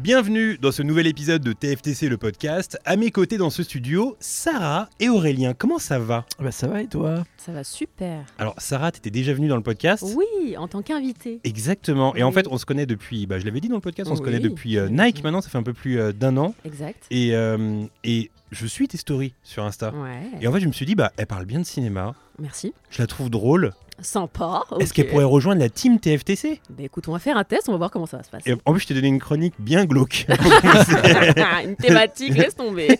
Bienvenue dans ce nouvel épisode de TFTC le podcast. À mes côtés dans ce studio, Sarah et Aurélien. Comment ça va Bah ça va et toi Ça va super. Alors Sarah, t'étais déjà venue dans le podcast Oui, en tant qu'invité. Exactement. Et en Oui. fait, on se connaît depuis, bah, je l'avais dit dans le podcast, on se Oui. connaît depuis euh, Nike maintenant, ça fait un peu plus euh, d'un an. Exact. Et, euh, et je suis tes stories sur Insta. Ouais. Et en fait, je me suis dit, bah, elle parle bien de cinéma, Merci. je la trouve drôle. Sympa. Est-ce qu'elle pourrait rejoindre la team TFTC Bah écoute, on va faire un test, on va voir comment ça va se passer. Et En plus, je t'ai donné une chronique bien glauque. Une thématique, laisse tomber.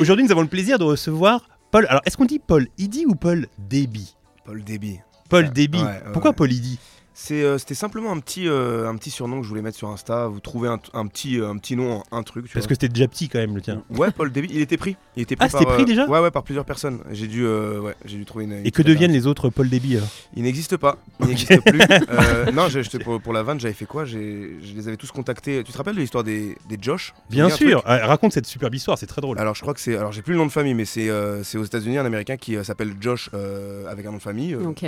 Aujourd'hui, nous avons le plaisir de recevoir Paul. Alors, est-ce qu'on dit Paul Idi ou Paul Déby Paul Déby. Paul Ouais, Déby. ouais, ouais, Pourquoi ouais. Paul Idi C'est, euh, c'était simplement un petit, euh, un petit surnom que je voulais mettre sur Insta. Vous trouvez un, un petit, euh, un petit nom, un truc. tu Parce que vois. c'était déjà petit quand même, le tien. Ouais, Paul Déby, il était pris. Il était pris Ah, c'était par, euh, pris déjà Ouais, ouais, par plusieurs personnes. J'ai dû, euh, ouais, j'ai dû trouver une. une Et que petite deviennent les autres Paul Déby alors alternative. Il n'existe pas. Il n'existe plus. Euh, non, j'ai- j'étais pour, pour la vanne, j'avais fait quoi J'ai- Je les avais tous contactés. Tu te rappelles de l'histoire des, des Josh Bien Il y a un sûr truc Ah, Raconte cette superbe histoire, c'est très drôle. Alors, je crois que c'est. Alors, j'ai plus le nom de famille, mais c'est, euh, c'est aux États-Unis un Américain qui euh, s'appelle Josh euh, avec un nom de famille. euh, Ok.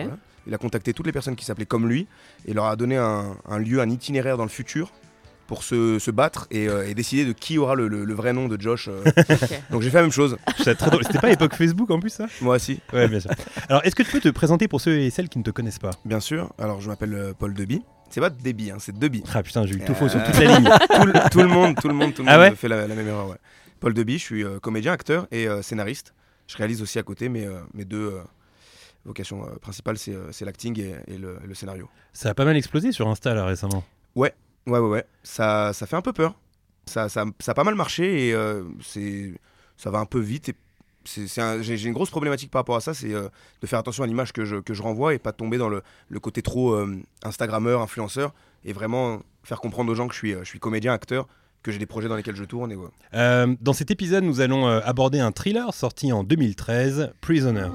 Il a contacté toutes les personnes qui s'appelaient comme lui et leur a donné un, un lieu, un itinéraire dans le futur pour se, se battre et, euh, et décider de qui aura le, le- le vrai nom de Josh. euh. Donc, j'ai fait la même chose. Je trouve ça très drôle. C'était pas à l'époque Facebook en plus, ça Moi aussi, Ouais, bien sûr. Alors, est-ce que tu peux te présenter pour ceux et celles qui ne te connaissent pas bien sûr. Alors, je m'appelle euh, Paul Deby. C'est pas Deby, hein, c'est Deby. Ah putain, j'ai eu tout faux sur Euh, toute la ligne. tout, le, tout le monde, tout le monde, tout le Ah monde ouais fait la, la même erreur. ouais. Paul Deby, je suis euh, comédien, acteur et euh, scénariste. Je réalise aussi à côté mes, euh, mes deux euh, vocations euh, principales, c'est, euh, c'est l'acting et, et le, et le scénario. Ça a pas mal explosé sur Insta là récemment. Ouais, ouais, ouais. Ça, ça fait un peu peur. Ça, ça, ça a pas mal marché et euh, c'est, ça va un peu vite. Et c'est, c'est un- j'ai, j'ai une grosse problématique par rapport à ça, c'est euh, de faire attention à l'image que je, que je renvoie et pas tomber dans le, le côté trop euh, Instagrammeur, influenceur et vraiment faire comprendre aux gens que je suis, euh, je suis comédien, acteur, que j'ai des projets dans lesquels je tourne. Et, ouais. Euh, dans cet épisode, nous allons euh, aborder un thriller sorti en 2013, Prisoners.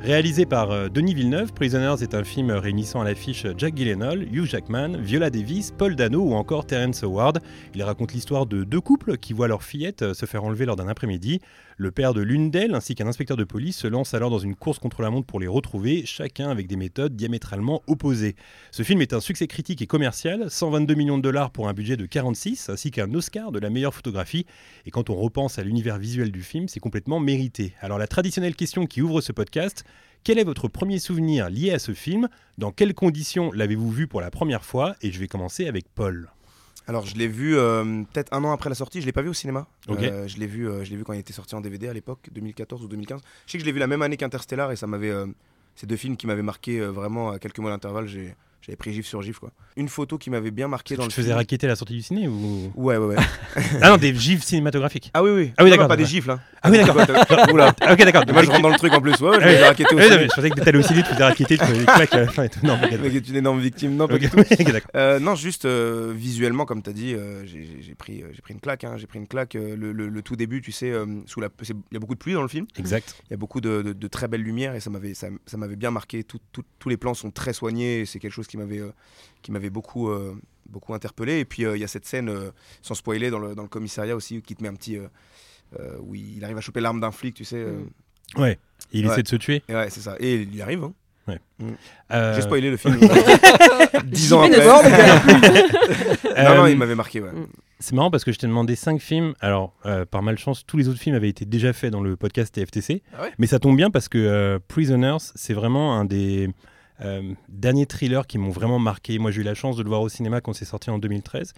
Réalisé par euh, Denis Villeneuve, Prisoners est un film réunissant à l'affiche Jack Gyllenhaal, Hugh Jackman, Viola Davis, Paul Dano ou encore Terence Howard. Il raconte l'histoire de deux couples qui voient leur fillette euh, se faire enlever lors d'un après-midi. Le père de l'une d'elles ainsi qu'un inspecteur de police se lancent alors dans une course contre la montre pour les retrouver, chacun avec des méthodes diamétralement opposées. Ce film est un succès critique et commercial, 122 millions de dollars pour un budget de 46 ainsi qu'un Oscar de la meilleure photographie. Et quand on repense à l'univers visuel du film, c'est complètement mérité. Alors la traditionnelle question qui ouvre ce podcast, quel est votre premier souvenir lié à ce film Dans quelles conditions l'avez-vous vu pour la première fois Et je vais commencer avec Paul. Alors je l'ai vu euh, peut-être un an après la sortie, je l'ai pas vu au cinéma. Ok. Euh, je l'ai vu, euh, je l'ai vu quand il était sorti en DVD à l'époque, 2014 ou 2015. Je sais que je l'ai vu la même année qu'Interstellar et ça m'avait, euh, ces deux films qui m'avaient marqué euh, vraiment à quelques mois d'intervalle. j'ai- J'avais pris gif sur gif quoi. Une photo qui m'avait bien Tu marqué dans te le faisais film. raqueter à la sortie du ciné ou... Ouais ouais ouais. Ah non, des gifs cinématographiques. Ah oui oui. Ah oui, Non, d'accord, Pas des ouais. gifs là. Ah oui, d'accord. Oula. Ah, ok, d'accord. Et moi je rentre dans le truc en plus. Ouais, ouais, je Ah oui. me faisais raqueter Ouais, non, mais aussi. je pensais que t'allais au ciné, tu faisais raqueter, tu faisais des claques à la fin et tout. Non, mais Mec, est une énorme victime. Non, pas du tout. Euh, non, juste euh, visuellement, comme tu as dit, euh, j'ai- j'ai j'ai pris, euh, j'ai pris une claque. hein, j'ai pris une claque. euh, le, le- le tout début, tu sais, euh, sous la, c'est- il y a beaucoup de pluie dans le film. Exact. Il y a beaucoup de, de- de très belles lumières et ça m'avait, ça, ça m'avait bien marqué. Tout- tout- tous les plans sont très soignés. et C'est quelque chose qui m'avait, euh, qui m'avait beaucoup, euh, beaucoup interpellé. Et puis euh, il y a cette scène, euh, sans spoiler, dans le, dans le commissariat aussi, qui te met un petit, euh, euh, où il arrive à choper l'arme d'un flic, tu sais. euh. Mm. Ouais. Il Ouais. essaie de se tuer. Et ouais, c'est ça. Et il y arrive. hein. Euh, J'ai spoilé le film. Dix J'y ans vais après. dedans, les non, non, euh, il m'avait marqué. Ouais. C'est marrant parce que je t'ai demandé 5 films. Alors, euh, par malchance, tous les autres films avaient été déjà faits dans le podcast TFTC. Ah ouais mais ça tombe bien parce que euh, Prisoners, c'est vraiment un des. Euh, dernier thriller qui m'ont vraiment marqué. Moi, j'ai eu la chance de le voir au cinéma quand c'est sorti en 2013.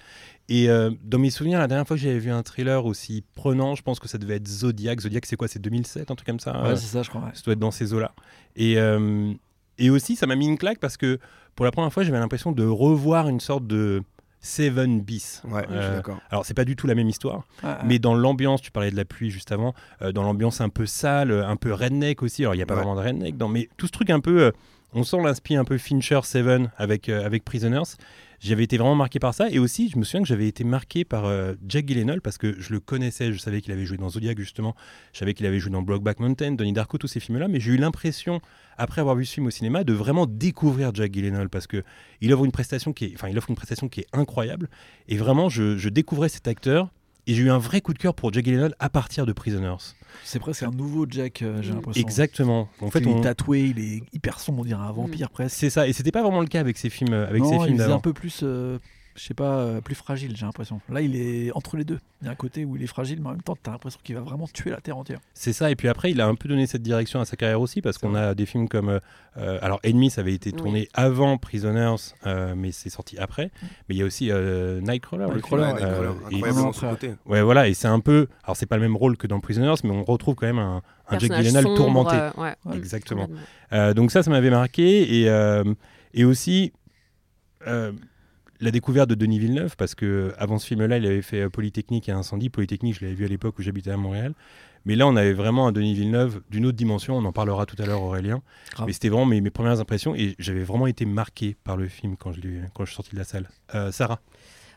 Et euh, dans mes souvenirs, la dernière fois que j'avais vu un thriller aussi prenant, je pense que ça devait être Zodiac. Zodiac, c'est quoi C'est 2007, un truc comme ça Ouais, euh, c'est ça, je crois. ouais. ça doit être dans ces eaux-là. Et, euh, et aussi, ça m'a mis une claque parce que pour la première fois, j'avais l'impression de revoir une sorte de Seven bis. Ouais, je Euh, suis d'accord. Alors, c'est pas du tout la même histoire, Ouais, ouais. mais dans l'ambiance, tu parlais de la pluie juste avant, euh, dans l'ambiance un peu sale, euh, un peu redneck aussi. Alors, il n'y a pas Ouais. vraiment de redneck dans, mais tout ce truc un peu. euh, on sent l'inspire un peu Fincher Seven avec, euh, avec Prisoners. J'avais été vraiment marqué par ça. Et aussi, je me souviens que j'avais été marqué par euh, Jack Gyllenhaal parce que je le connaissais. Je savais qu'il avait joué dans Zodiac, justement. Je savais qu'il avait joué dans Blockback Mountain, Donnie Darko, tous ces films-là. Mais j'ai eu l'impression, après avoir vu ce film au cinéma, de vraiment découvrir Jack Gyllenhaal parce que il offre une prestation qui est, enfin, il offre une prestation qui est incroyable. Et vraiment, je, je découvrais cet acteur et j'ai eu un vrai coup de cœur pour Jack Gyllenhaal à partir de Prisoners. C'est presque un nouveau Jack, euh, j'ai Mm. l'impression. Exactement. En fait, il est on- tatoué, il est hyper sombre, on dirait un vampire presque. c'est ça. Et c'était pas vraiment le cas avec ces films, euh, avec non, ces films il est d'avant. un peu plus, euh, je sais pas, euh, plus fragile, j'ai l'impression. Là, il est entre les deux. Il y a un côté où il est fragile, mais en même temps, t'as l'impression qu'il va vraiment tuer la terre entière. C'est ça, et puis après, il a un peu donné cette direction à sa carrière aussi, parce qu'on a des films comme. euh, euh, alors, Enemy, ça avait été Oui. tourné avant Prisoners, euh, mais c'est sorti après. Mm. Mais il y a aussi euh, Nightcrawler. le Nightcrawler, film, ouais, euh, Incroyable, et- incroyablement Frère. sous-côté. ouais, voilà, et c'est un peu. Alors, c'est pas le même rôle que dans Prisoners, mais on retrouve quand même un, un Jack Personnage Gyllenhaal sombre, tourmenté. euh, ouais. Ouais. Exactement. Complètement. Euh, donc ça, ça m'avait marqué. Et, euh, et aussi, euh, la découverte de Denis Villeneuve, parce que avant ce film-là, il avait fait euh, Polytechnique et Incendie. Polytechnique, je l'avais vu à l'époque où j'habitais à Montréal. Mais là, on avait vraiment un Denis Villeneuve d'une autre dimension. On en parlera tout à l'heure, Aurélien. Grave. Mais c'était vraiment mes, mes premières impressions. Et j'avais vraiment été marqué par le film quand je, l'ai- quand je suis sorti de la salle. Euh, Sarah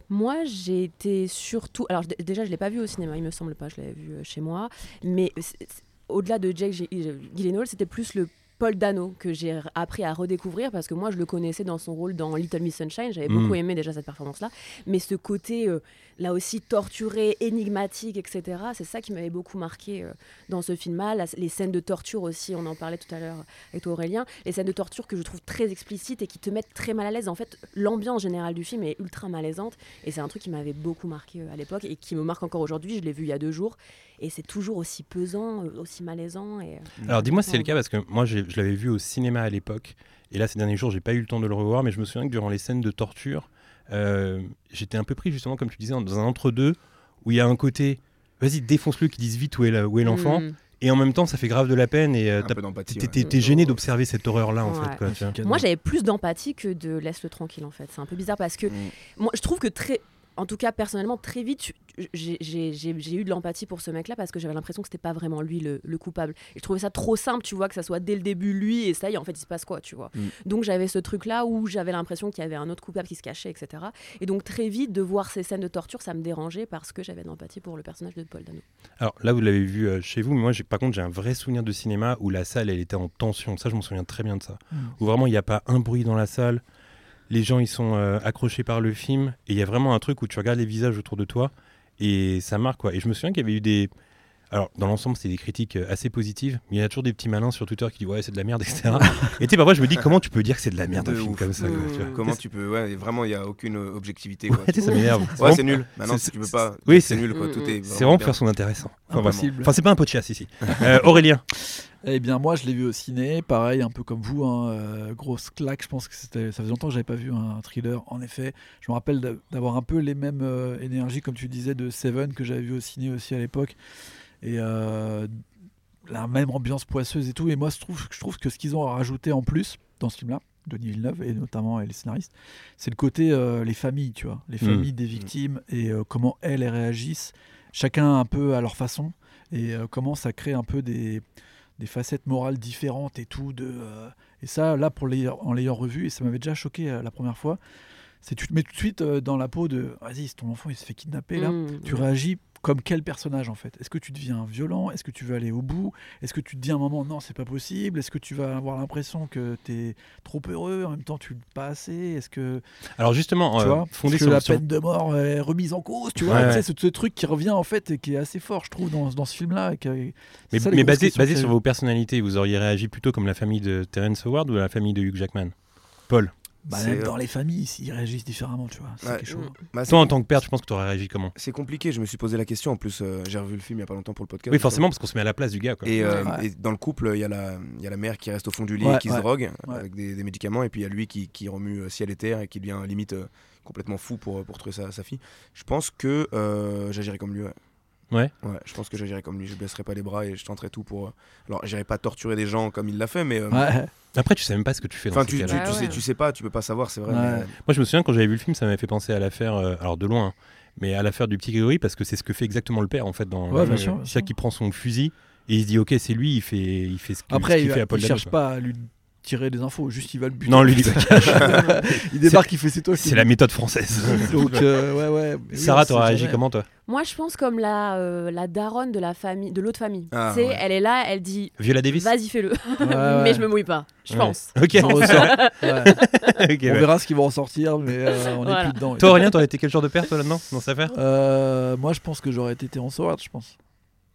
Moi, j'ai été surtout. Alors, d- déjà, je ne l'ai pas vu au cinéma, il me semble pas, je l'avais vu euh, chez moi. Mais c'est- c'est- au-delà de Jake Gy- Gyllenhaal, c'était plus le. Paul Dano, que j'ai r- appris à redécouvrir parce que moi je le connaissais dans son rôle dans Little Miss Sunshine, j'avais Mm. beaucoup aimé déjà cette performance-là, mais ce côté euh, là aussi torturé, énigmatique, etc., c'est ça qui m'avait beaucoup marqué euh, dans ce film-là. La- Les scènes de torture aussi, on en parlait tout à l'heure avec toi Aurélien, les scènes de torture que je trouve très explicites et qui te mettent très mal à l'aise. En fait, l'ambiance générale du film est ultra malaisante et c'est un truc qui m'avait beaucoup marqué euh, à l'époque et qui me marque encore aujourd'hui. Je l'ai vu il y a deux jours et c'est toujours aussi pesant, euh, aussi malaisant. Et... euh, Mm. Alors dis-moi si c'est le Ouais. cas parce que moi j'ai- je l'avais vu au cinéma à l'époque et là ces derniers jours j'ai pas eu le temps de le revoir mais je me souviens que durant les scènes de torture euh, j'étais un peu pris justement comme tu disais en- dans un entre-deux où il y a un côté vas-y défonce-le qui disent vite où est la- où est l'enfant Mm. et en même temps ça fait grave de la peine et euh, Un t'as- peu d'empathie. t'es- ouais. t'es t'es gêné d'observer cette horreur là en Ouais. fait quoi, tu vois. Moi, j'avais plus d'empathie que de laisse-le tranquille, en fait. C'est un peu bizarre parce que Mm. moi, je trouve que très. En tout cas, personnellement, très vite, tu- j'ai j'ai- j'ai- j'ai eu de l'empathie pour ce mec-là parce que j'avais l'impression que c'était pas vraiment lui le, le coupable. Et je trouvais ça trop simple, tu vois, que ça soit dès le début lui et ça y est, en fait, il se passe quoi, tu vois. Mm. Donc j'avais ce truc-là où j'avais l'impression qu'il y avait un autre coupable qui se cachait, etc. Et donc très vite, de voir ces scènes de torture, ça me dérangeait parce que j'avais de l'empathie pour le personnage de Paul Dano. Alors là, vous l'avez vu euh, chez vous, mais moi, j'ai- par contre, j'ai un vrai souvenir de cinéma où la salle, elle était en tension. Ça, je m'en souviens très bien de ça. Mm. Où vraiment, il n'y a pas un bruit dans la salle. Les gens, ils sont euh, accrochés par le film. Et il y a vraiment un truc où tu regardes les visages autour de toi et ça marque, quoi. Et je me souviens qu'il y avait eu des. Alors, dans l'ensemble, c'est des critiques euh, assez positives, mais il y a toujours des petits malins sur Twitter qui disent Ouais, c'est de la merde, etc. et tu sais, parfois, je me dis Comment tu peux dire que c'est de la merde un De film ouf. comme ça quoi, tu vois Comment tu peux. Ouais, vraiment, il n'y a aucune euh, objectivité. quoi. euh, Ouais, tu sais, ça m'énerve. Ouais, vraiment- c'est nul. Maintenant, c'est- tu peux c'est- pas. oui, c'est- c'est Mm, nul, quoi. Tout est. C'est vraiment bien. faire son intéressant. Enfin, voilà. Impossible. Enfin, c'est pas un podcast ici. Euh, Aurélien. Eh bien, moi, je l'ai vu au ciné, pareil, un peu comme vous, hein, euh, grosse claque. Je pense que c'était, ça faisait longtemps que j'avais pas vu un thriller. En effet, je me rappelle d'a- d'avoir un peu les mêmes euh, énergies, comme tu disais, de Seven que j'avais vu au ciné aussi à l'époque, et euh, la même ambiance poisseuse et tout. Et moi, je trouve, je trouve que ce qu'ils ont rajouté en plus dans ce film-là, Denis Villeneuve et notamment et les scénaristes, c'est le côté euh, les familles, tu vois, les Mm. familles des victimes et euh, comment elles elles réagissent, chacun un peu à leur façon, et euh, comment ça crée un peu des des facettes morales différentes et tout. De, euh, et ça, là, pour les- en l'ayant revu, et ça m'avait déjà choqué euh, la première fois, c'est tu te mets tout de suite euh, dans la peau de vas-y, c'est ton enfant, il se fait kidnapper là. Mm. Tu réagis comme quel personnage en fait Est-ce que tu deviens violent Est-ce que tu veux aller au bout Est-ce que tu te dis à un moment non, c'est pas possible Est-ce que tu vas avoir l'impression que t'es trop heureux En même temps, tu le pas assez Est-ce que Alors justement, tu euh, vois fondé Est-ce que sur, la sur- peine de mort est remise en cause Tu vois Ouais, Tu sais, ouais. ce, ce truc qui revient en fait et qui est assez fort, je trouve, dans, dans ce film-là. et qui- mais, c'est ça, les mais grosses basé, questions basé que sur j'avais. vos personnalités, vous auriez réagi plutôt comme la famille de Terrence Howard ou la famille de Hugh Jackman Paul. Bah, C'est, même euh, dans les familles, ils- ils réagissent différemment, tu vois. Ah, C'est Ouais. Mm. quelque chose. Bah, c'est Toi, en com- tant que père, tu penses que tu aurais réagi comment C'est compliqué, je me suis posé la question. En plus, euh, j'ai revu le film il y a pas longtemps pour le podcast. euh, Oui, forcément, parce qu'on se met à la place du gars. Quoi. Et, euh, Ouais. et dans le couple, il y, a la- il y a la mère qui reste au fond du lit, Ouais, qui ouais. se drogue Ouais. avec des, des médicaments, et puis il y a lui qui, qui remue euh, ciel et terre et qui devient limite euh, complètement fou pour, euh, pour trouver sa, sa fille. Je pense que euh, j'agirais comme lui. Ouais. Ouais. Je pense que j'agirais comme lui. Je baisserais pas les bras et je tenterais tout pour. euh, Alors, j'irais pas torturer des gens comme il l'a fait, mais. euh, Ouais. Après, tu sais même pas ce que tu fais dans Enfin, ces tu, tu, cas-là. Ouais, tu sais, ouais. tu sais pas, tu peux pas savoir, c'est vrai. Ouais. mais, euh, Moi, je me souviens quand j'avais vu le film, ça m'avait fait penser à l'affaire, euh, alors de loin, hein, mais à l'affaire du petit Grégory, parce que c'est ce que fait exactement le père en fait. Dans Ouais, le- bien sûr, bien C'est-à-dire sûr. qu'il prend son fusil et il se dit, ok, c'est lui, il fait, il fait ce que- ce Après, qu'il il, fait à Paul il Dano, cherche quoi. pas à lui tirer des infos, juste il va le buter. Non, lui, il il débarque, il fait ses toiles. C'est la méthode française. Donc, euh, ouais, ouais. Mais oui, on Sarah, sait t'aurais réagi jamais. comment toi Moi, je pense comme la, euh, la daronne de la famille, de l'autre famille. Ah, c'est, ouais. elle est là, elle dit, Viola Davis vas-y fais-le, Ouais, ouais. mais je me mouille pas. Je Ah Ouais. pense. Ok, bah, J'en ressors. Ouais. ok, ouais. On verra ce qui va en sortir, mais euh, on est Voilà. plus dedans. Toi, Aurélien, t'aurais été quel genre de père toi là-dedans dans cette affaire Euh, moi, je pense que j'aurais été Terrence Howard, je pense.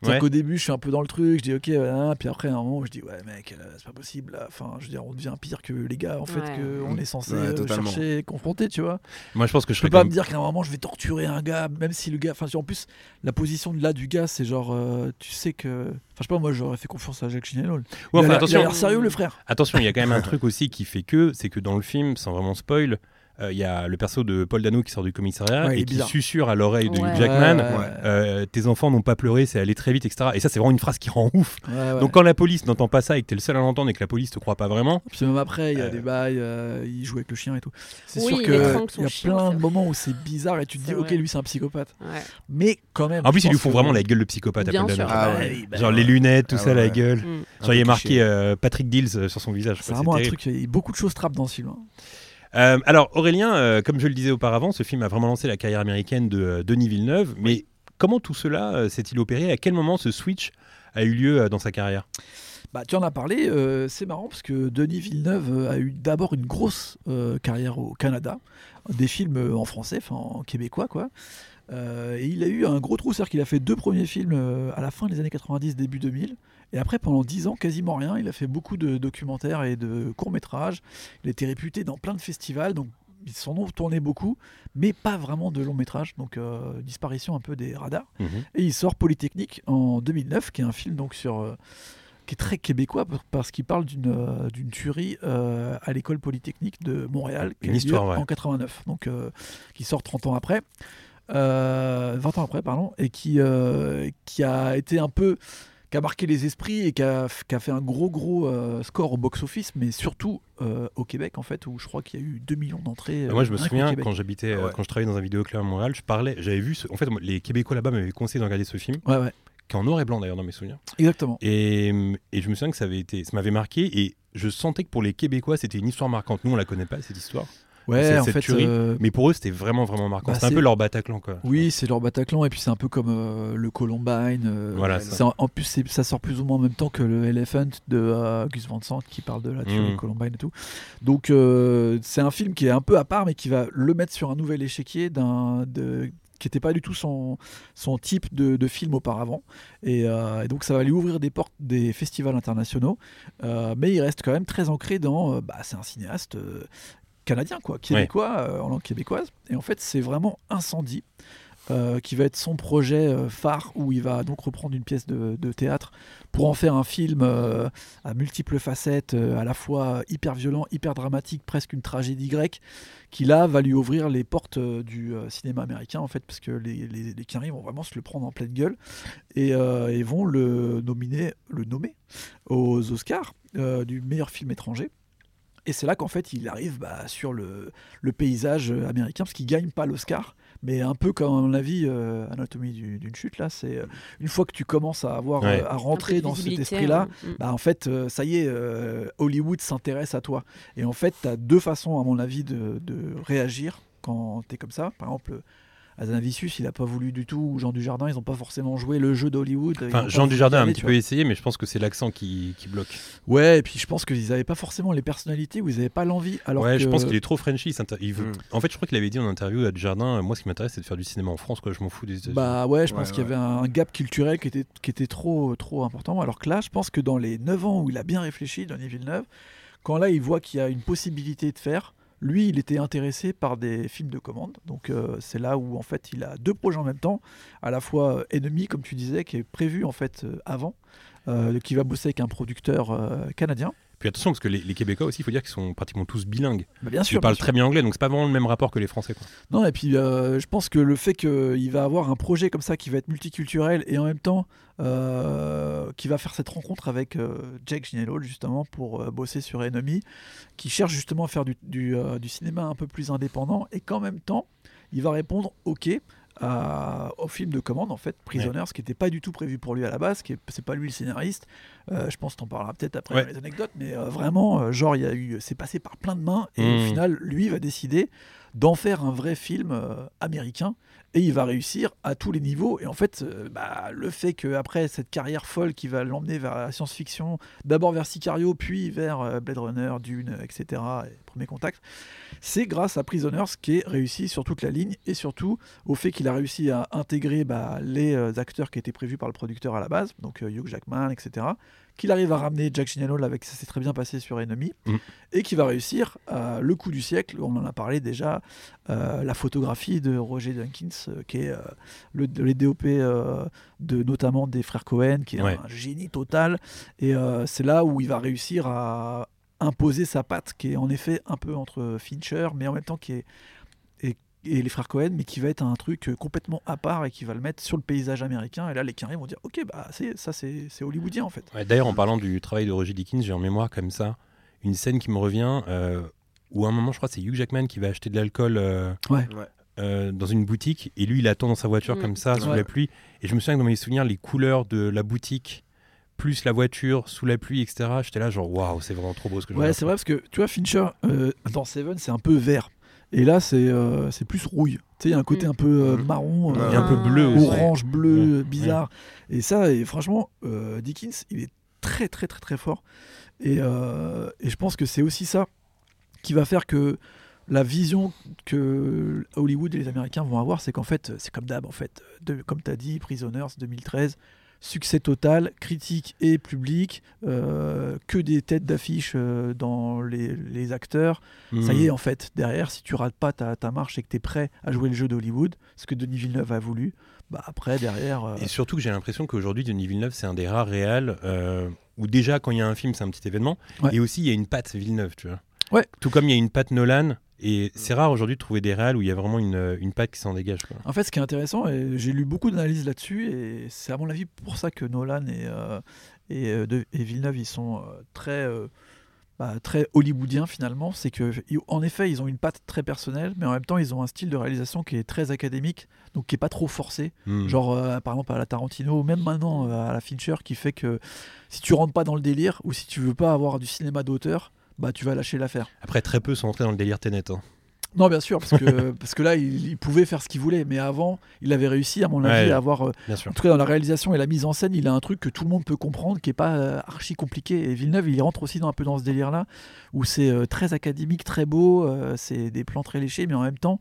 Ouais. C'est-à-dire qu'au début, je suis un peu dans le truc, je dis ok, voilà, puis après, à un moment, je dis ouais, mec, euh, c'est pas possible. là. Enfin, je veux dire, on devient pire que les gars, en fait, Ouais. qu'on est censé Mm. Ouais, euh, totalement. chercher, et confronter, tu vois. Moi, je pense que je Je peux serais pas quand me même- dire qu'à un moment, je vais torturer un gars, même si le gars. Enfin, en plus, la position de là du gars, c'est genre, euh, tu sais que. Enfin, je sais pas, moi, j'aurais fait confiance à Jacques Chinelol. Ouais, enfin, il a l'air- il a attention, l'air sérieux, le frère. Attention, il y a quand même un truc aussi qui fait que, c'est que dans le film, sans vraiment spoil, euh, il y a le perso de Paul Dano qui sort du commissariat Ouais, il et est qui bizarre. susurre à l'oreille de Ouais. Hugh Jackman Ouais, ouais, euh, Tes enfants n'ont pas pleuré, c'est allé très vite, etc. Et ça, c'est vraiment une phrase qui rend ouf. ouais, ouais. Donc, quand la police n'entend pas ça et que t'es le seul à l'entendre et que la police te croit pas vraiment, Puis même après, il y a Euh. des bails, euh, il joue avec le chien et tout. C'est Oui, sûr il qu'il y étrangle son a chien, plein c'est de vrai. moments où c'est bizarre et tu te dis, C'est ok, vrai. lui c'est un psychopathe. Ouais. Mais quand même. en plus, Ah, je ils lui pense font que- vraiment la gueule de psychopathe à Bien Paul Dano. sûr. quoi. Ah Ouais, ouais. bah, Genre les lunettes, tout Ah ça, ouais, la ouais. gueule. Mm. Un Genre, il y peu a marqué cliché. euh, Patrick Dills euh, sur son visage. C'est quoi. vraiment un terrible. truc, il y a beaucoup de choses trappes dans ce film. hein. Euh, alors, Aurélien, euh, comme je le disais auparavant, ce film a vraiment lancé la carrière américaine de euh, Denis Villeneuve. Mais comment tout cela euh, s'est-il opéré À quel moment ce switch a eu lieu euh, dans sa carrière Bah, tu en as parlé, euh, c'est marrant parce que Denis Villeneuve euh, a eu d'abord une grosse euh, carrière au Canada, des films euh, en français, enfin en québécois quoi. Euh, et il a eu un gros trou, c'est-à-dire qu'il a fait deux premiers films euh, à la fin des années 90, début 2000. Et après, pendant 10 ans, quasiment rien. Il a fait beaucoup de documentaires et de courts-métrages. Il était réputé dans plein de festivals, donc ils s'en ont tourné beaucoup, mais pas vraiment de longs-métrages. Donc, euh, disparition un peu des radars. Mhm. Et il sort Polytechnique en 2009, qui est un film donc sur euh, qui est très québécois par- parce qu'il parle d'une euh, d'une tuerie euh, à l'école polytechnique de Montréal qui Une a eu histoire lieu vraie. en 89, donc euh, qui sort 30 ans après, euh, 20 ans après pardon, et qui euh, qui a été un peu qui a marqué les esprits et qui a, qui a fait un gros gros euh, score au box-office, mais surtout euh, au Québec en fait, où je crois qu'il y a eu 2 millions d'entrées. Moi, je euh, me rien qu'au souviens Québec. quand j'habitais, euh, Ouais. quand je travaillais dans un vidéoclub à Montréal, je parlais, j'avais vu, ce- en fait, moi, les Québécois là-bas m'avaient conseillé de regarder ce film, Ouais ouais, qui est en noir et blanc d'ailleurs dans mes souvenirs. exactement. Et, mm, et je me souviens que ça avait été, ça m'avait marqué et je sentais que pour les Québécois, c'était une histoire marquante. Nous, on la connaît pas cette histoire, Ouais, C'est- en cette fait, tuerie. euh, mais pour eux, c'était vraiment vraiment marquant. Bah, C'était un c'est- peu leur Bataclan, quoi. Oui, c'est leur Bataclan, et puis c'est un peu comme euh, le Columbine. euh, Voilà. Ouais, ça. c'est en, en plus, c'est- ça sort plus ou moins en même temps que le Elephant de euh, Gus Van Sant qui parle de la tuerie Mhm. Columbine et tout. Donc, euh, c'est un film qui est un peu à part, mais qui va le mettre sur un nouvel échiquier d'un. de- qui n'était pas du tout son, son type de, de film auparavant. Et, euh, et donc ça va lui ouvrir des portes des festivals internationaux. Euh, mais il reste quand même très ancré dans... euh, bah, c'est un cinéaste euh, canadien, quoi, québécois, euh, en langue québécoise. Et en fait, c'est vraiment Incendie, euh, qui va être son projet euh, phare, où il va donc reprendre une pièce de, de théâtre pour en faire un film euh, à multiples facettes, euh, à la fois hyper violent, hyper dramatique, presque une tragédie grecque, qui là va lui ouvrir les portes euh, du euh, cinéma américain, en fait, parce que les, les, les Canaries vont vraiment se le prendre en pleine gueule et, euh, et vont le nominer, le nommer aux Oscars euh, du meilleur film étranger. Et c'est là qu'en fait il arrive bah, sur le, le paysage euh, américain parce qu'il gagne pas l'Oscar, mais un peu comme à mon avis euh, Anatomie du- d'une chute là, c'est euh, une fois que tu commences à avoir Ouais. euh, à Un peu de rentrer dans cet visibilité, esprit-là, hein. Mm. bah, en fait, euh, ça y est, euh, Hollywood s'intéresse à toi. Et en fait, tu as deux façons, à mon avis, de, de réagir quand tu es comme ça. Par exemple, Azanavicius, il n'a pas voulu du tout, ou Jean Dujardin, ils n'ont pas forcément joué le jeu d'Hollywood. Ils ont Enfin, pas Jean voulu Dujardin a y un aller, petit tu peu essayé, mais je pense que c'est l'accent qui, qui bloque. vois. Ouais, et puis je pense qu'ils n'avaient pas forcément les personnalités, ou ils n'avaient pas l'envie. Alors ouais, que... Hmm. je pense qu'il est trop Frenchy. il s'inter- il veut- Mm. En fait, je crois qu'il avait dit en interview à Jardin, moi, ce qui m'intéresse, c'est de faire du cinéma en France, quoi. Je m'en fous des États-Unis. Bah ouais, je Ouais, pense qu'il y ouais. avait un gap culturel qui était, qui était trop, trop important. Alors que là, je pense que dans les 9 ans où il a bien réfléchi, Denis Villeneuve, quand là il voit qu'il y a une possibilité de faire, Lui, il était intéressé par des films de commande. Donc euh, c'est là où en fait il a deux projets en même temps, à la fois euh, Ennemi, comme tu disais, qui est prévu en fait euh, avant, euh, qui va bosser avec un producteur euh, canadien. Puis attention, parce que les, les Québécois aussi, il faut dire qu'ils sont pratiquement tous bilingues. Bah, bien Ils sûr. parlent bien sûr. très bien anglais, donc c'est pas vraiment le même rapport que les Français. quoi. Non, et puis euh, je pense que le fait qu'il va avoir un projet comme ça qui va être multiculturel et en même temps euh, qui va faire cette rencontre avec euh, Jake Gyllenhaal justement pour euh, bosser sur Enemy, qui cherche justement à faire du, du, euh, du cinéma un peu plus indépendant et qu'en même temps il va répondre OK à- au film de commande en fait Prisoners ce qui n'était pas du tout prévu pour lui à la base qui est- c'est pas lui le scénariste Euh, je pense que t'en parleras peut-être après Ouais. dans les anecdotes mais euh, vraiment euh, genre il y a eu c'est passé par plein de mains et au Mhm. final lui va décider d'en faire un vrai film euh, américain et il va réussir à tous les niveaux et en fait euh, bah, le fait que après cette carrière folle qui va l'emmener vers la science-fiction d'abord vers Sicario puis vers euh, Blade Runner Dune etc et premier contact c'est grâce à Prisoners qui est réussi sur toute la ligne et surtout au fait qu'il a réussi à intégrer bah, les euh, acteurs qui étaient prévus par le producteur à la base donc euh, Hugh Jackman etc qu'il arrive à ramener Jack Gyllenhaal avec ça s'est très bien passé sur Enemy Mm. et qui va réussir euh, le coup du siècle on en a parlé déjà euh, la photographie de Roger Dunkins, euh, qui est euh, le, les DOP euh, de, notamment des frères Cohen, qui est Ouais. un génie total. Et euh, c'est là où il va réussir à imposer sa patte, qui est en effet un peu entre Fincher, mais en même temps qui est. et- et les frères Cohen, mais qui va être un truc euh, complètement à part et qui va le mettre sur le paysage américain. Et là, les Canadiens vont dire Ok, bah, c'est- ça, c'est c'est hollywoodien en fait. Ouais, D'ailleurs, en parlant du travail de Roger Dickens, j'ai en mémoire comme ça une scène qui me revient euh, où à un moment, je crois, que c'est Hugh Jackman qui va acheter de l'alcool euh, Ouais. Ouais. euh, dans une boutique et lui, il attend dans sa voiture Mm. comme ça, sous Ouais. la pluie. Et je me souviens que dans mes souvenirs, les couleurs de la boutique plus la voiture sous la pluie, etc. J'étais là, genre, waouh, c'est vraiment trop beau ce que je Ouais, vois. c'est vrai parce que tu vois, Fincher euh, dans Seven, c'est un peu vert. Et là, c'est euh, c'est plus rouille. Tu sais, il y a un côté un peu euh, Mm. marron, euh, Et un peu bleu aussi. orange, bleu, euh, bizarre. Et ça, et franchement, euh, Dickens, il est très, très, très, très fort. Et, euh, et je pense que c'est aussi ça qui va faire que la vision que Hollywood et les Américains vont avoir, c'est qu'en fait, euh, c'est comme d'hab, en fait. euh, De- comme tu as dit, Prisoners 2013, succès total, critique et public, euh, que des têtes d'affiche euh, dans les, les acteurs. Mm. Ça Hmm. y est, en fait, derrière, si tu rates pas ta, ta marche et que tu es prêt à jouer le jeu d'Hollywood, ce que Denis Villeneuve a voulu, bah après, derrière. euh, Et surtout que j'ai l'impression qu'aujourd'hui, Denis Villeneuve, c'est un des rares réals euh, où déjà, quand il y a un film, c'est un petit événement. Ouais. Et aussi, il y a une patte Villeneuve, tu vois. Ouais. Tout comme il y a une patte Nolan. Et c'est rare aujourd'hui de trouver des réals où il y a vraiment une, une patte qui s'en dégage. quoi. En fait, ce qui est intéressant, et j'ai lu beaucoup d'analyses là-dessus, et c'est à mon avis pour ça que Nolan et, euh, et, euh, de- et Villeneuve, ils sont euh, très, euh, bah, très hollywoodiens finalement. C'est que, ils- en effet, ils ont une patte très personnelle, mais en même temps, ils ont un style de réalisation qui est très académique, donc qui est pas trop forcé. Mm. Genre, euh, par exemple, à la Tarantino, ou même maintenant euh, à la Fincher, qui fait que si tu rentres pas dans le délire, ou si tu veux pas avoir du cinéma d'auteur, bah tu vas lâcher l'affaire. Après, très peu sont entrés dans le délire Tenet. hein. Non, bien sûr, parce que, parce que là, il, il pouvait faire ce qu'il voulait, mais avant, il avait réussi, à mon avis, Ouais. à avoir. euh, Bien sûr. en tout cas, dans la réalisation et la mise en scène, il a un truc que tout le monde peut comprendre, qui est pas euh, archi compliqué. Et Villeneuve, il rentre aussi dans, un peu dans ce délire-là, où c'est euh, très académique, très beau, euh, c'est des plans très léchés, mais en même temps,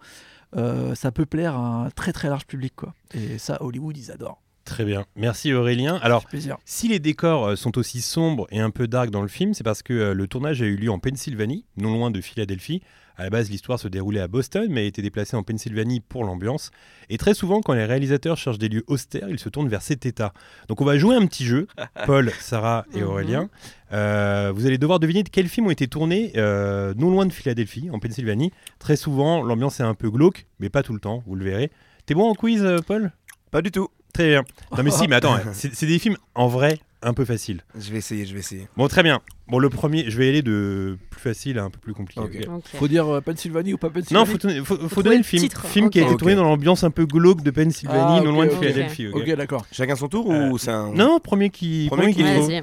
euh, ça peut plaire à un très très large public. quoi. Et ça, Hollywood, ils adorent. Très bien. Merci Aurélien. Alors, C'est plaisir. si les décors euh, sont aussi sombres et un peu dark dans le film, c'est parce que euh, le tournage a eu lieu en Pennsylvanie, non loin de Philadelphie. À la base, l'histoire se déroulait à Boston, mais a été déplacée en Pennsylvanie pour l'ambiance. Et très souvent, quand les réalisateurs cherchent des lieux austères, ils se tournent vers cet état. Donc, on va jouer un petit jeu, Paul, Sarah et Mhm. Aurélien. Euh, vous allez devoir deviner de quels films ont été tournés euh, non loin de Philadelphie, en Pennsylvanie. Très souvent, l'ambiance est un peu glauque, mais pas tout le temps, vous le verrez. T'es bon en quiz, euh, Paul Pas du tout. Très bien. Non mais si, mais attends, c'est c'est des films en vrai un peu faciles. Je vais essayer, je vais essayer. Bon, très bien. Bon, le premier, je vais aller de plus facile à un peu plus compliqué. Ok. ok. Ok. Faut dire euh, Pennsylvanie ou pas Pennsylvanie Non, faut, tourner- faut- faut trouver donner le le film. titre. Film qui a Ok. été tourné dans l'ambiance un peu glauque de Pennsylvanie, Ah, non ok, loin de ok. Philadelphie. ok. Ok, d'accord. Chacun son tour Euh, ou c'est un. Non, premier qui, Premier premier qui qui- trouve. Vas-y.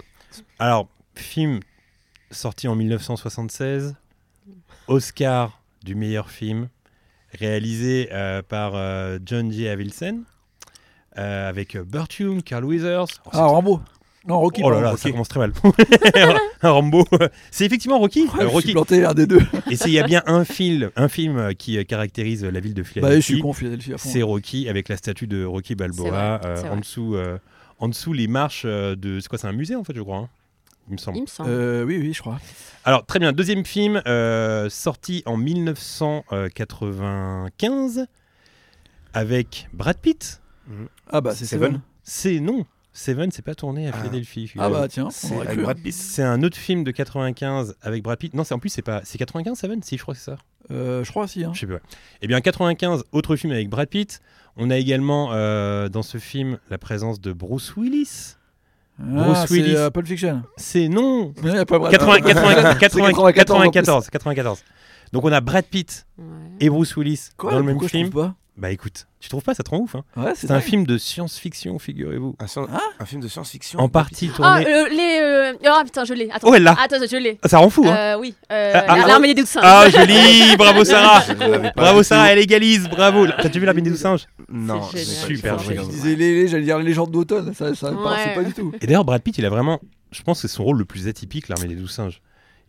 Alors, film sorti en 1976, Oscar du meilleur film, réalisé euh, par euh, John J. Avildsen, euh, avec euh, Burt Hume, Carl Weathers. Oh, c'est Ah, Rambo Non, Rocky. oh là pardon. là, ça Rocky. commence très mal. Un Rambo. C'est effectivement Rocky. Ouais, Euh, Ah, je suis Rocky. planté un des deux. Et s'il y a bien un film, un film euh, qui euh, caractérise euh, la ville de Bah, je suis Philadelphie, con, Philadelphie à fond. c'est Rocky avec la statue de Rocky C'est vrai, Balboa euh, c'est en vrai. dessous. euh, en dessous, les marches euh, de. C'est quoi C'est un musée en fait, je crois. hein il me semble. Il me semble. Euh, oui, oui, je crois. Alors, très bien. Deuxième film, euh, sorti en 1995, avec Brad Pitt. Ah bah c'est Seven. Seven. C'est non. Seven, c'est pas tourné à Ah. Philadelphie. Ah figurez-vous. bah tiens, on C'est aurait avec cru. Brad Pitt. C'est un autre film de 95 avec Brad Pitt. Non, c'est en plus c'est pas c'est 95 Seven, si je crois que c'est ça. Euh, je crois aussi. Hein. Je sais plus. ouais. Eh bien 95, autre film avec Brad Pitt. On a également euh, dans ce film la présence de Bruce Willis. Bruce Ah, Willis. c'est euh, Pulp Fiction. C'est non. Mais non, y a pas Brad 80, 80, C'est 94, 94, 94. Donc on a Brad Pitt Ouais. et Bruce Willis Quoi, dans le même pourquoi je film. trouve Bah écoute, tu trouves pas ça te rend ouf hein pas Ouais, c'est C'est un dingue. film de science-fiction, figurez-vous. Un, sci- Ah. un film de science-fiction. En partie Ah, tourné. euh, les. euh, Ah putain, je l'ai. Attends. Oh elle là. Attends, je Ah, l'ai. Ça rend fou hein. Euh, oui. Euh, Ah, ah, L'armée des douze Ah joli, bravo Sarah. Je l'avais pas Bravo du Sarah, tout. elle égalise, bravo. T'as déjà vu la Bine des douze singes Non, C'est je l'ai Super génial. pas du tout. Je génial. disais les, j'allais dire légende d'automne, ça, ça me Ouais. parle pas du tout. Et d'ailleurs, Brad Pitt, il a vraiment, je pense, que c'est son rôle le plus atypique, l'armée des douze singes.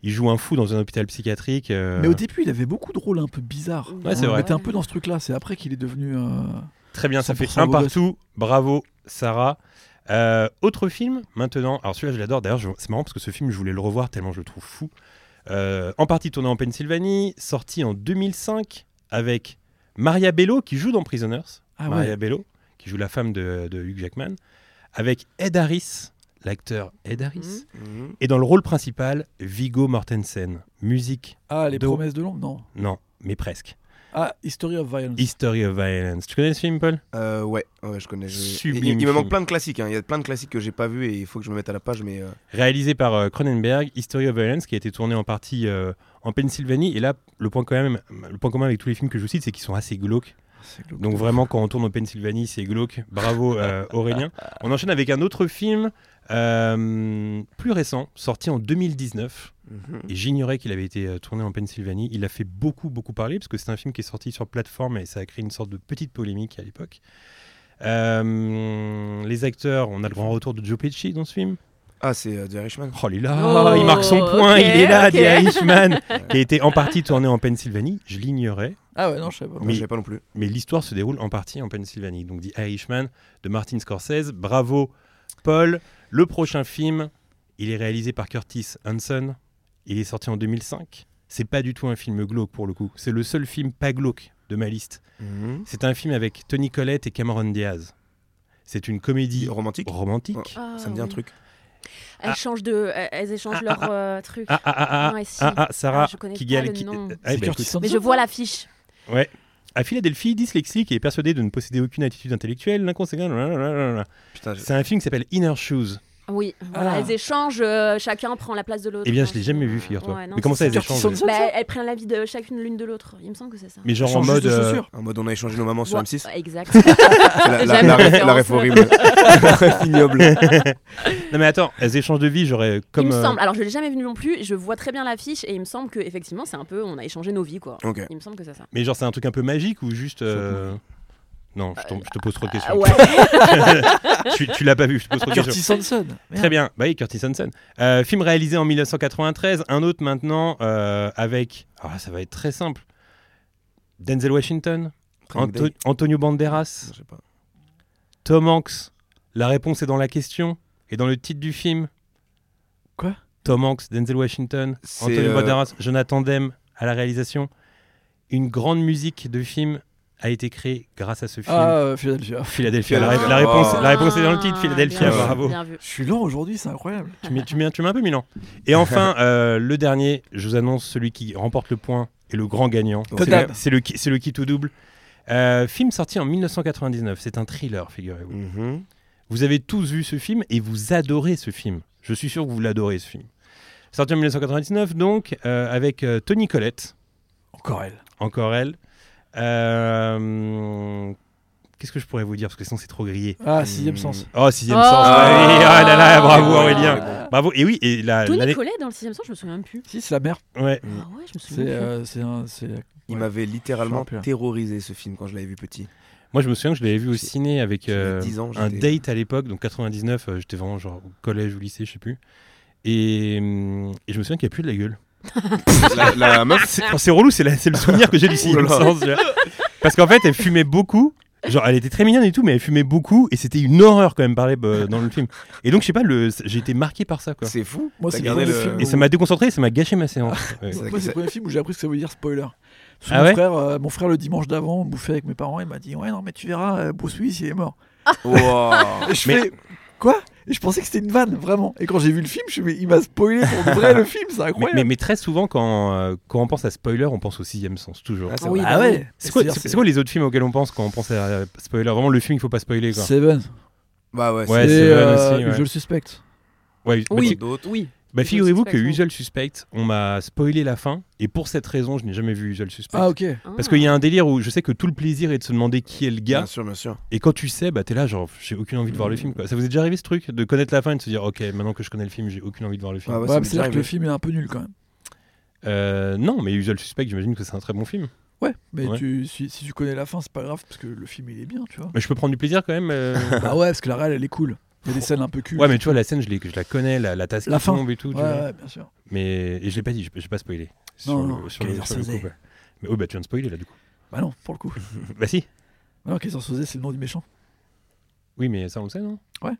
Il joue un fou dans un hôpital psychiatrique. euh, Mais au début, il avait beaucoup de rôles un peu bizarres. Ouais, c'est On vrai. était un peu dans ce truc-là. C'est après qu'il est devenu. euh, Très bien, ça fait 100% un beau gosse. partout. Bravo, Sarah. Euh, autre film, maintenant. Alors celui-là, je l'adore. D'ailleurs, je- c'est marrant parce que ce film, je voulais le revoir tellement je le trouve fou. Euh, en partie tourné en Pennsylvanie, sorti en 2005 avec Maria Bello qui joue dans Prisoners. Ah ouais. Maria Bello, qui joue la femme de, de Hugh Jackman, avec Ed Harris, l'acteur Ed Harris. Mhm. Mhm. Et dans le rôle principal, Vigo Mortensen. Musique, Ah, les Do- promesses de l'ombre, non. non, mais presque. Ah, History of Violence. History of Violence. Tu connais ce film, Paul Euh, ouais, ouais, je connais. je- Il, Sublime il- il film. me manque plein de classiques. hein. Il y a plein de classiques que j'ai pas vus et il faut que je me mette à la page. Mais euh, Réalisé par euh, Cronenberg, History of Violence, qui a été tourné en partie euh, en Pennsylvanie. Et là, le point, quand même, le point commun avec tous les films que je vous cite, c'est qu'ils sont assez glauques. Donc vraiment, quand on tourne en Pennsylvanie, c'est glauque. Bravo euh, Aurélien. On enchaîne avec un autre film euh, plus récent, sorti en 2019. Et j'ignorais qu'il avait été euh, tourné en Pennsylvanie. Il a fait beaucoup, beaucoup parler, parce que c'est un film qui est sorti sur plateforme et ça a créé une sorte de petite polémique à l'époque. Euh, les acteurs, on a le grand retour de Joe Pesci dans ce film. ah, c'est euh, The Irishman. Oh, il est là, Oh, il marque son point, ok, il est là, ok. The Irishman, qui a été en partie tourné en Pennsylvanie. Je l'ignorais, Ah ouais, non, je sais pas. Non, Mais- je l'ai pas non plus. mais l'histoire se déroule en partie en Pennsylvanie. Donc, dit Irishman de Martin Scorsese. Bravo, Paul. Le prochain film, il est réalisé par Curtis Hanson. Il est sorti en 2005. C'est pas du tout un film glauque pour le coup. C'est le seul film pas glauque de ma liste. Mhm. C'est un film avec Tony Collette et Cameron Diaz. C'est une comédie Romantique. romantique. Ah, ça me dit un oui. truc. Elles Ah. changent de, elles- elles échangent Ah, leur ah, euh, truc. Ah ah ah ah, Ouais, si. ah, ah, Sarah Ah, je connais Kigal- pas le Ki- nom. Ah, C'est bah, Curtis écoute. Hanson, Mais je ça vois l'affiche. À Philadelphie, dyslexique et est persuadé de ne posséder aucune attitude intellectuelle, l'inconséquent. Euh. blablabla. Putain, je- C'est un film qui s'appelle Inner Shoes. Oui. voilà, Ah. Elles échangent. euh, chacun prend la place de l'autre. Eh bien, hein, je l'ai c'est- jamais vu, figure-toi. Ouais, non, mais comment ça, c'est ils ça. Curtis échangent Hanson, Bah, ça elles prennent la vie de chacune l'une de l'autre. Il me semble que c'est ça. Mais genre en Change juste mode. de euh, chaussures. En mode, on a échangé nos mamans sur Ouais, M6. Exact. C'est La, la, J'aime la la ref, la référence. ref horrible. Ignoble. Non mais attends, elles échangent de vie, j'aurais comme. il me euh, semble. Alors, je l'ai jamais vu non plus. Je vois très bien l'affiche et il me semble que effectivement, c'est un peu, on a échangé nos vies, quoi. Ok. Il me semble que c'est ça. Mais genre c'est un truc un peu magique ou juste. euh, Non, je, t'en- je te pose trop de Ah questions. ouais. tu tu l'as pas vu, je te pose trop de questions. Curtis Hanson. Merde. Très bien, bah oui, Curtis Hanson. Euh, film réalisé en 1993, un autre maintenant euh, avec. Ah, ça va être très simple. Denzel Washington, Training Anto- Day. Antonio Je Banderas, sais pas. Tom Hanks. La réponse est dans la question et dans le titre du film. Quoi Tom Hanks, Denzel Washington, C'est, Antonio euh, Banderas, Jonathan Demme à la réalisation. Une grande musique de film a été créée grâce à ce film. Ah, euh, Philadelphia. Philadelphia, la, Philadelphia. la réponse, la réponse est dans le Ah, titre, Philadelphia, bien vu, bravo. Euh, bien vu. Je suis lent aujourd'hui, c'est incroyable. Tu mets, tu, mets, tu mets un peu Milan. Et enfin, euh, le dernier, je vous annonce celui qui remporte le point et le grand gagnant. Donc, Total. C'est le, qui- c'est le qui tout double. Euh, film sorti en 1999, c'est un thriller, figurez-vous. Mhm. Vous avez tous vu ce film et vous adorez ce film. Je suis sûr que vous l'adorez ce film. Sorti en 1999, donc, euh, avec euh, Tony Collette, Encore elle. encore elle. Euh, Qu'est-ce que je pourrais vous dire Parce que sinon, c'est trop grillé. Ah, sixième sens. Oh, sixième Oh. sens. Ah oui, ah là là, bravo Ah. Aurélien. Bravo. Et oui, et la- Tony l'année- Mm. Collet dans le sixième sens, je me souviens même plus. Si, c'est la mère. Ouais. Ah ouais, je me souviens C'est plus. euh, c'est un. c'est- Il Ouais. m'avait Je littéralement me rappelle. terrorisé ce film quand je l'avais vu petit. Moi, je me souviens que je l'avais vu au J'ai- ciné avec j'avais euh, 10 ans, un j'étais- date à l'époque, donc 99. euh, J'étais vraiment genre au collège ou lycée, je sais plus. Et, hum, et je me souviens qu'il n'y a plus de la gueule. La, la meuf, C'est enfin, c'est relou, c'est la- c'est le souvenir que j'ai du sixième Ouh là là. sens. tu vois. Parce qu'en fait, elle fumait beaucoup Genre, elle était très mignonne et tout, mais elle fumait beaucoup et c'était une horreur quand même parler bah, dans le film. Et donc, je sais pas, le... j'ai été marqué par ça quoi. C'est fou. Moi, T'as c'est gardé le le- film Et ça m'a déconcentré et ça m'a gâché ma séance. Ouais. C'est- Moi, c'est le premier film où j'ai appris ce que ça voulait dire spoiler. Parce que Ah mon, ouais frère, euh, mon frère, le dimanche d'avant, on bouffait avec mes parents, il m'a dit Ouais, non, mais tu verras, euh, Bruce Willis, il est mort. Wow. Et je Mais- fais Quoi Et je pensais que c'était une vanne, vraiment. Et quand j'ai vu le film, je suis, mais il m'a spoilé pour de vrai le film, c'est Mais, incroyable. mais- mais très souvent, quand, euh, quand on pense à spoiler, on pense au sixième sens, toujours. Ah, c'est Ah vrai. oui, Ah bah oui. ouais C'est quoi, C'est-à-dire, c'est- c'est quoi les autres films auxquels on pense quand on pense à euh, spoiler Vraiment le film qu'il faut pas spoiler quoi. Seven. Bah ouais, Ouais, Et, Seven euh, aussi, ouais. Je le suspecte. Ouais, bah, Oui. fi- d'autres. Oui. bah, figurez-vous que Usual Suspect, Usual Suspect, on m'a spoilé la fin et pour cette raison, je n'ai jamais vu Usual Suspect. Ah, ok. Parce qu'il y a un délire où je sais que tout le plaisir est de se demander qui est le gars Bien sûr, bien sûr. et quand tu sais, bah t'es là genre j'ai aucune envie de voir le film quoi. Ça vous est déjà arrivé ce truc de connaître la fin et de se dire ok maintenant que je connais le film, j'ai aucune envie de voir le film. Ah ouais, Ouais, ça m'est déjà C'est-à-dire que le arrivé. film est un peu nul quand même. Euh, non, mais Usual Suspect, j'imagine que c'est un très bon film. Ouais, mais Ouais. Tu, si, si tu connais la fin, c'est pas grave parce que le film il est bien, tu vois. Mais je peux prendre du plaisir quand même. euh. Ah ouais, parce que la réelle elle est cool. Il y a des scènes un peu cultes. ouais, mais tu vois la scène, je, l'ai- je la connais, la, la tasse La qui fin. tombe et tout. tu Ouais, vois. ouais, bien sûr. Mais et je l'ai pas dit, je j'ai pas spoilé. Sur Non, le- non, sur le- Kaiser sur le coup, Soze. quoi. Mais oui, bah tu viens de spoiler là du coup. Bah non, pour le coup. Bah si. Bah non, Kaiser Soze, c'est le nom du méchant. Oui, mais ça on le sait, non Ouais. Et Ah, bah,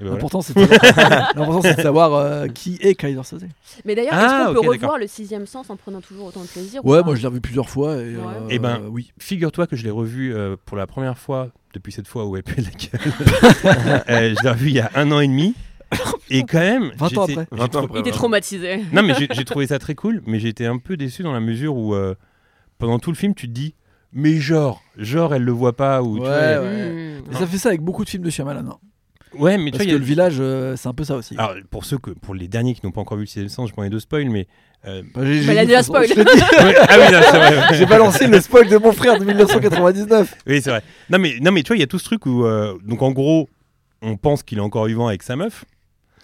voilà. L'important, c'est de savoir, l'important, c'est de savoir, euh, qui est Kaiser Soze. Mais d'ailleurs, Ah, est-ce qu'on ok, peut d'accord. revoir le sixième sens en prenant toujours autant de plaisir ou Ouais, pas moi je l'ai revu plusieurs fois et, Ouais. euh, Eh ben. oui. Figure-toi que je l'ai revu euh, pour la première fois depuis cette fois où elle pue de la gueule. Euh, je l'ai revu il y a un an et demi. Et quand même. 20 ans j'étais- après. j'ai 20 ans trou- après, Il était ouais. traumatisé. Non, mais j'ai j'ai trouvé ça très cool, mais j'ai été un peu déçu dans la mesure où euh, pendant tout le film, tu te dis, mais genre, genre, elle le voit pas. Ou, tu Ouais, vois, elle- ouais. Mmh. Mais ça fait ça avec beaucoup de films de Shyamalan. hein. ouais, mais tu vois, Parce il y que a Ah. le village, euh, c'est un peu ça aussi. Alors, pour ceux que, pour les derniers qui n'ont pas encore vu le sixième sens, je prends les deux spoils, mais. euh, Bah, j'ai, Mais il a dit, déjà de toute façon, spoil. je l'ai dit. ouais, ah oui, non, c'est vrai. ouais. J'ai balancé le spoil de mon frère de 1999. Oui, c'est vrai. Non, mais, non, mais tu vois, il y a tout ce truc où. euh, donc, en gros, on pense qu'il est encore vivant avec sa meuf.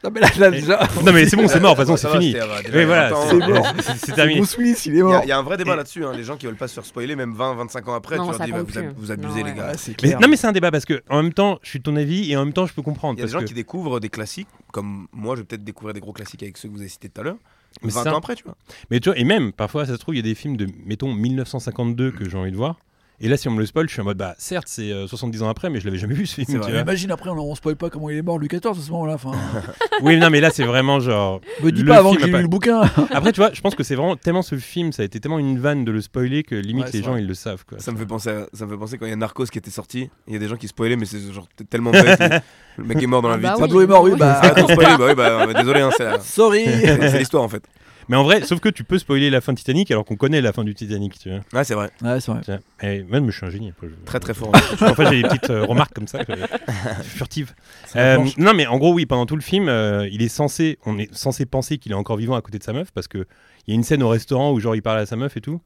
Non, mais là, là, déjà. Non, mais c'est bon, c'est mort, de toute façon, c'est Ah, Ça va, fini. c'était, euh, déjà, il y Oui, a voilà, longtemps, c'est hein. mort. c'est- c'est terminé. Bruce Willis, il est Il y mort. a- il y, a un vrai débat là-dessus. hein. Les gens qui veulent pas se faire spoiler, même 20, 25 ans après, Non, tu leur ça dis compte vous, ab- plus. vous abusez, Non, les ouais. gars. Ouais, Ah, c'est Mais- clair. non, mais c'est un débat parce que en même temps, je suis de ton avis et en même temps, je peux comprendre. hein. Il y a des parce gens que- qui découvrent des classiques, comme moi, je vais peut-être découvrir des gros classiques avec ceux que vous avez cités tout à l'heure. mais, 20 ça- ans après, tu vois. mais tu vois, et même parfois, ça se trouve, il y a des films de, mettons, 1952 que j'ai envie de voir. Et là, si on me le spoil, je suis en mode, bah certes, c'est euh, 70 ans après, mais je l'avais jamais vu ce C'est film. tu vrai. vois. Imagine après, on, on spoil pas comment il est mort, Louis XIV, à ce moment-là. Enfin, oui, non, mais là, c'est vraiment genre. me dis Le pas avant film que a j'ai pas- lu le bouquin. Après, tu vois, je pense que c'est vraiment tellement ce film, ça a été tellement une vanne de le spoiler que limite Ouais, c'est les gens vrai. ils le savent quoi. Ça me fait penser, à- ça me fait penser quand il y a Narcos qui était sorti. Il y a des gens qui spoilaient, mais c'est genre t- tellement bête. le mec est mort dans la Ah vie. bah tu sais. Pablo est mort, oui, bah. Ah, trop spoilé, bah oui, bah, euh, désolé, hein, c'est la- Sorry. c'est- c'est l'histoire en fait. Mais en vrai, sauf que tu peux spoiler la fin de Titanic alors qu'on connaît la fin du Titanic, tu vois. Ouais, c'est vrai. Ouais, c'est vrai. Tiens. Et même je suis un génie. après, je- Très très fort. Enfin, j'ai des petites euh, remarques comme ça, euh, furtives. Euh, non, mais en gros, oui, pendant tout le film, euh, il est censé, on est censé penser qu'il est encore vivant à côté de sa meuf parce que il y a une scène au restaurant où genre il parle à sa meuf et tout.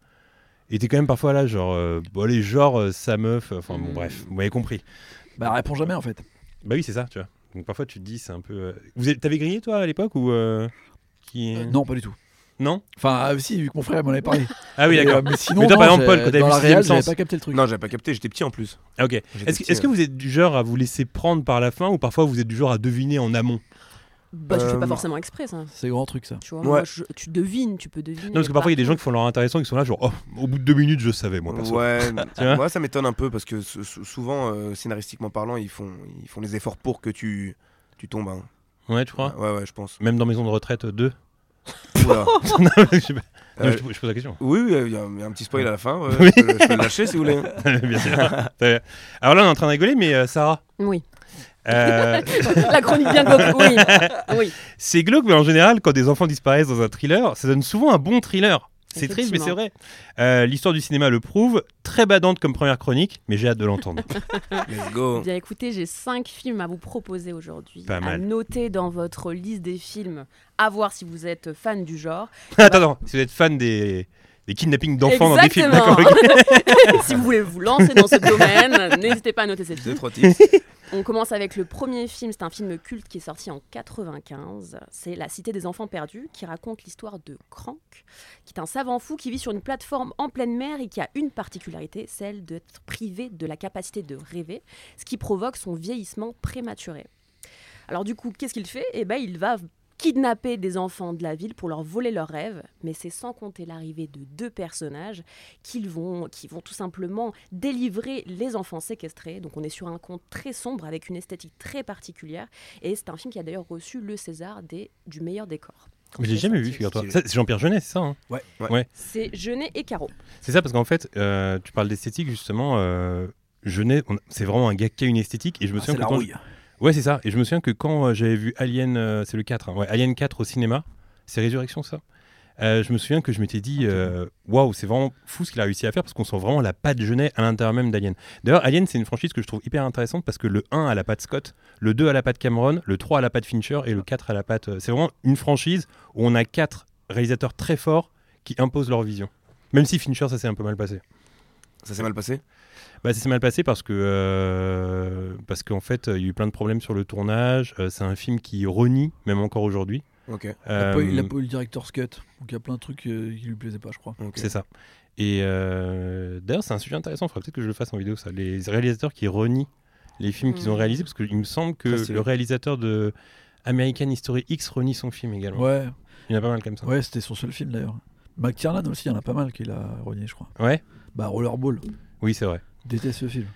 Et t'es quand même parfois là, genre, euh, bon, allez, genre euh, sa meuf. Enfin bon, Mm. bref, vous m'avez compris. Bah, réponds jamais en fait. Bah oui, c'est ça, tu vois. Donc parfois tu te dis, c'est un peu. euh, Vous êtes- t'avais grillé toi à l'époque ou euh, qui Euh, Non, pas du tout. Non Enfin, euh, si, vu que mon frère m'en avait parlé. Ah oui, Et, d'accord. euh, mais sinon, Mais toi, par non, exemple, Paul, j'ai- quand t'as dans vu la Sixième réelle, j'avais Sens- pas capté le truc. Non, j'avais pas capté, j'étais petit en plus. Ah, ok. J'étais Est-ce que- petit, euh. est-ce que vous êtes du genre à vous laisser prendre par la fin ou parfois vous êtes du genre à deviner en amont Bah, tu le fais Euh, pas forcément exprès, ça. C'est grand truc ça. Tu vois, Ouais. moi, je- tu devines, tu peux deviner. Non, parce que parfois il y a des gens qui font leur intéressant qui sont là, genre, oh, au bout de deux minutes, je savais, moi, perso. Ouais, Tu vois moi ça m'étonne un peu parce que sou- sou- souvent, euh, scénaristiquement parlant, ils font, ils font les efforts pour que tu, tu tombes. hein. Ouais, tu crois Ouais, ouais, je pense. Même dans Maison de retraite 2 Oula. Non, je, sais pas. Non, Euh, je- je pose la question. Oui, oui, il y, a un- il y a un petit spoil à la fin. ouais. Oui. Je, peux, je peux le lâcher si vous voulez. hein. Bien sûr. T'as- Alors là, on est en train de rigoler, mais euh, Sarah, Ah, Oui. euh, La chronique bien glauque, oui. oui. c'est glauque, mais en général, quand des enfants disparaissent dans un thriller, ça donne souvent un bon thriller. C'est triste, mais c'est Effectivement. vrai. Euh, L'histoire du cinéma le prouve. Très badante comme première chronique, mais j'ai hâte de l'entendre. Let's go. Bien écoutez, j'ai cinq films à vous proposer aujourd'hui. Pas À mal. noter dans votre liste des films, à voir si vous êtes fan du genre. attends, attends, si vous êtes fan des, des kidnappings d'enfants dans des films, Exactement. d'accord, ok. si vous voulez vous lancer dans ce domaine, n'hésitez pas à noter ces Deux, films. trois titres. On commence avec le premier film, c'est un film culte qui est sorti en 95. C'est La Cité des Enfants Perdus, qui raconte l'histoire de Crank, qui est un savant fou qui vit sur une plateforme en pleine mer et qui a une particularité, celle d'être privé de la capacité de rêver, ce qui provoque son vieillissement prématuré. Alors du coup, qu'est-ce qu'il fait Eh ben, il va kidnapper des enfants de la ville pour leur voler leurs rêves, mais c'est sans compter l'arrivée de deux personnages qu'ils vont, qui vont tout simplement délivrer les enfants séquestrés. Donc on est sur un conte très sombre avec une esthétique très particulière et c'est un film qui a d'ailleurs reçu le César des, du meilleur décor. Mais j'ai jamais vu, figure-toi. Ça, C'est Jean-Pierre Jeunet, c'est ça hein Ouais. C'est Jeunet et Caro. C'est ça, parce qu'en fait, euh, tu parles d'esthétique, justement. euh, Jeunet, on- c'est vraiment un gars qui a une esthétique. Et je me Ah, c'est souviens la que quand- rouille. Ouais, c'est ça. Et je me souviens que quand euh, j'avais vu Alien, euh, c'est le 4, hein, ouais, Alien 4 au cinéma, c'est Résurrection ça Euh, Je me souviens que je m'étais dit, euh, waouh, c'est vraiment fou ce qu'il a réussi à faire parce qu'on sent vraiment la patte Genet à l'intérieur même d'Alien. D'ailleurs, Alien, c'est une franchise que je trouve hyper intéressante parce que le 1 a la patte Scott, le 2 a la patte Cameron, le 3 a la patte Fincher et le 4 a la patte. euh, c'est vraiment une franchise où on a quatre réalisateurs très forts qui imposent leur vision. Même si Fincher, ça s'est un peu mal passé. Ça s'est mal passé Bah, ça s'est mal passé parce que euh, parce qu'en fait, il y a eu plein de problèmes sur le tournage. Euh, c'est un film qui renie, même encore aujourd'hui. Ok. Il a Euh, pas eu- il a pas eu le director's cut, donc il y a plein de trucs euh, qui lui plaisaient pas, je crois. ok. C'est ça. Et euh, d'ailleurs, c'est un sujet intéressant. Il faudrait peut-être que je le fasse en vidéo, ça. Les réalisateurs qui renient les films qu'ils ont Mhm. réalisés, parce qu'il me semble Ça, que c'est- le réalisateur de American History X renie son film également. Ouais, Il y en a pas mal comme ça. Ouais. ouais, c'était son seul film d'ailleurs. McTiernan aussi, il y en a pas mal qu'il a renié, je crois. Bah, Rollerball, Oui, c'est vrai. déteste ce film.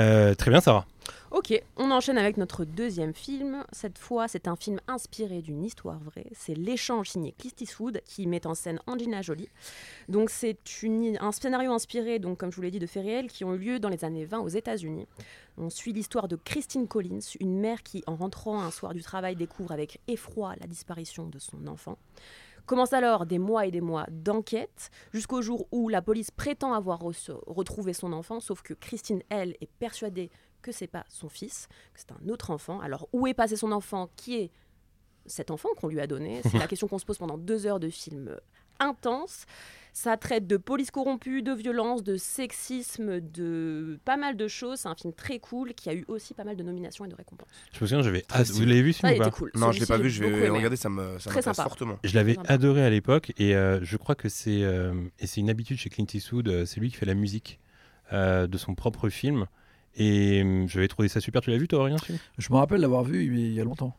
Euh, très bien, Sarah. Ok, on enchaîne avec notre deuxième film. Cette fois, c'est un film inspiré d'une histoire vraie. C'est L'échange signé Clint Eastwood qui met en scène Angina Jolie. Donc, c'est une- un scénario inspiré, donc, comme je vous l'ai dit, de faits réels qui ont eu lieu dans les années 20 aux États-Unis. On suit l'histoire de Christine Collins, une mère qui, en rentrant un soir du travail, découvre avec effroi la disparition de son enfant. Commencent alors des mois et des mois d'enquête, jusqu'au jour où la police prétend avoir reço- retrouvé son enfant, sauf que Christine, elle, est persuadée que c'est pas son fils, que c'est un autre enfant. Alors où est passé son enfant Qui est cet enfant qu'on lui a donné C'est la question qu'on se pose pendant deux heures de film euh, intense. Ça traite de police corrompue, de violence, de sexisme, de pas mal de choses. C'est un film très cool qui a eu aussi pas mal de nominations et de récompenses. Je me souviens, j'avais. Très ad- Vous l'avez vu, ce Ça, film il ou pas était cool. Non, je Celui-ci, l'ai pas j'ai vu, je beaucoup vais aimé. regarder, ça me ça Très m'intéresse sympa. fortement. Je l'avais Sympa. adoré à l'époque et euh, je crois que c'est euh, et c'est une habitude chez Clint Eastwood, euh, c'est lui qui fait la musique euh, de son propre film et euh, j'avais trouvé ça super. Tu l'as vu toi, Aurélien ce film Je me rappelle l'avoir vu mais il y a longtemps.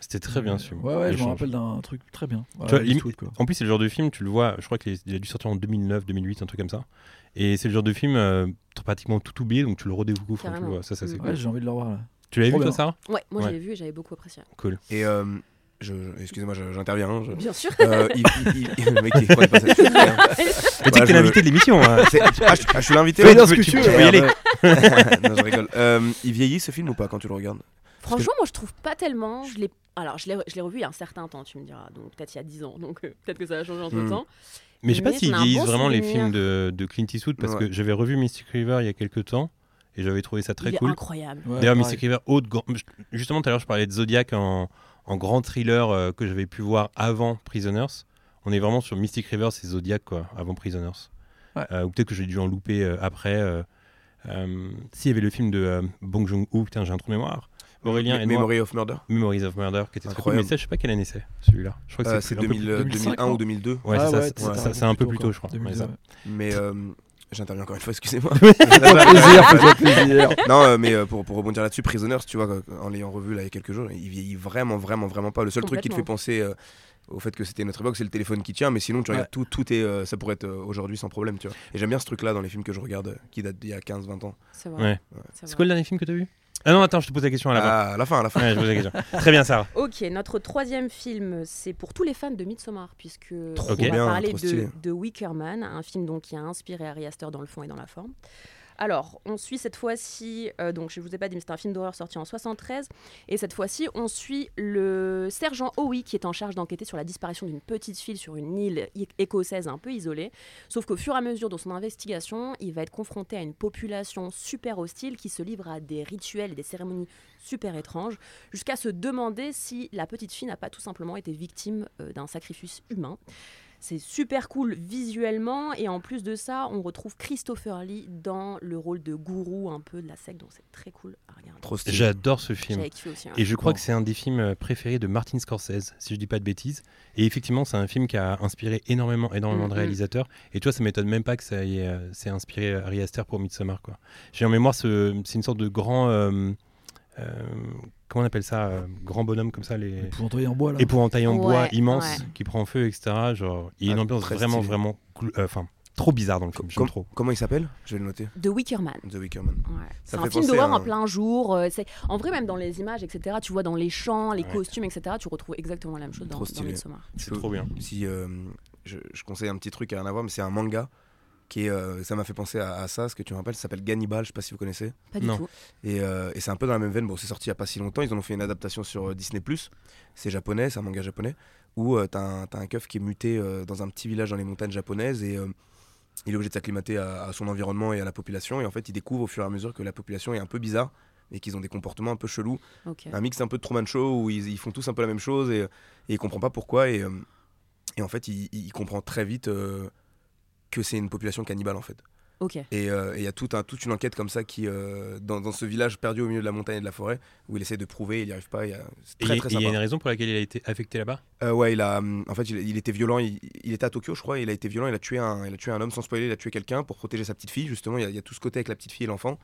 C'était très bien ce film. Ouais, ouais, je me Échange. rappelle d'un truc très bien. Voilà, vois, limite- Eastwood, quoi. En plus, c'est le genre de film, tu le vois, je crois qu'il est- il a dû sortir en 2009, 2008, un truc comme ça. Et c'est le genre de film euh, t'as pratiquement tout oublié, donc tu le redécouvres quand tu le Carrément. vois. Ça, ça, c'est Mm. cool. Ouais, j'ai envie de le revoir là. Tu l'avais vu Trop toi, bien. Sarah Ouais, moi Ouais. j'ai vu et j'avais beaucoup apprécié. Cool. Et euh, je, je- excusez-moi, je- j'interviens. hein, je- Bien sûr. Euh, il- il- il- le mec qui connaît pas cette chose, hein. Mais tu sais que Bah, t'es je- l'invité de l'émission. hein. C'est- Ah, je, ah, je suis l'invité. Fais ouais. bien ce que tu veux, peux y aller. non, je rigole. Euh, il vieillit ce film ou pas quand tu le regardes Franchement, moi je trouve pas tellement. Je l'ai alors je l'ai je l'ai revu il y a un certain temps, tu me diras. Donc peut-être il y a 10 ans. Donc euh, peut-être que ça a changé entre Hmm. temps. Mais je sais pas Mais s'ils on a un vieillissent bon vraiment les souvenir. films de, de Clint Eastwood parce Ouais. que j'avais revu Mystic River il y a quelques temps et j'avais trouvé ça très il cool. est incroyable. Ouais, D'ailleurs, pareil. Mystic River, autre grand- justement, tout à l'heure, je parlais de Zodiac en, en grand thriller euh, que j'avais pu voir avant Prisoners. On est vraiment sur Mystic River, c'est Zodiac, quoi, avant Prisoners. Ouais. Euh, ou peut-être que j'ai dû en louper euh, après. euh, euh, S'il y avait le film de euh, Bong Joon-ho, putain, j'ai un trou de mémoire. Aurélien et moi, Memory of Murder. Memories of Murder, qui était très cool. Incroyable. Mais ça, je sais pas quelle année c'est, celui-là. Je crois que Euh, c'est un peu 2000, euh, 2005, 2001 non ou 2002. plus- Ouais, Ah c'est ça, ouais, c'est- t'as ouais, raison, ça, c'est un peu plus tôt, quoi. je crois. 2002, Ouais, ça. ouais. Mais euh, j'interviens encore une fois, excusez-moi. Fais-toi plaisir, fais-toi plaisir. non, euh, mais euh, pour, pour rebondir là-dessus, Prisoners, tu vois, quand- en l'ayant revu là il y a quelques jours, il vieillit vraiment, vraiment, vraiment pas. Le seul truc qui te fait Complètement. penser euh, au fait que c'était notre époque, c'est le téléphone qui tient, mais sinon, tu Ouais. regardes tout, tout est, euh, ça pourrait être euh, aujourd'hui sans problème, tu vois. Et j'aime bien ce truc-là dans les films que je regarde euh, qui datent d'il y a 15-20 ans. C'est Ouais. vrai. C'est quoi le dernier film que t'as vu Ah non, attends, je te pose la question à la fin. Ah, à la fin, à la fin. Ouais, je pose la question. Très bien, Sarah. Ok, notre troisième film, c'est pour tous les fans de Midsommar, puisque Trop on va bien, parler trop de, stylé. de Wicker Man, un film donc qui a inspiré Ari Aster dans le fond et dans la forme. Alors, on suit cette fois-ci, euh, donc je vous ai pas dit, mais c'est un film d'horreur sorti en 73, et cette fois-ci, on suit le sergent Howie qui est en charge d'enquêter sur la disparition d'une petite fille sur une île i- écossaise un peu isolée. Sauf qu'au fur et à mesure de son investigation, il va être confronté à une population super hostile qui se livre à des rituels et des cérémonies super étranges jusqu'à se demander si la petite fille n'a pas tout simplement été victime euh, d'un sacrifice humain. C'est super cool visuellement et en plus de ça, on retrouve Christopher Lee dans le rôle de gourou un peu de la secte, donc c'est très cool à regarder. Trop stylé. J'adore ce film. J'avais kiffé aussi. hein. Et je crois Bon. que c'est un des films euh, préférés de Martin Scorsese, si je dis pas de bêtises. Et effectivement, c'est un film qui a inspiré énormément, énormément de Mm, Mhm. réalisateurs. Et tu vois, ça m'étonne même pas que ça ait, euh, c'est inspiré euh, Ari Aster pour Midsommar. Quoi. J'ai en mémoire, ce- c'est une sorte de grand euh, euh, comment on appelle ça, euh, grand bonhomme comme ça, les Épouvantail en bois, là. épouvantail en Ouais, bois immense ouais. qui prend feu, etc. Genre, il y a une Ah, ambiance très vraiment, stylé. vraiment, clou- euh, enfin, trop bizarre dans le film. J'aime Com- trop. Comment il s'appelle Je vais le noter. De Wickerman. The Wicker Man. Ouais. Ça C'est fait un film penser d'horreur à un- en plein jour. euh, c'est- En vrai, même dans les images, etc., tu vois dans les champs, les Ouais. costumes, etc., tu retrouves exactement la même chose dans, Trop dans stylé. Midsommar. C'est peux- trop bien. Si euh, je, je conseille un petit truc à rien à voir, mais c'est un manga qui est, euh, ça m'a fait penser à, à ça. Ce que tu me rappelles, ça s'appelle Gannibal. Je sais pas si vous connaissez. Pas du Non. tout. Et, euh, et c'est un peu dans la même veine. Bon, c'est sorti il y a pas si longtemps. Ils en ont fait une adaptation sur euh, Disney+. C'est japonais, c'est un manga japonais où euh, t'as un, t'as un keuf qui est muté euh, dans un petit village dans les montagnes japonaises et euh, il est obligé de s'acclimater à, à son environnement et à la population. Et en fait, il découvre au fur et à mesure que la population est un peu bizarre et qu'ils ont des comportements un peu chelous. Ok. un mix un peu de Truman Show où ils, ils font tous un peu la même chose et, et il comprend pas pourquoi et, euh, et en fait il, il- il comprend très vite euh, que c'est une population cannibale en fait Ok. et euh, et il y a tout un- toute une enquête comme ça qui euh, dans, dans ce village perdu au milieu de la montagne et de la forêt où il essaie de prouver il n'y arrive pas il y a- c'est Et très il y a- très il y a une sympa raison pour laquelle il a été affecté là-bas. Euh, ouais il a hum, en fait il, il était violent il, il était à Tokyo je crois il a été violent il a tué un il a tué un homme sans spoiler il a tué quelqu'un pour protéger sa petite fille justement il y, a, il y a tout ce côté avec la petite fille et l'enfant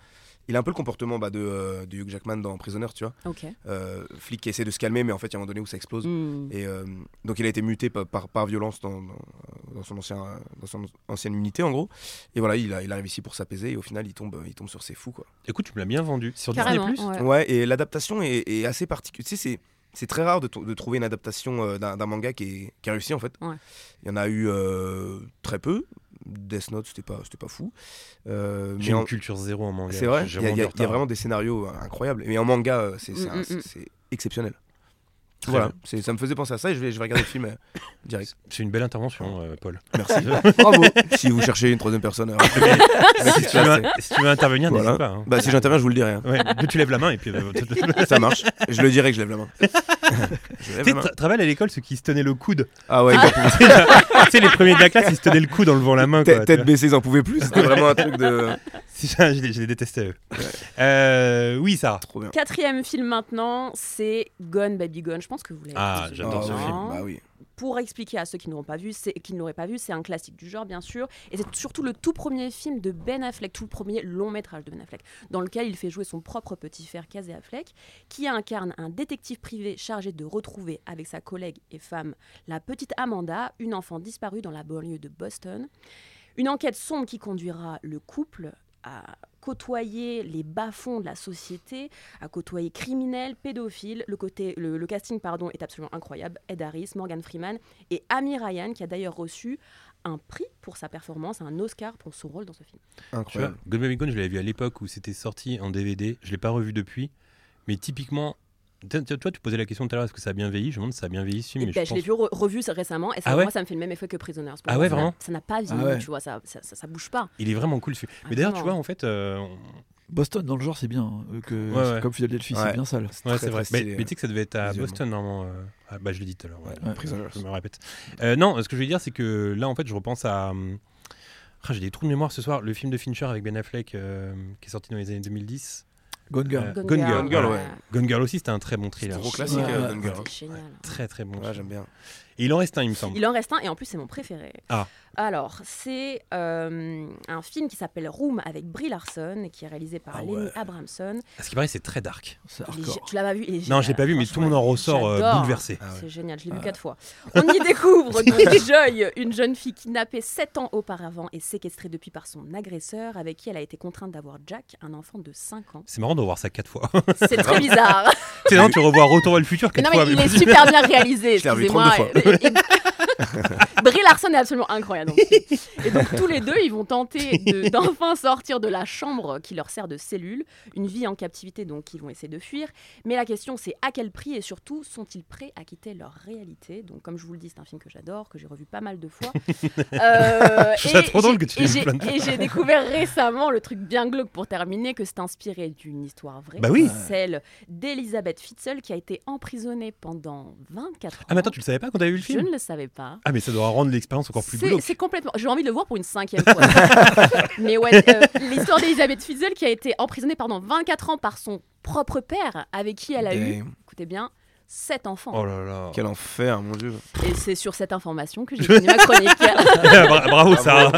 il a un peu le comportement bah, de, euh, de Hugh Jackman dans Prisoner tu vois Ok. euh, flic qui essaie de se calmer, mais en fait, il y a un moment donné où ça explose. Hmm. Et euh, donc, il a été muté par, par, par violence dans, dans, dans son ancien, euh, dans son ancienne unité, en gros. Et voilà, il, a- il arrive ici pour s'apaiser, et au final, il tombe, il tombe sur ses fous, quoi. Écoute, tu me l'as bien vendu. Sur Carrément. Disney+, ouais. Ouais, et l'adaptation est, est assez particulière. Tu sais, c'est. C'est très rare de, tr- de trouver une adaptation euh, d'un d'un manga qui est, qui a réussi en fait. Ouais. Il y en a eu euh, très peu. Death Note, c'était pas, c'était pas fou. Euh, j'ai mais une en- culture zéro en manga. c'est vrai, J'ai il y, a- il y du a- il y a retard. vraiment des scénarios euh, incroyables. Mais en manga, euh, c'est c'est Mm, un- mm, c'est- mm. c'est exceptionnel. Très voilà, bien. c'est- ça me faisait penser à ça et je vais, je vais regarder le film euh, direct. C'est une belle intervention, euh, Paul. Merci. Bravo. si vous cherchez une troisième personne, euh, rappelez-moi. si, tu veux, si tu veux intervenir, Voilà. n'hésite pas. hein. bah, si j'interviens, je vous le dirai. hein. Ouais, mais tu lèves la main et puis. euh, t- t- Ça marche. Je le dirai que je lève la main. je lève Tu la sais, main. tra- travaille à l'école ceux qui se tenaient le coude. Ah ouais, ils en pouvaient- tu sais, les premiers de la classe, ils se tenaient le coude en levant la main. quoi, tête tu vois. tête baissée, ils en pouvaient plus. C'était vraiment un truc de. Si, je, les, je les détestais, eux. Euh, oui, Sarah. Trop bien. Quatrième film maintenant, c'est Gone Baby Gone. Je pense que vous l'avez Ah, tous j'adore ce vu. oui. film. Bah oui. Pour expliquer à ceux qui n'auront pas vu, c'est qui n'auraient pas vu, c'est un classique du genre bien sûr, et c'est surtout le tout premier film de Ben Affleck, tout le premier long métrage de Ben Affleck, dans lequel il fait jouer son propre petit frère Casey Affleck, qui incarne un détective privé chargé de retrouver avec sa collègue et femme la petite Amanda, une enfant disparue dans la banlieue de Boston. Une enquête sombre qui conduira le couple à côtoyer les bas-fonds de la société, à côtoyer criminels, pédophiles. Le, côté, le, le casting pardon, est absolument incroyable. Ed Harris, Morgan Freeman et Amy Ryan, qui a d'ailleurs reçu un prix pour sa performance, un Oscar pour son rôle dans ce film. Tu vois, Incroyable. God Baby Gone, je l'avais vu à l'époque où c'était sorti en DVD. Je l'ai pas revu depuis. Mais typiquement, tu tu- toi, tu posais la question tout à l'heure est-ce que ça a bien vieilli Je me demande si ça a bien vieilli ce film. Et mais ben, je je l'ai pense- vu re- revu ça récemment et ça, Ah ouais moi, ça me fait le même effet que Prisoners. Pour Ah moi, ouais, ça n'a- vraiment Ça n'a pas vieilli, Ah ouais. tu vois, ça, ça, ça- ça bouge pas. Il est vraiment cool ce film. Mais d'ailleurs, tu vois, en fait, euh, on- Boston, dans le genre, c'est bien. hein, euh, que, Ouais, c'est ouais. Comme Philadelphie, Ouais. c'est bien sale. Ouais, c'est Très, très vrai. Mais, stylé, mais tu sais que ça devait être à visuellement. Boston, normalement. euh, ah, bah, je l'ai dit tout à l'heure. ouais. Ouais. Prisoners. Je me répète. Euh, non, ce que je veux dire, c'est que là, en fait, je repense à. hum, ah, J'ai des trous de mémoire ce soir. Le film de Fincher avec Ben Affleck euh, qui est sorti dans les années 2010. Gone Girl. Euh, Gone Gone Girl. Girl. Gone Girl, voilà. ouais. Gone Girl aussi, c'était un très bon thriller. Gros C'était classique, génial. euh, Gone Girl. C'était génial. Très, très bon. Ouais, film. j'aime bien. Et il en reste un, il me semble. Il en reste un et en plus c'est mon préféré. Ah. Alors c'est euh, un film qui s'appelle Room avec Brie Larson et qui est réalisé par Ah Lenny ouais. Abramson. À ce qui paraît, c'est très dark. C'est Il est gé- hardcore. Tu l'as pas vu il est Non, génial. je l'ai pas vu, mais tout le monde en ressort euh, J'adore. bouleversé. Ah ouais. C'est génial, je l'ai vu quatre fois. On y découvre donc Joy, une jeune fille kidnappée sept ans auparavant et séquestrée depuis par son agresseur, avec qui elle a été contrainte d'avoir Jack, un enfant de 5 ans. C'est marrant de revoir ça quatre fois. C'est très bizarre. c'est marrant, tu revois Retour vers le futur Mais quatre non, fois. mais il mais- est super bien réalisé. Je l'ai revu Excusez-moi. 32 Et- et- Brie Larson est absolument incroyable. dans ce film. Et donc, tous les deux, ils vont tenter de- d'enfin sortir de la chambre qui leur sert de cellule. Une vie en captivité, donc, ils vont essayer de fuir. Mais la question, c'est à quel prix et surtout, sont-ils prêts à quitter leur réalité Donc, comme je vous le dis, c'est un film que j'adore, que j'ai revu pas mal de fois. Euh, Je trouve ça et trop drôle j'ai- que tu et l'aies vu j'ai- plein de Et j'ai découvert récemment le truc bien glauque pour terminer que c'est inspiré d'une histoire vraie. Bah oui. Celle d'Elisabeth Fitzel qui a été emprisonnée pendant 24 ans. Ah, mais attends, tu le savais pas quand t'avais vu le Je film ne le savais pas. Ah, mais ça doit rendre l'expérience encore plus C'est glauque. c'est complètement. J'ai envie de le voir pour une cinquième fois. mais ouais, euh, l'histoire d'Elisabeth Fitzel qui a été emprisonnée pendant 24 ans par son propre père, avec qui elle a eu, Damn. écoutez bien, sept enfants. Oh là là. Quel enfer, mon dieu. Et c'est sur cette information que j'ai fini ma chronique. Bra- Bravo, Sarah.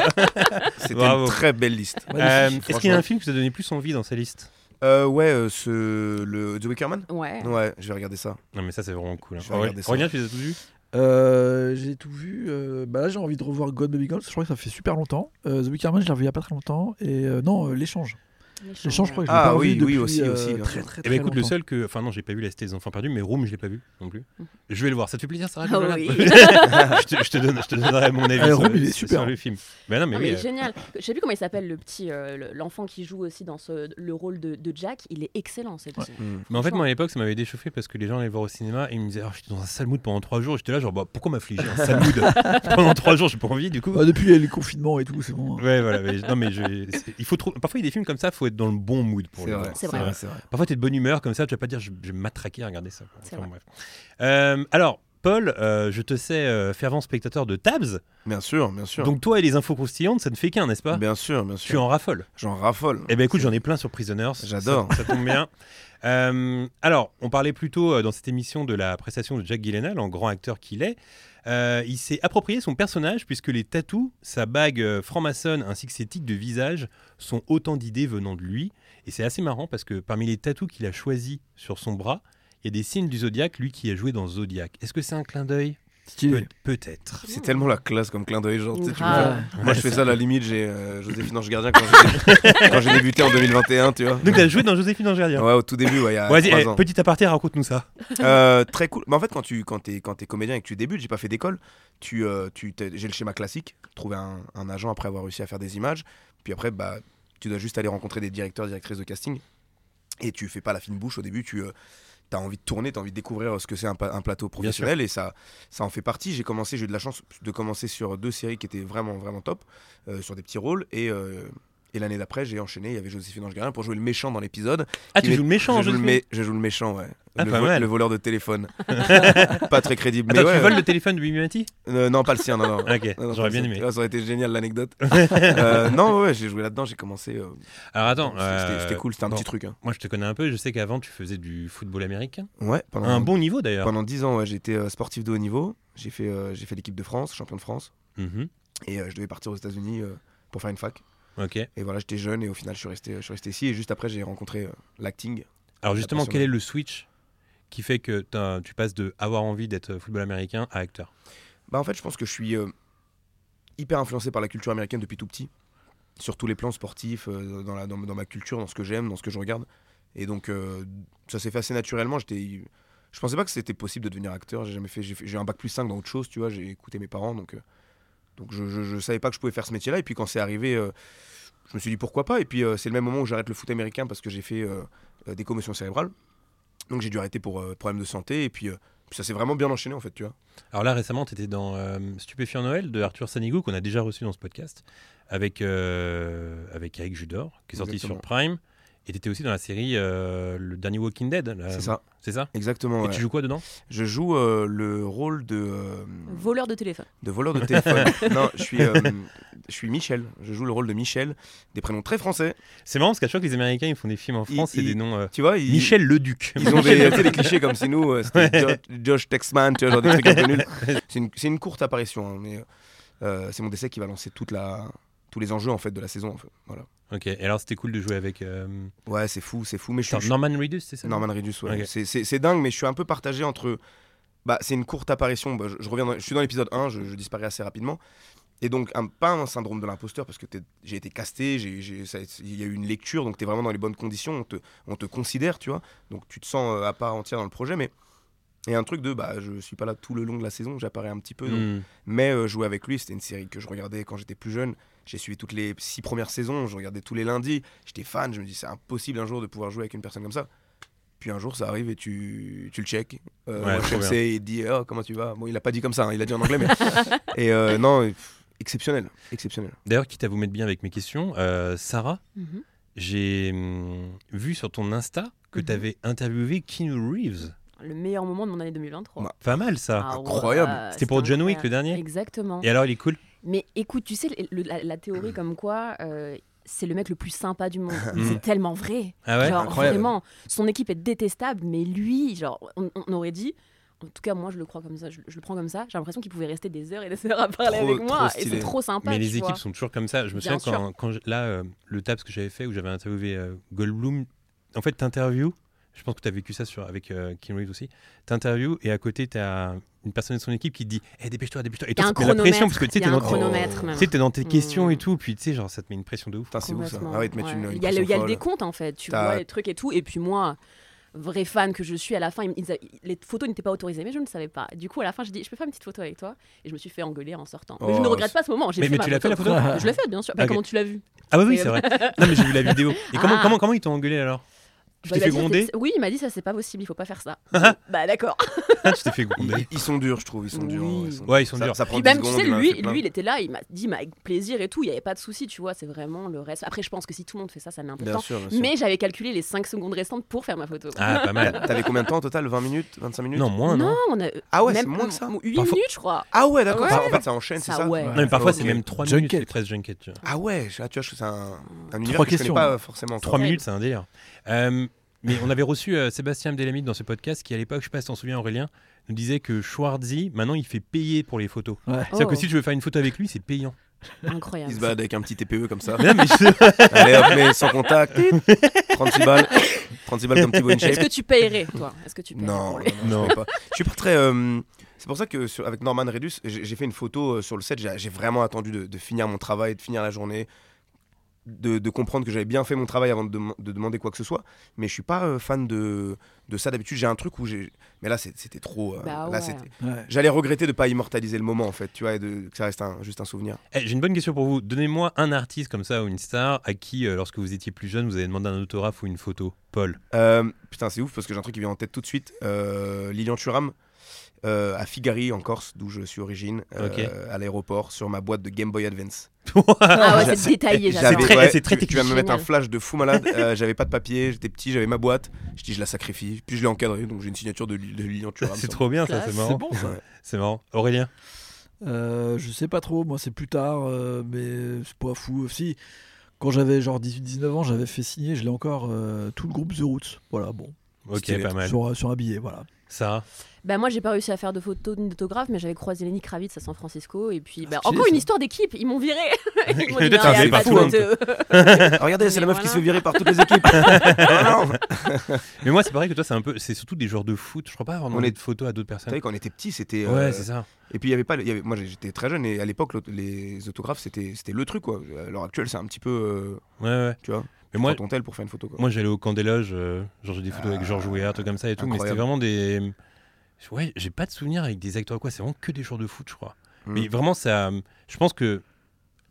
C'était Bravo. une très belle liste. Euh, Est-ce qu'il y a un Franchement. film qui t'a donné plus envie dans sa liste Euh, ouais, euh, ce, le, The Wicker Man Ouais. Ouais, je vais regarder ça. Non, mais ça, c'est vraiment cool. hein. Je vais Aurélien, regarder ça. Aurélien, tu les as tous vus Euh, j'ai tout vu. euh, bah là, j'ai envie de revoir God Baby Gone, parce que je crois que ça fait super longtemps. Euh, The Wicker Man, je l'ai revu il y a pas très longtemps. Et euh, non, euh, l'échange. L'échange, je crois que je l'ai Ah pas oui, revu oui, depuis, aussi, euh, aussi, bien très, sûr. très, Eh très ben écoute, le longtemps. seul que. Enfin, non, j'ai pas vu La Cité des Enfants Perdus, mais Room, je l'ai pas vu non plus. Je vais le voir. Ça te fait plaisir, Sarah que Mhm. Ah je le oui. regarde je, te, je te donne- je te donnerai mon avis Ah, Eh, sur, Room, il est sur super. le film. Ben non, mais Non, oui. Ah, mais euh, génial. Je sais plus comment il s'appelle le petit, euh, le- l'enfant qui joue aussi dans ce, le rôle de, de Jack. Il est excellent ce petit. Hmm. Mais en fait, Franchement. moi à l'époque, ça m'avait déchauffé parce que les gens allaient le voir au cinéma et ils me disaient Ah, J'étais dans un sale mood pendant trois jours. J'étais là, genre, bah, pourquoi m'affliger un sale mood pendant trois jours J'ai pas envie, du coup. Bah, depuis euh, les confinements et tout, c'est bon. hein. Ouais, voilà. mais- non, mais je- c'est- il faut trouver. Parfois, il y a des films comme ça, faut être dans le bon mood pour C'est les vrai. voir. C'est vrai. c'est vrai. Parfois, t'es de bonne humeur comme ça, tu vas pas dire je, je vais m'attraquer à regarder ça. quoi. C'est Enfin, bref. Euh, alors, Paul, euh, je te sais euh, fervent spectateur de Tabs. Bien sûr, bien sûr. Donc, toi et les infos croustillantes, ça ne fait qu'un, n'est-ce pas bien sûr, bien sûr. Tu en raffoles. J'en raffole. Eh ben écoute, j'en ai plein sur Prisoners. J'adore. Ça, ça tombe bien. Euh, alors, on parlait plus tôt euh, dans cette émission de la prestation de Jack Gyllenhaal, en grand acteur qu'il est. Euh, il s'est approprié son personnage puisque les tatous, sa bague euh, franc-maçonne ainsi que ses tics de visage sont autant d'idées venant de lui. Et c'est assez marrant parce que parmi les tatous qu'il a choisis sur son bras, il y a des signes du zodiaque, lui qui a joué dans Zodiac. Est-ce que c'est un clin d'œil Stylé. Peut- Peut-être. C'est tellement la classe comme clin d'œil, genre. tu sais, tu Ah. vois. Moi, je fais ça à la limite. J'ai euh, Joséphine Ange Gardien quand j'ai- quand j'ai débuté en 2021, tu vois. Donc, tu as joué dans Joséphine Angélien. Ouais, au tout début, ouais, il y a Vas-y, trois eh, ans. petit aparté, raconte-nous ça. Euh, très cool. Mais en fait, quand tu quand es, quand es comédien et que tu débutes, j'ai pas fait d'école, tu, euh, tu, t'es- j'ai le schéma classique, trouver un, un agent après avoir réussi à faire des images, puis après, bah, tu dois juste aller rencontrer des directeurs, directrices de casting, et tu fais pas la fine bouche au début, tu as envie de tourner, tu as envie de découvrir euh, ce que c'est un, pa- un plateau professionnel, et ça, ça en fait partie. J'ai commencé, j'ai eu de la chance de commencer sur deux séries qui étaient vraiment, vraiment top, euh, sur des petits rôles, et... euh, et l'année d'après, j'ai enchaîné, il y avait Joséphine Ange-Garin pour jouer le méchant dans l'épisode. Ah, tu Il joues le met- méchant en je joue, le Joséphine mé- je joue le méchant, ouais. Ah, le, pas vo- mal. le voleur de téléphone. pas très crédible. Attends, mais ouais, tu voles le téléphone de Bibi Mati euh, non, pas le sien, non, non. Ok, Non, non, j'aurais pas bien le aimé. sien. Ah, ça aurait été génial l'anecdote. Euh, non, ouais, ouais, j'ai joué là-dedans, j'ai commencé. euh, Alors attends, c'était- euh, c'était c'était cool, c'était un bon, petit truc. hein. Moi je te connais un peu, je sais qu'avant tu faisais du football américain. Ouais, pendant, un bon niveau d'ailleurs. pendant 10 ans, ouais, j'étais euh, sportif de haut niveau. J'ai fait, euh, j'ai fait l'équipe de France, champion de France. Mhm, Et euh, je devais partir aux États-Unis euh, pour faire une fac. Ok. Et voilà, j'étais jeune et au final, je suis resté, je suis resté ici. Et juste après, j'ai rencontré euh, l'acting. Alors justement, passion. quel est le switch qui fait que t'as- tu passes de avoir envie d'être football américain à acteur Bah en fait, je pense que je suis euh, hyper influencé par la culture américaine depuis tout petit, sur tous les plans sportifs, euh, dans, la, dans, dans ma culture, dans ce que j'aime, dans ce que je regarde. Et donc, euh, ça s'est fait assez naturellement. J'étais, je pensais pas que c'était possible de devenir acteur. J'ai jamais fait, j'ai, fait- j'ai eu un bac plus 5 dans autre chose, tu vois. J'ai écouté mes parents, donc, euh, donc je, je, je savais pas que je pouvais faire ce métier-là. Et puis quand c'est arrivé, euh, je me suis dit pourquoi pas. Et puis euh, c'est le même moment où j'arrête le foot américain parce que j'ai fait euh, euh, des commotions cérébrales. Donc j'ai dû arrêter pour euh, problème de santé. Et puis, euh, puis ça s'est vraiment bien enchaîné en fait, tu vois. Alors là récemment, tu étais dans euh, Stupéfiant Noël de Arthur Sanigou qu'on a déjà reçu dans ce podcast avec, euh, avec Eric Judor qui est sorti sur Exactement. Prime. Et tu étais aussi dans la série euh, Le dernier Walking Dead. là. c'est ça, C'est ça exactement. Et ouais. tu joues quoi dedans Je joue euh, le rôle de, euh, Ah. Voleur de téléphone. de voleur de téléphone. non, je suis, euh, je suis Michel. Je joue le rôle de Michel, des prénoms très français. C'est marrant parce qu'à chaque fois que les Américains ils font des films en Il- France, c'est il- des noms. euh, Tu vois, ils, Michel Leduc. ils ont des, tu sais, des clichés comme si nous, euh, c'était Jo- Josh Texman, tu vois, genre des trucs un peu nuls. C'est une, c'est une courte apparition, hein, mais euh, c'est mon décès qui va lancer toute la, tous les enjeux en fait de la saison. en fait. Voilà. Ok, et alors c'était cool de jouer avec euh, Ouais, c'est fou, c'est fou, mais je suis- attends, je suis Norman Reedus, c'est ça Norman Reedus, ouais. Ok. C'est- C'est c'est dingue, mais je suis un peu partagé entre. Bah, c'est une courte apparition. Bah, je, je reviens dans- je suis dans l'épisode 1, je, je disparais assez rapidement. Et donc, un, pas un syndrome de l'imposteur, parce que t'es- j'ai été casté, j'ai- j'ai- ça- il y a eu une lecture, donc tu es vraiment dans les bonnes conditions, on te, on te considère, tu vois. Donc, tu te sens euh, à part entière dans le projet, mais. Et un truc de, bah, je suis pas là tout le long de la saison, j'apparais un petit peu. donc- Hmm. Mais euh, jouer avec lui, c'était une série que je regardais quand j'étais plus jeune. J'ai suivi toutes les six premières saisons, je regardais tous les lundis. J'étais fan, je me dis c'est impossible un jour de pouvoir jouer avec une personne comme ça. Puis un jour, ça arrive et tu, tu le check. Euh, Ouais, moi, je trop sais, il te dit oh, comment tu vas. Bon, il a pas dit comme ça, hein, il a dit en anglais, mais. et euh, non, et, pff, exceptionnel, exceptionnel. D'ailleurs, quitte à vous mettre bien avec mes questions, euh, Sarah, Mhm. j'ai hum, vu sur ton Insta que Mhm. tu avais interviewé Keanu Reeves. Le meilleur moment de mon année 2023. Bah, Pas mal ça. Ah ouais, incroyable. C'était pour John Wick, le incroyable. dernier Exactement. Et alors, il est cool Mais écoute, tu sais, le- le- la, la théorie comme quoi euh, c'est le mec le plus sympa du monde, Mais Mm. c'est tellement vrai. Ah ouais genre, Incroyable. vraiment, son équipe est détestable, mais lui, genre, on, on aurait dit. En tout cas, moi, je le crois comme ça. Je, je le prends comme ça. J'ai l'impression qu'il pouvait rester des heures et des heures à parler Trop- avec moi. trop Et stylé. c'est trop sympa. Mais tu les équipes vois. sont toujours comme ça. Je me Bien souviens quand, quand je- là, euh, le tab que j'avais fait où j'avais interviewé euh, Goldblum, en fait, t'interviews, je pense que tu as vécu ça sur, avec euh, Keanu Reeves aussi, t'interviews et à côté, tu as une personne de son équipe qui te dit Eh, dépêche-toi, dépêche-toi. Et Il y a toi, un ça te met la pression parce chronomètre. que tu sais, Il y t'es a dans, un tes- chronomètre. tu même. sais, t'es dans tes Mm. questions et tout, puis tu sais, genre, ça te met une pression de ouf. Putain, c'est ouf ça. Complètement, Ah ouais, te mettre ouais. une, une il y a, le, pression il y a le folle. décompte en fait, tu T'as- vois les trucs et tout. Et puis moi, vrai fan que je suis, à la fin, ils- ils a- les photos n'étaient pas autorisées, mais je ne savais pas. Du coup, à la fin, je dis, je peux faire une petite photo avec toi Et je me suis fait engueuler en sortant. mais je Oh, ne regrette c'est- pas ce moment. j'ai Mais- mais ma tu l'as fait, la photo Je l'ai fait, bien sûr. Bah, Ok. Comment tu l'as vu Ah, bah oui, C'est- c'est vrai. non, mais j'ai vu la vidéo. Et comment, Ah. comment, comment ils t'ont engueulé alors Tu Bah, t'es il m'a fait dit, gronder c'est- Oui, il m'a dit ça, c'est pas possible, il faut pas faire ça. bah d'accord. Ah, Tu t'es fait gronder. Ils, ils sont durs, je trouve. Ils sont durs. Oui. ils sont- Ouais, ils sont ça, durs. Ça prend Puis 10 même, tu secondes, hein, sais, il m'en a lui, fait plein. lui, il était là, il m'a dit mais avec plaisir et tout, il n'y avait pas de souci, tu vois, c'est vraiment le reste. Après, je pense que si tout le monde fait ça, ça met un peu de Bien temps. sûr, bien sûr. Mais j'avais calculé les 5 secondes restantes pour faire ma photo. Ah, pas mal. T'avais combien de temps au total 20 minutes 25 minutes Non, moins, Hein, non. Non, on a. euh, Ah ouais, c'est même moins que ça 8 Parfois- minutes, je crois. Ah ouais, d'accord. Ouais. ça- En fait, ça enchaîne, c'est Ça, ça ouais. Non, mais parfois, Ok. c'est même 3 Junket. minutes, c'est presque junket. tu vois. Ah ouais, je- là, tu vois, je- c'est un, un univers Trois que je connais questions. pas euh, forcément. quoi. 3 minutes, c'est un délire. Euh, mais on avait reçu euh, Sébastien Abdelhamid dans ce podcast qui, à l'époque, je sais pas si t'en souviens, Aurélien, nous disait que Schwarzy, maintenant, il fait payer pour les photos. Ouais. C'est-à-dire Oh. que si tu veux faire une photo avec lui, c'est payant. Incroyable. Il se bat avec un petit TPE comme ça. Mais non, mais je- Allez hop, mais sans contact. 36 balles. 36 balles comme Thibaut Est-ce InShape. que tu payerais, toi Est-ce que tu payerais Non, pour les- non, Non. je sais pas. Je suis pas très. euh, c'est pour ça que sur- avec Norman Redus, j'ai j'ai fait une photo euh, sur le set. J'ai j'ai vraiment attendu de, de finir mon travail, de finir la journée, de, de comprendre que j'avais bien fait mon travail avant de, dem- de demander quoi que ce soit. Mais je suis pas euh, fan de, de ça d'habitude. J'ai un truc où j'ai. Mais là, c'est- c'était trop. euh, Bah là, ouais. c'était- Ouais. J'allais regretter de pas immortaliser le moment en fait, tu vois, et de, que ça reste un- juste un souvenir. Eh, J'ai une bonne question pour vous. Donnez-moi un artiste comme ça ou une star à qui, euh, lorsque vous étiez plus jeune, vous avez demandé un autographe ou une photo. Paul. Euh, putain, c'est ouf parce que j'ai un truc qui vient en tête tout de suite. Euh, Lilian Thuram euh, à Figari en Corse, d'où je suis origine, euh, Ok. à l'aéroport, sur ma boîte de Game Boy Advance. Ah ouais, J'avais- c'est détaillé, j'avais- j'adore. très- ouais, c'est très tu- Tu vas me technique. mettre un flash de fou malade. Euh, j'avais pas de papier, j'étais petit, j'avais ma boîte. Je dis, je la sacrifie. Puis je l'ai encadrée, donc j'ai une signature de, Li- de Lilian Thuram. c'est trop bien, ça, c'est classe. marrant. Ah, bon ça. C'est marrant. Aurélien Euh, je sais pas trop, moi c'est plus tard, euh, mais c'est pas fou. Si, quand j'avais genre 18-19 ans, j'avais fait signer, je l'ai encore, euh, tout le groupe The Roots. Voilà, bon, Ok, Stylé. pas mal. sur, sur un billet, voilà. Sarah Bah moi j'ai pas réussi à faire de photos ni d'autographes mais j'avais croisé Lenny Kravitz à San Francisco et puis bah, Ah, stylé, encore une ça. histoire d'équipe ils m'ont viré ils m'ont dit, Mais non, toi, t'es y un a pas de fou, hein, photo. Ah, regardez, c'est la Mais meuf qui se fait voilà. virer par toutes les équipes. Ah, non. Mais moi, c'est pareil que toi, c'est un peu. C'est surtout des joueurs de foot. Je crois pas avoir demandé est- de photos à d'autres Vous personnes. savez, quand on était petit, c'était. euh, Ouais, c'est ça. Et puis il y avait pas, il y avait- moi j'étais très jeune et à l'époque l'aut- les autographes c'était c'était le truc quoi. À l'heure actuelle c'est un petit peu, euh, Ouais, ouais. tu vois, Mais moi, prends ton tel pour faire une photo quoi. Moi, j'allais au camp des loges, euh, genre j'ai des photos avec Georges Weah, tout comme ça et tout, mais c'était incroyable. vraiment des. Ouais, j'ai pas de souvenirs avec des acteurs ou quoi, c'est vraiment que des joueurs de foot, je crois. Mm. Mais vraiment, ça. euh, Je pense que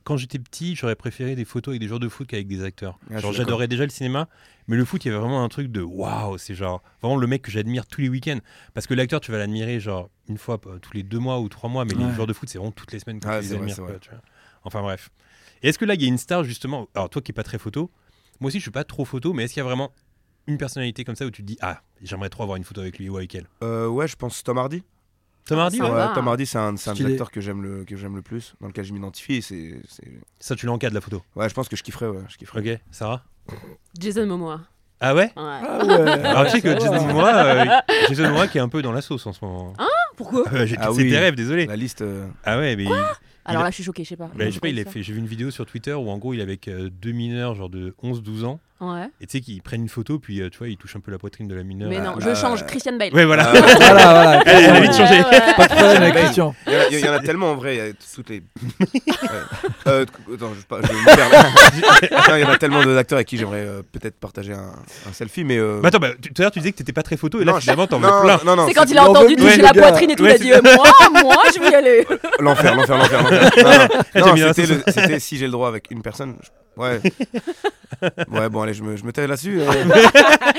quand j'étais petit, j'aurais préféré des photos avec des joueurs de foot qu'avec des acteurs. Ah, je suis genre, d'accord. j'adorais déjà le cinéma, mais le foot, il y avait vraiment un truc de waouh, c'est genre vraiment le mec que j'admire tous les week-ends. Parce que l'acteur, tu vas l'admirer genre une fois euh, tous les deux mois ou trois mois, mais les Ouais. joueurs de foot, c'est vraiment toutes les semaines que Ah, tu les c'est vrai, admires. c'est quoi, vrai. tu vois. Enfin, bref. Et Est-ce que là, il y a une star justement Alors, toi qui n'es pas très photo, moi aussi, je suis pas trop photo, mais est-ce qu'il y a vraiment une personnalité comme ça où tu te dis Ah, j'aimerais trop avoir une photo avec lui ou avec elle Euh, ouais, je pense Tom Hardy. Tom Hardy, Ah, Ça ouais. va. Ouais, Tom Hardy c'est un, c'est un des Stylé. acteurs que j'aime le que j'aime le plus, dans lequel je m'identifie. et C'est c'est- Ça, tu l'encadres la photo. ouais, je pense que je kifferais, ouais, je kifferais. Ok, Sarah Jason Momoa Ah ouais Ouais. Ah, Alors, tu sais que ça va. Jason Momoa, euh, Jason Momoa qui est un peu dans la sauce en ce moment. pourquoi Euh, J'ai cassé Ah oui. tes rêves, désolé. La liste. euh, Ah ouais, mais. il- alors a- là je suis choquée je sais pas bah, je sais pas, il a fait. J'ai vu une vidéo sur Twitter où en gros, il est avec euh, deux mineurs, genre de 11-12 ans, ouais et tu sais qu'ils prennent une photo, puis euh, tu vois, ils touchent un peu la poitrine de la mineure. Ah. mais Euh, non bah, je change Christian Bale Ouais, voilà. euh, voilà, voilà. Elle elle a Christian. vite changé. Ouais, ouais. Pas de problème avec Christian. Il y en a- il y, en a tellement en vrai, il y a toutes les. Ouais. Euh, attends, je, pas- je vais me perdre. Attends, Il y en a tellement d'acteurs avec qui j'aimerais euh, peut-être partager un, un selfie, mais. euh, Bah attends, bah, tu- tout à l'heure tu disais que t'étais pas très photo et là Non, finalement t'en veux non, plein. non, non, c'est quand c'est- il a entendu l'embête, toucher le la gars. poitrine et tout il a Ouais, dit euh, moi moi je vais y aller L'enfer, l'enfer, l'enfer, l'enfer. Eh, Non, t'as non, mis un c'était sous- le- c'était si j'ai le droit avec une personne. je- Ouais. Ouais, bon, allez, je me, je me tais là-dessus. euh.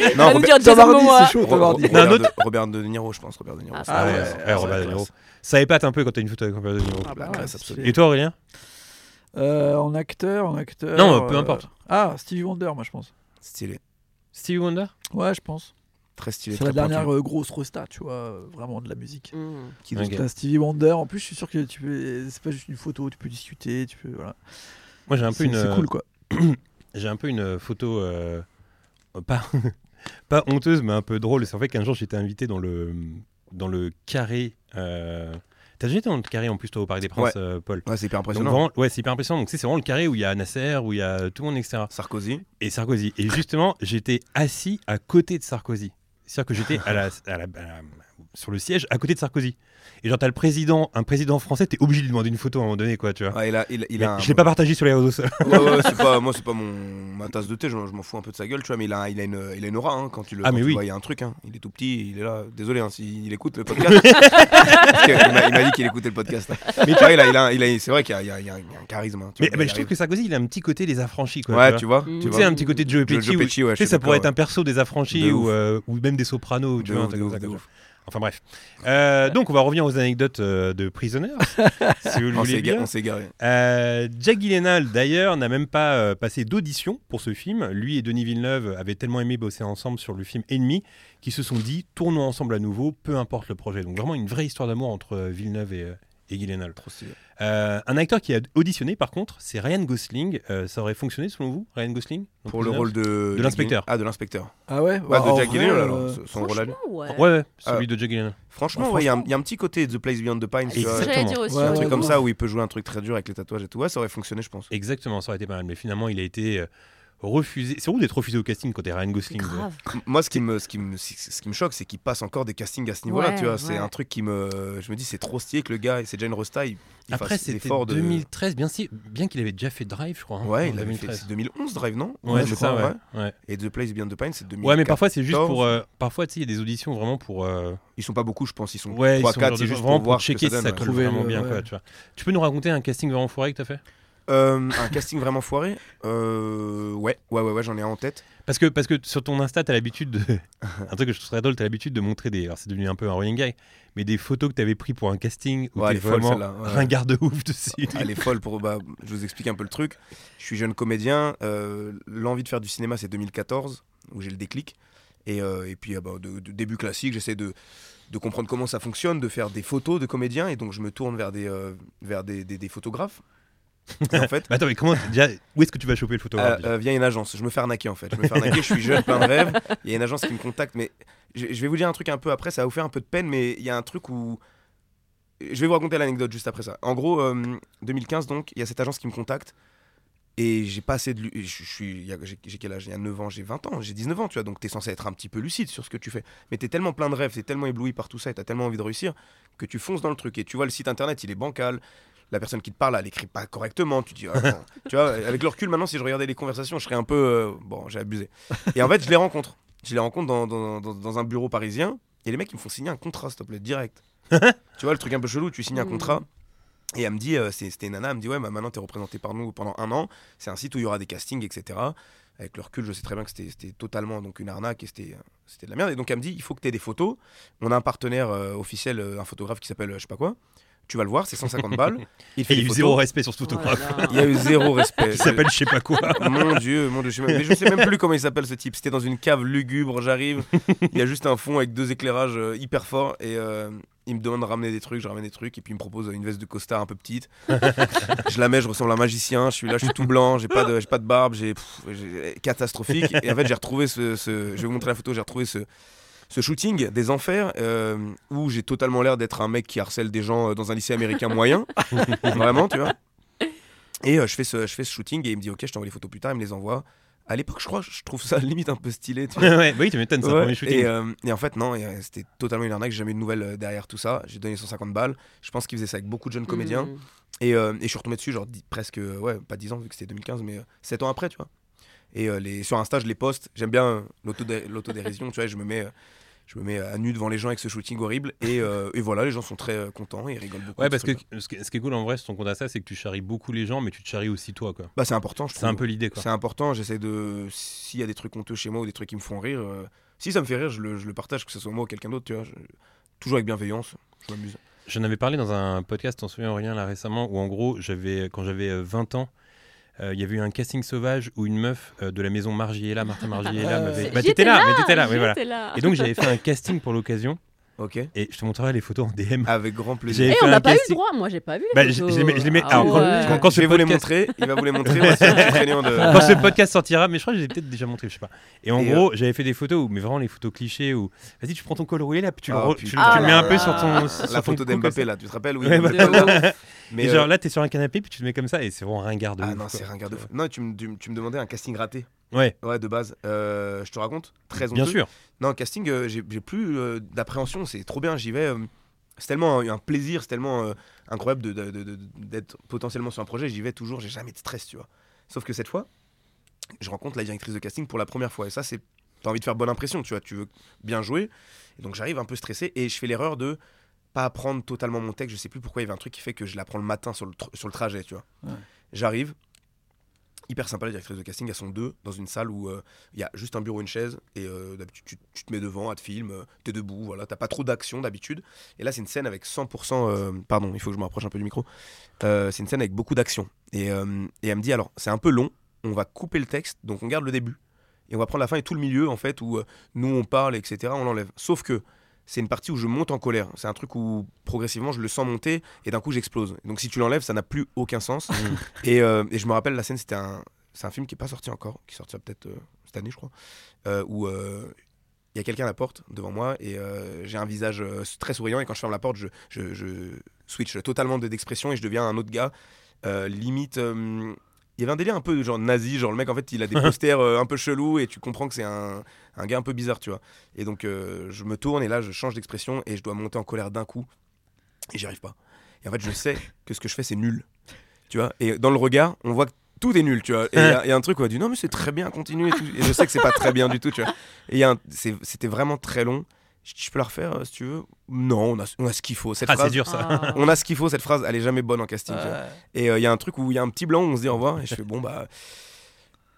Il va nous dire Tom Jason Hardy, Momoa c'est chaud, Ro- Tom Ro- Hardy. Non, un Robert, autre. de, Robert De Niro, je pense. Robert De Niro. Ah, c'est- Ah ouais, ouais, ouais, c'est- ouais, c'est Robert la De Niro. classe. Ça épate un peu quand t'as une photo avec Robert De Niro. Ah bah La ouais, classe c'est absolue. stylé. Et toi Aurélien Euh, En acteur, en acteur. Non, peu euh, importe. Ah, Stevie Wonder, moi je pense. Stylé. Stevie Wonder Ouais, je pense. Très stylé. C'est Très la dernière pointu. euh, grosse resta, tu vois, euh, vraiment de la musique. Hmm. Qui Ok. d'autre T'as Stevie Wonder, en plus je suis sûr que tu peux, c'est pas juste une photo, tu peux discuter, tu peux voilà. Moi j'ai un peu C'est une euh, c'est cool quoi. j'ai un peu une photo euh, euh, pas pas honteuse mais un peu drôle. C'est en fait qu'un jour j'étais invité dans le dans le carré euh, T'as déjà été dans le carré en plus, toi, au Parc des Princes, euh, Paul Ouais, c'est hyper Donc, impressionnant. vraiment, ouais, c'est hyper impressionnant. Donc, tu sais, c'est vraiment le carré où il y a Nasser, où il y a tout le monde, etc. Sarkozy. Et Sarkozy. Et justement, j'étais assis à côté de Sarkozy. C'est-à-dire que j'étais à la, à la- à la- sur le siège à côté de Sarkozy. Et genre, t'as le président, un président français, t'es obligé de lui demander une photo à un moment donné, quoi, tu vois. Ouais, il a, il, il Mais a un- Je l'ai pas partagé sur les réseaux sociaux. Ouais, ouais, c'est pas, moi, c'est pas mon, ma tasse de thé, je, je m'en fous un peu de sa gueule, tu vois, mais il a, il a, une, il a une aura hein, quand tu le, Ah, quand mais tu oui. le vois, il y a un truc, hein. il est tout petit, il est là. Désolé hein, s'il écoute le podcast. Parce que il m'a- il m'a dit qu'il écoutait le podcast. Mais tu vois, il a, il a, il a, c'est vrai qu'il y a, il y a- il y a un il y a un charisme. hein, tu Mais, vois, mais il je trouve arrive. que Sarkozy, il a un petit côté des affranchis, quoi. Ouais, tu tu vois. vois. Mm. Tu Tu sais, vois. un petit côté de Joe Joe- Pesci. Joe où- Pesci, ouais, tu sais, je suis ça pourrait être d'accord, un perso des affranchis De ou, ouf. euh, ou même des sopranos, tu De vois, un ouf, truc de comme ouf, ça, de comme ouf. ça. Enfin bref. Euh, donc, on va revenir aux anecdotes euh, de prisonniers, si vous le On voulez s'est ga- bien. Oh, on s'est garé. Euh, Jack Gyllenhaal, d'ailleurs, n'a même pas euh, passé d'audition pour ce film. Lui et Denis Villeneuve avaient tellement aimé bosser ensemble sur le film Ennemi qu'ils se sont dit tournons ensemble à nouveau, peu importe le projet. Donc, vraiment une vraie histoire d'amour entre euh, Villeneuve et, euh, et Gyllenhaal. Euh, un acteur qui a auditionné, par contre, c'est Ryan Gosling. Euh, ça aurait fonctionné selon vous, Ryan Gosling dans Pour le Prisoners rôle de. Jack l'inspecteur. Gyllenhaal. Ah, de l'inspecteur. Ah ouais Bah, en de Jack vrai, Gyllenhaal, euh, alors. son- Son rôle à lui. Franchement, Ah ouais. Ouais, ouais, celui Euh, de Jack Gyllenhaal. Franchement, ouais, il y a un- il y, a un petit côté The Place Beyond the Pines. tu vois, Exactement. J'allais dire aussi. Ouais, Un ouais. truc comme ouais. ça où il peut jouer un truc très dur avec les tatouages et tout. Ouais, ça aurait fonctionné, je pense. Exactement, ça aurait été pas mal. Mais finalement, il a été euh, refusé. C'est drôle d'être refusé au casting quand t'es Ryan Gosling. Grave. Oh Moi, ce qui me, ce qui me, ce qui me choque, c'est qu'il passe encore des castings à ce niveau-là. Ouais, tu vois, c'est ouais. un truc qui me, je me dis, c'est trop stylé que le gars, c'est déjà une resta, il, il Après, fasse c'était l'effort de. 2013, bien, si- bien qu'il avait déjà fait Drive, je crois. hein, Ouais, en il avait fait c'est 2011 Drive, non Ouais, je c'est crois, ça, ouais. Ouais, Et The Place Beyond the Pine, c'est 2000. Ouais, mais parfois, c'est juste pour. euh, parfois, tu sais, il y a des auditions vraiment pour. euh, Ils sont pas beaucoup, je pense. Ils sont ouais, ils sont 3-4, genre c'est de- juste vraiment pour voir ce que checker ça donne. si ça ouais. colle Trouver vraiment le- bien, quoi, ouais. tu vois. Tu peux nous raconter un casting vraiment foiré que t'as fait Euh, un casting vraiment foiré euh, Ouais, ouais, ouais, ouais j'en ai un en tête. Parce que, parce que sur ton Insta, t'as l'habitude de. un truc que je trouve très drôle, t'as l'habitude de montrer des. Alors c'est devenu un peu un running guy, mais des photos que t'avais pris pour un casting où Ouais, elle t'es est folle, vraiment celle-là, ouais. ringard de ouf dessus. Elle est folle pour. Bah, je vous explique un peu le truc. Je suis jeune comédien. euh, L'envie de faire du cinéma, c'est 2014, où j'ai le déclic. Et, euh, et puis, euh, bah, de, de début classique, j'essaie de, de comprendre comment ça fonctionne, de faire des photos de comédiens. Et donc, je me tourne vers des, euh, vers des, des- des photographes. Et en fait, Mais attends, mais comment. Déjà, où est-ce que tu vas choper le photographe euh, déjà euh, via une agence. Je me fais arnaquer en fait. Je me fais arnaquer, je suis jeune, plein de rêves. Il y a une agence qui me contacte, mais je, je vais vous dire un truc un peu après, ça va vous faire un peu de peine, mais il y a un truc où. Je vais vous raconter l'anecdote juste après ça. En gros, euh, 2015, donc, il y a cette agence qui me contacte. Et j'ai pas assez de. lu- Je, je suis. il y a- J'ai j'ai quel âge Il y a 9 ans, j'ai 20 ans, j'ai 19 ans, tu vois. Donc t'es censé être un petit peu lucide sur ce que tu fais. Mais t'es tellement plein de rêves, t'es tellement ébloui par tout ça et t'as tellement envie de réussir que tu fonces dans le truc. Et tu vois, le site internet, il est bancal. La personne qui te parle, elle écrit pas correctement. Tu dis. Attends. tu vois, avec le recul, maintenant, si je regardais les conversations, je serais un peu. euh, bon, j'ai abusé. Et en fait, je les rencontre. Je les rencontre dans, dans- dans- dans un bureau parisien. Et les mecs, ils me font signer un contrat, s'il te plaît, direct. tu vois, le truc un peu chelou, tu signes un Mm. contrat. Et elle me dit, euh, c'est- c'était une Nana, elle me dit, ouais, bah, maintenant t'es représenté par nous pendant un an. C'est un site où il y aura des castings, etc. Avec le recul, je sais très bien que c'était- c'était totalement donc une arnaque et c'était c'était de la merde. Et donc elle me dit, il faut que t'aies des photos. On a un partenaire euh, officiel, euh, un photographe qui s'appelle euh, je sais pas quoi. Tu vas le voir, c'est 150 balles. Et fait Il y a des eu photos. zéro respect sur ce Oh là photographe. là. Il y a eu zéro respect. qui s'appelle je sais pas quoi. Mon Dieu, mon Dieu, je sais même, mais je sais même plus comment il s'appelle ce type. C'était dans une cave lugubre, j'arrive. Il y a juste un fond avec deux éclairages euh, hyper forts et euh, il me demande de ramener des trucs, je ramène des trucs et puis il me propose une veste de costard un peu petite. je la mets, je ressemble à un magicien. Je suis là, je suis tout blanc, j'ai pas de, j'ai pas de barbe, j'ai pff, j'ai- catastrophique. Et en fait, j'ai retrouvé ce, ce- je vais vous montrer la photo, j'ai retrouvé ce. Ce shooting des enfers euh, où j'ai totalement l'air d'être un mec qui harcèle des gens euh, dans un lycée américain moyen, vraiment, tu vois. Et euh, je, fais ce, je fais ce shooting et il me dit Ok, je t'envoie les photos plus tard. Il me les envoie. À l'époque, je crois, je trouve ça limite un peu stylé. tu vois. ouais, bah oui, tu m'étonnes, c'est un Ouais, premier shooting. Et, euh, et en fait, non, et, euh, c'était totalement une arnaque. J'ai jamais eu de nouvelles euh, derrière tout ça. J'ai donné 150 balles. Je pense qu'il faisait ça avec beaucoup de jeunes comédiens. Mm. Et, euh, et je suis retombé dessus, genre dix- presque, euh, ouais, pas 10 ans, vu que c'était 2015, mais 7 ans après, tu vois. Et euh, les, sur Insta, je les poste. J'aime bien euh, l'autodé- l'autodérision, tu vois. et Je me mets. euh, je me mets à nu devant les gens avec ce shooting horrible et, euh, et voilà les gens sont très euh, contents et ils rigolent beaucoup. Ouais, de parce ce que truc-là. ce qui ce qui est cool en vrai sur ton compte à ça, c'est que tu charries beaucoup les gens, mais tu te charries aussi toi, quoi. bah, c'est important je C'est trouve. un peu l'idée, quoi. C'est important, j'essaie de. S'il y a des trucs honteux chez moi ou des trucs qui me font rire, euh, si ça me fait rire, je le, je le partage, que ce soit moi ou quelqu'un d'autre, tu vois. je- Toujours avec bienveillance, je m'amuse. J'en avais parlé dans un podcast, t'en souviens Aurélien, là récemment, où en gros, j'avais, quand j'avais euh, 20 ans, euh, il y avait eu un casting sauvage où une meuf euh, de la maison Margiela, Martha Margiela, Euh, m'avait. C'est- Bah, j'étais t'étais là, mais t'étais là, oui, j'étais voilà. là. Et donc, j'avais fait un casting pour l'occasion. Ok. et je te montrerai les photos en DM. Avec grand plaisir. J'ai Et fait Eh, on un n'a pas eu le casting- droit, moi j'ai pas vu. Les Bah, je- photos. je les mets- je les mets- Ah alors, quand- ouais. quand- je vais ce vous les podcast- montrer. Il va vous les montrer. moi, c'est un petit fainéant de... Euh, quand ce podcast sortira, mais je crois que j'ai peut-être déjà montré, je sais pas. Et en Et, euh, gros, j'avais fait des photos, où- mais vraiment les photos clichés où vas-y, tu prends ton col roulé là, puis tu, le, Ah, re- tu- putain. tu le mets Ah un là peu là. sur ton. sur La ton cou, photo comme ça. d'Mbappé là, tu te rappelles oui, Ouais, oui, bah, oui, oui. Et Mais genre euh, là, t'es sur un canapé, puis tu te mets comme ça, et c'est vraiment ringard de ah ouf, non, quoi. c'est ringard de fou. Non, tu me tu- tu me demandais un casting raté. Ouais, Ouais, de base. Euh, je te raconte. Très honteux. bien sûr. Non, casting, euh, j'ai j'ai plus euh, d'appréhension, c'est trop bien, j'y vais. euh, c'est tellement un, un plaisir, c'est tellement euh, incroyable de- de- de- de- d'être potentiellement sur un projet, j'y vais toujours, j'ai jamais de stress, tu vois. Sauf que cette fois, je rencontre la directrice de casting pour la première fois, et ça, c'est. T'as envie de faire bonne impression, tu vois, tu veux bien jouer. Et donc j'arrive un peu stressé, et je fais l'erreur de pas apprendre totalement mon texte, je sais plus pourquoi, il y avait un truc qui fait que je l'apprends le matin sur le, tr- sur le trajet, tu vois. Ouais. J'arrive, hyper sympa la directrice de casting, elles sont deux dans une salle où euh, il y a juste un bureau et une chaise et euh, d'habitude tu, tu te mets devant, elle te filme, euh, t'es debout, voilà, t'as pas trop d'action d'habitude. Et là c'est une scène avec 100%, euh, pardon, il faut que je me rapproche un peu du micro. Euh, c'est une scène avec beaucoup d'action et, euh, et elle me dit alors c'est un peu long, on va couper le texte donc on garde le début et on va prendre la fin et tout le milieu en fait où euh, nous on parle etc on l'enlève. Sauf que c'est une partie où je monte en colère. C'est un truc où progressivement je le sens monter et d'un coup j'explose. Donc si tu l'enlèves, ça n'a plus aucun sens. et, euh, et je me rappelle la scène, c'était un, c'est un film qui est pas sorti encore, qui sortira peut-être euh, cette année, je crois, euh, où euh, il y a quelqu'un à la porte devant moi et euh, j'ai un visage euh, très souriant et quand je ferme la porte, je, je- je switch totalement de- d'expression et je deviens un autre gars, euh, limite. euh, il y avait un délire un peu genre nazi, genre le mec en fait il a des posters euh, un peu chelous et tu comprends que c'est un, un gars un peu bizarre, tu vois. Et donc euh, je me tourne et là je change d'expression et je dois monter en colère d'un coup et j'y arrive pas. Et en fait je sais que ce que je fais c'est nul, tu vois. Et dans le regard on voit que tout est nul, tu vois. Et il y a- il y, a un truc où elle dit non mais c'est très bien, continue et tout. Et je sais que c'est pas très bien du tout, tu vois. Et il y a un- c'est- c'était vraiment très long. Je dis, je peux la refaire euh, si tu veux. Non, on a, on a ce qu'il faut. Cette Ah, c'est phrase, dur ça. Ah. on a ce qu'il faut, cette phrase, elle est jamais bonne en casting. tu vois. Euh, Et il y a un truc où il y a un petit blanc, où on se dit au revoir, et je fais bon bah.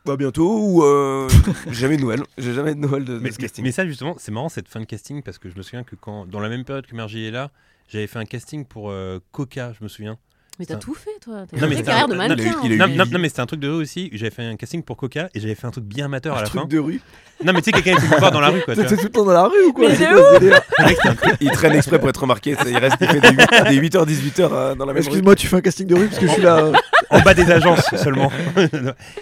Bah bientôt ou euh, j'ai jamais de nouvelles, j'ai jamais de nouvelles de, de Mais, ce casting. mais ça justement, c'est marrant cette fin de casting parce que je me souviens que quand, dans la même période que Margie est là, j'avais fait un casting pour euh, Coca, je me souviens. Mais t'as Ça- tout fait, toi. T'as Non, mais une c'était carrière un- de non, mannequin. hein. il a eu- il en a Non, eu- fait. non, non, mais c'était un truc de eux aussi. J'avais fait un casting pour Coca et j'avais fait un truc bien amateur à un la truc fin. de rue. Non, mais tu sais, quelqu'un qui me voir dans la rue quoi. tu T'étais vois. tout le temps dans la rue ou quoi Mais C'est de quoi ce délire Il traîne exprès pour être remarqué, ça, il reste il fait des, 8, h 18h euh, dans la même rue. Excuse-moi, tu fais un casting de rue parce que je suis là. euh. en bas des agences seulement.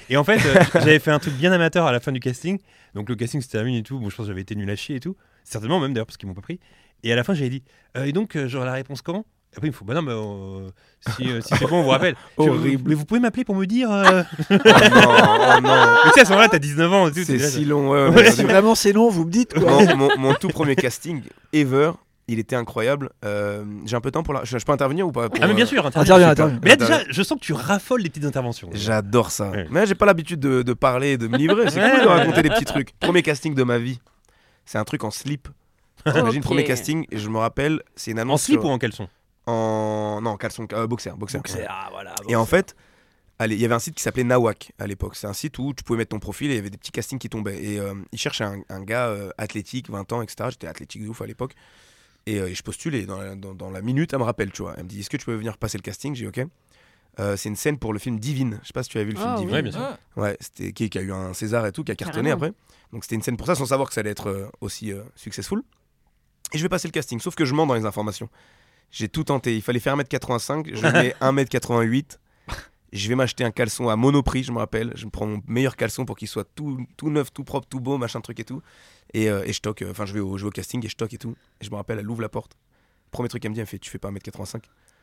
et en fait, euh, j'avais fait un truc bien amateur à la fin du casting. Donc le casting se termine et tout. Bon, je pense que j'avais été nul à chier et tout. Certainement même d'ailleurs parce qu'ils m'ont pas pris. Et à la fin, j'avais dit Euh, Et donc, euh, j'aurai la réponse quand Et Après, il me faut Bah non, mais euh, si, euh, si c'est bon, on vous rappelle. Je fais, Horrible. Mais vous pouvez m'appeler pour me dire. euh... Oh non, oh non. Mais tu sais, à ce moment-là, t'as 19 ans. tu sais, C'est t'es là, si long. ouais, ouais, Ouais, ouais. si vraiment c'est long, vous me dites quoi. Mon, mon- mon tout premier casting ever, il était incroyable. Euh, j'ai un peu de temps pour la. Je, je peux intervenir ou pas pour, Ah, mais bien euh, sûr, intervient. Interviens, interviens. Mais là, déjà, je sens que tu raffoles les petites interventions. J'adore ça. Ouais. Mais j'ai pas l'habitude de, de parler, et de me livrer. C'est Ouais, cool de ouais. raconter des petits trucs. Premier casting de ma vie. C'est un truc en slip. T'imagines, Ok. premier casting, et je me rappelle, c'est une En annonce. slip sur- ou en caleçon en... Non, en caleçon, euh, boxer. boxer. Ouais. Ah, voilà, bon. Et en fait, allez, il y avait un site qui s'appelait Nawak à l'époque. C'est un site où tu pouvais mettre ton profil et il y avait des petits castings qui tombaient. Et euh, ils cherchaient un, un gars euh, athlétique, 20 ans, etc. J'étais athlétique de ouf à l'époque. Et, euh, et je postule et dans la, dans- dans la minute, elle me rappelle, tu vois. Elle me dit, est-ce que tu peux venir passer le casting J'ai dit, ok. Euh, c'est une scène pour le film Divine. Je sais pas si tu as vu le film Ah, Divine. Ouais, bien sûr. Ouais, c'était qui, qui a eu un César et tout, qui a cartonné Carrément. après. Donc c'était une scène pour ça, sans savoir que ça allait être euh, aussi euh, successful. Et je vais passer le casting, sauf que je mens dans les informations. J'ai tout tenté. Il fallait faire 1m85, je mets 1m88. Je vais m'acheter un caleçon à monoprix, je me rappelle. Je me prends mon meilleur caleçon pour qu'il soit tout, tout neuf, tout propre, tout beau, machin truc et tout. Et, euh, et je toque, euh, enfin je, vais au- je vais au casting et je toque et tout. Et je me rappelle, elle ouvre la porte. Premier truc qu'elle me dit, elle me fait Tu fais pas 1m85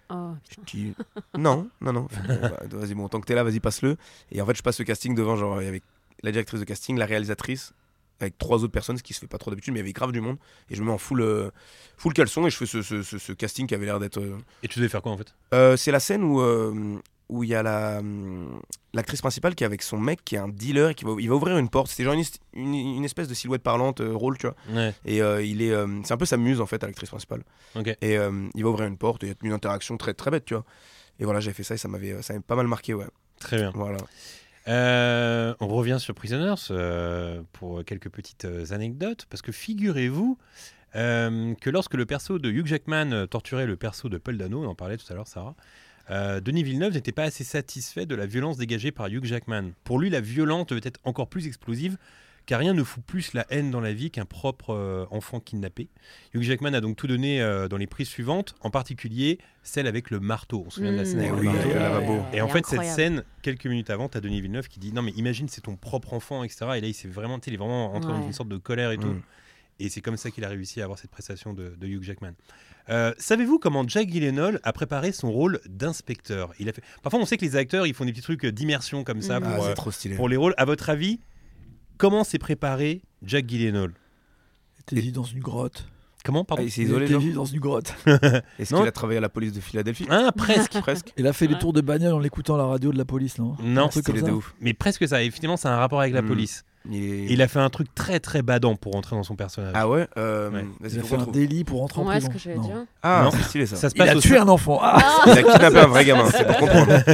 Oh, je putain. dis, non, non, non. Je fais, bon, bah, vas-y, bon, tant que t'es là, vas-y, passe-le. Et en fait, je passe le casting devant, genre, il y avait la directrice de casting, la réalisatrice, avec trois autres personnes, ce qui se fait pas trop d'habitude, mais il y avait grave du monde. Et je me mets en full, euh, full caleçon et je fais ce, ce- ce- ce casting qui avait l'air d'être. euh, Et tu devais faire quoi en fait euh, c'est la scène où euh, où il y a la hum, l'actrice principale qui est avec son mec qui est un dealer et qui va il va ouvrir une porte c'était genre une, hist- une- une espèce de silhouette parlante euh, rôle tu vois Ouais. et euh, il est euh, c'est un peu sa muse en fait à l'actrice principale Ok. et euh, il va ouvrir une porte et il y a une interaction très très bête tu vois et voilà j'ai fait ça et ça m'avait euh, ça m'avait pas mal marqué ouais Très bien. voilà Euh, on revient sur Prisoners euh, pour quelques petites euh, anecdotes, parce que figurez-vous euh, que lorsque le perso de Hugh Jackman euh, torturait le perso de Paul Dano, on en parlait tout à l'heure Sarah, euh, Denis Villeneuve n'était pas assez satisfait de la violence dégagée par Hugh Jackman. Pour lui, la violence devait être encore plus explosive car rien ne fout plus la haine dans la vie qu'un propre euh, enfant kidnappé. Hugh Jackman a donc tout donné euh, dans les prises suivantes, en particulier celle avec le marteau. On se souvient de la scène Mmh. avec Eh le oui, marteau. le lavabo. Et Elle en est fait, cette incroyable. scène, quelques minutes avant, t'as Denis Villeneuve qui dit Non, mais imagine, c'est ton propre enfant, etc. Et là, il s'est vraiment, tu sais, il est vraiment entré dans Ouais. une sorte de colère et tout. Mm. Et c'est comme ça qu'il a réussi à avoir cette prestation de, de Hugh Jackman. Euh, Savez-vous comment Jack Gyllenhaal a préparé son rôle d'inspecteur Il a fait... Parfois, on sait que les acteurs, ils font des petits trucs euh, d'immersion comme ça Mm. Ah, pour, euh, c'est trop stylé. pour les rôles. À votre avis, comment s'est préparé Jack Gyllenhaal T'es dit dans une grotte. Comment Ah, Pardon il s'est isolé, T'es genre. dit dans une grotte. Est-ce Non. qu'il a travaillé à la police de Philadelphie Ah, presque Presque. Il a fait des tours de bagnole en l'écoutant à la radio de la police, non Non, Un truc Stylé comme de ça. ouf. mais presque ça. Et finalement, c'est un rapport avec la Mm. police. Il est- Et il a fait un truc très très badant pour entrer dans son personnage. Ah ouais, euh, Ouais. Vas-y, Il a faut fait qu'on un trouve. délit pour rentrer en Ouais, ce prison. que j'allais Non. dire. Ah, Non. c'est stylé ça. Ça se Il passe a au tué un enfant. Ah Il a kidnappé un vrai gamin, c'est pour comprendre. Ça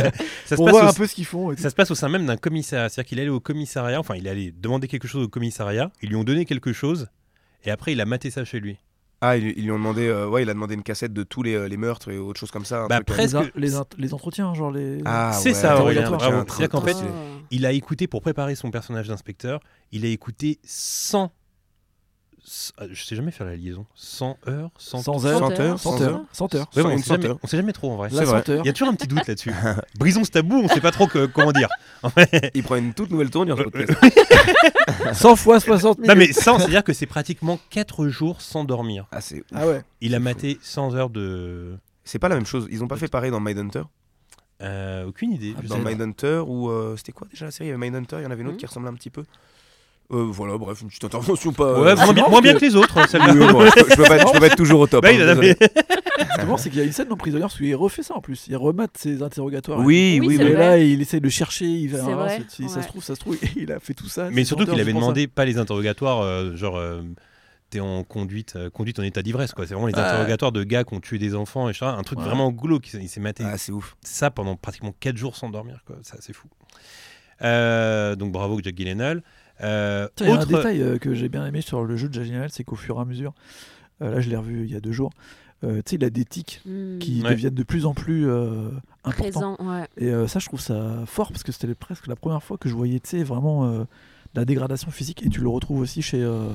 se pour passe voir au- un peu ce qu'ils font. et tout. Ça se passe au sein même d'un commissariat. C'est-à-dire qu'il est allé au commissariat, enfin, il est allé demander quelque chose au commissariat, ils lui ont donné quelque chose, et après, il a maté ça chez lui. Ah, ils, ils lui ont demandé, euh, ouais, il a demandé une cassette de tous les, euh, les meurtres et autres choses comme ça. un Bah, truc, euh, Les, presque- in- les, int- les entretiens, genre les. Ah, C'est ouais, ça, interrogatoire, Aurélien, c'est un bravo. truc C'est-à-dire qu'en trop Oh. fait, stylé. Il a écouté, pour préparer son personnage d'inspecteur, il a écouté 100. c- ah, Je sais jamais faire la liaison. 100 heures 100 Sans heures. heures. Senteur, Sans senteur. heures. Sans heures. Ouais, ouais, Sans- on, une sait jamais, senteur. on sait jamais trop en vrai. La vrai. senteur. Il y a toujours un petit doute là-dessus. Brisons ce tabou, on sait pas trop que- comment dire. En fait, Il prend une toute nouvelle tournure. ce podcast. 100 fois 60 non 000. mais 100, c'est-à-dire que c'est pratiquement 4 jours sans dormir. Ah, c'est. Ah ouais. Il a C'est fou. maté 100 heures de... C'est pas la même chose. Ils ont pas fait pareil dans Mindhunter. euh, aucune idée. Ah, je Dans sais pas. Mindhunter ou euh, c'était quoi déjà la série Il y avait Mindhunter, il y en avait une autre Mhm. qui ressemblait un petit peu. Euh, voilà, bref, une petite intervention pas. Ouais, moins, bien, marrant moins que- bien que les autres, hein, celle-là. Oui, oui, bon, je, peux, je peux pas être, je peux pas être toujours au top. Bah, hein, il en a désolé. Ce qui est marrant, c'est qu'il y a une scène dans Prisonniers où il refait ça en plus. Il remate ses interrogatoires. Oui, Oui, oui, c'est Mais oui. vrai. là, il essaie de chercher. Il va C'est voir vrai, si ça ouais. se trouve, ça se trouve. Il a fait tout ça. Mais c'est surtout qu'il senteur, avait je pense, demandé pas les interrogatoires, euh, genre euh, t'es en conduite, euh, conduite en état d'ivresse quoi. C'est vraiment les Ah. interrogatoires de gars qui ont tué des enfants et ça, un truc Ouais. vraiment glauque. Il s'est maté Ah, c'est ouf. ça pendant pratiquement 4 jours sans dormir quoi. Ça c'est fou. Euh, donc bravo Jack Gyllenhaal. Euh, Tiens, il y a autre- un détail euh, que j'ai bien aimé sur le jeu de Jack Gyllenhaal, c'est qu'au fur et à mesure, euh, là je l'ai revu il y a deux jours, euh, tu sais, il a des tics Hmm. qui Mm. Ouais. deviennent de plus en plus euh, importants. présent, ouais. Et euh, ça, je trouve ça fort parce que c'était presque la première fois que je voyais, tu sais, vraiment euh, la dégradation physique. Et tu le retrouves aussi chez euh,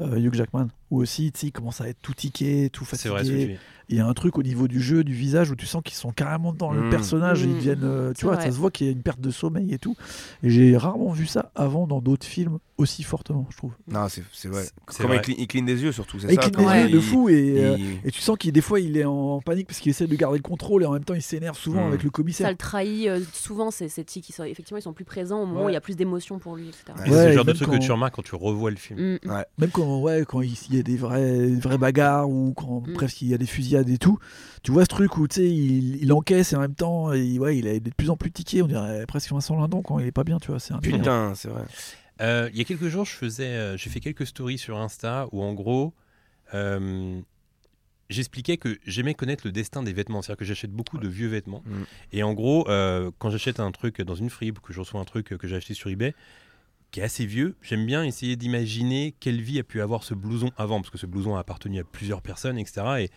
euh, Hugh Jackman, où aussi, tu sais, il commence à être tout tiqué, tout c'est vrai, ce que fatigué. tu dis. Il y a un truc au niveau du jeu, du visage, où tu sens qu'ils sont carrément dans Mm. le personnage, et ils Mm. deviennent, euh, tu C'est vois, vrai. ça se voit qu'il y a une perte de sommeil et tout. Et j'ai rarement vu ça avant dans d'autres films aussi fortement, je trouve. Non, c'est Hmm. c'est vrai. C'est Comment vrai. il cligne, il cligne des yeux surtout, c'est Et ça qui comment te de il- fou et, euh, il- et tu sens qu'il des fois il est en panique parce qu'il essaie de garder le contrôle et en même temps il s'énerve souvent Mm. avec le commissaire. Ça le trahit euh, souvent, ces, ces tics. Ils sont, effectivement, ils sont plus présents au moment où Ouais. il y a plus d'émotions pour lui, etc. Et Ouais, c'est le et genre de même truc quand- que tu remarques quand tu revois le film. Mm. Ouais. Même quand ouais quand il il y a des vraies des vraies bagarres ou quand Mm. presque il y a des fusillades et tout, tu vois ce truc où tu sais il, il encaisse et en même temps il, ouais, il est de plus en plus tiqué, on dirait presque Vincent Lindon quand il est pas bien, tu vois, c'est un délire. Putain, c'est vrai. Euh, il y a quelques jours, je faisais, euh, j'ai fait quelques stories sur Insta où en gros, euh, j'expliquais que j'aimais connaître le destin des vêtements, c'est-à-dire que j'achète beaucoup de vieux vêtements. Mm. Et en gros, euh, quand j'achète un truc dans une fripe, que je reçois un truc que j'ai acheté sur eBay, qui est assez vieux, j'aime bien essayer d'imaginer quelle vie a pu avoir ce blouson avant, parce que ce blouson a appartenu à plusieurs personnes, etc. Et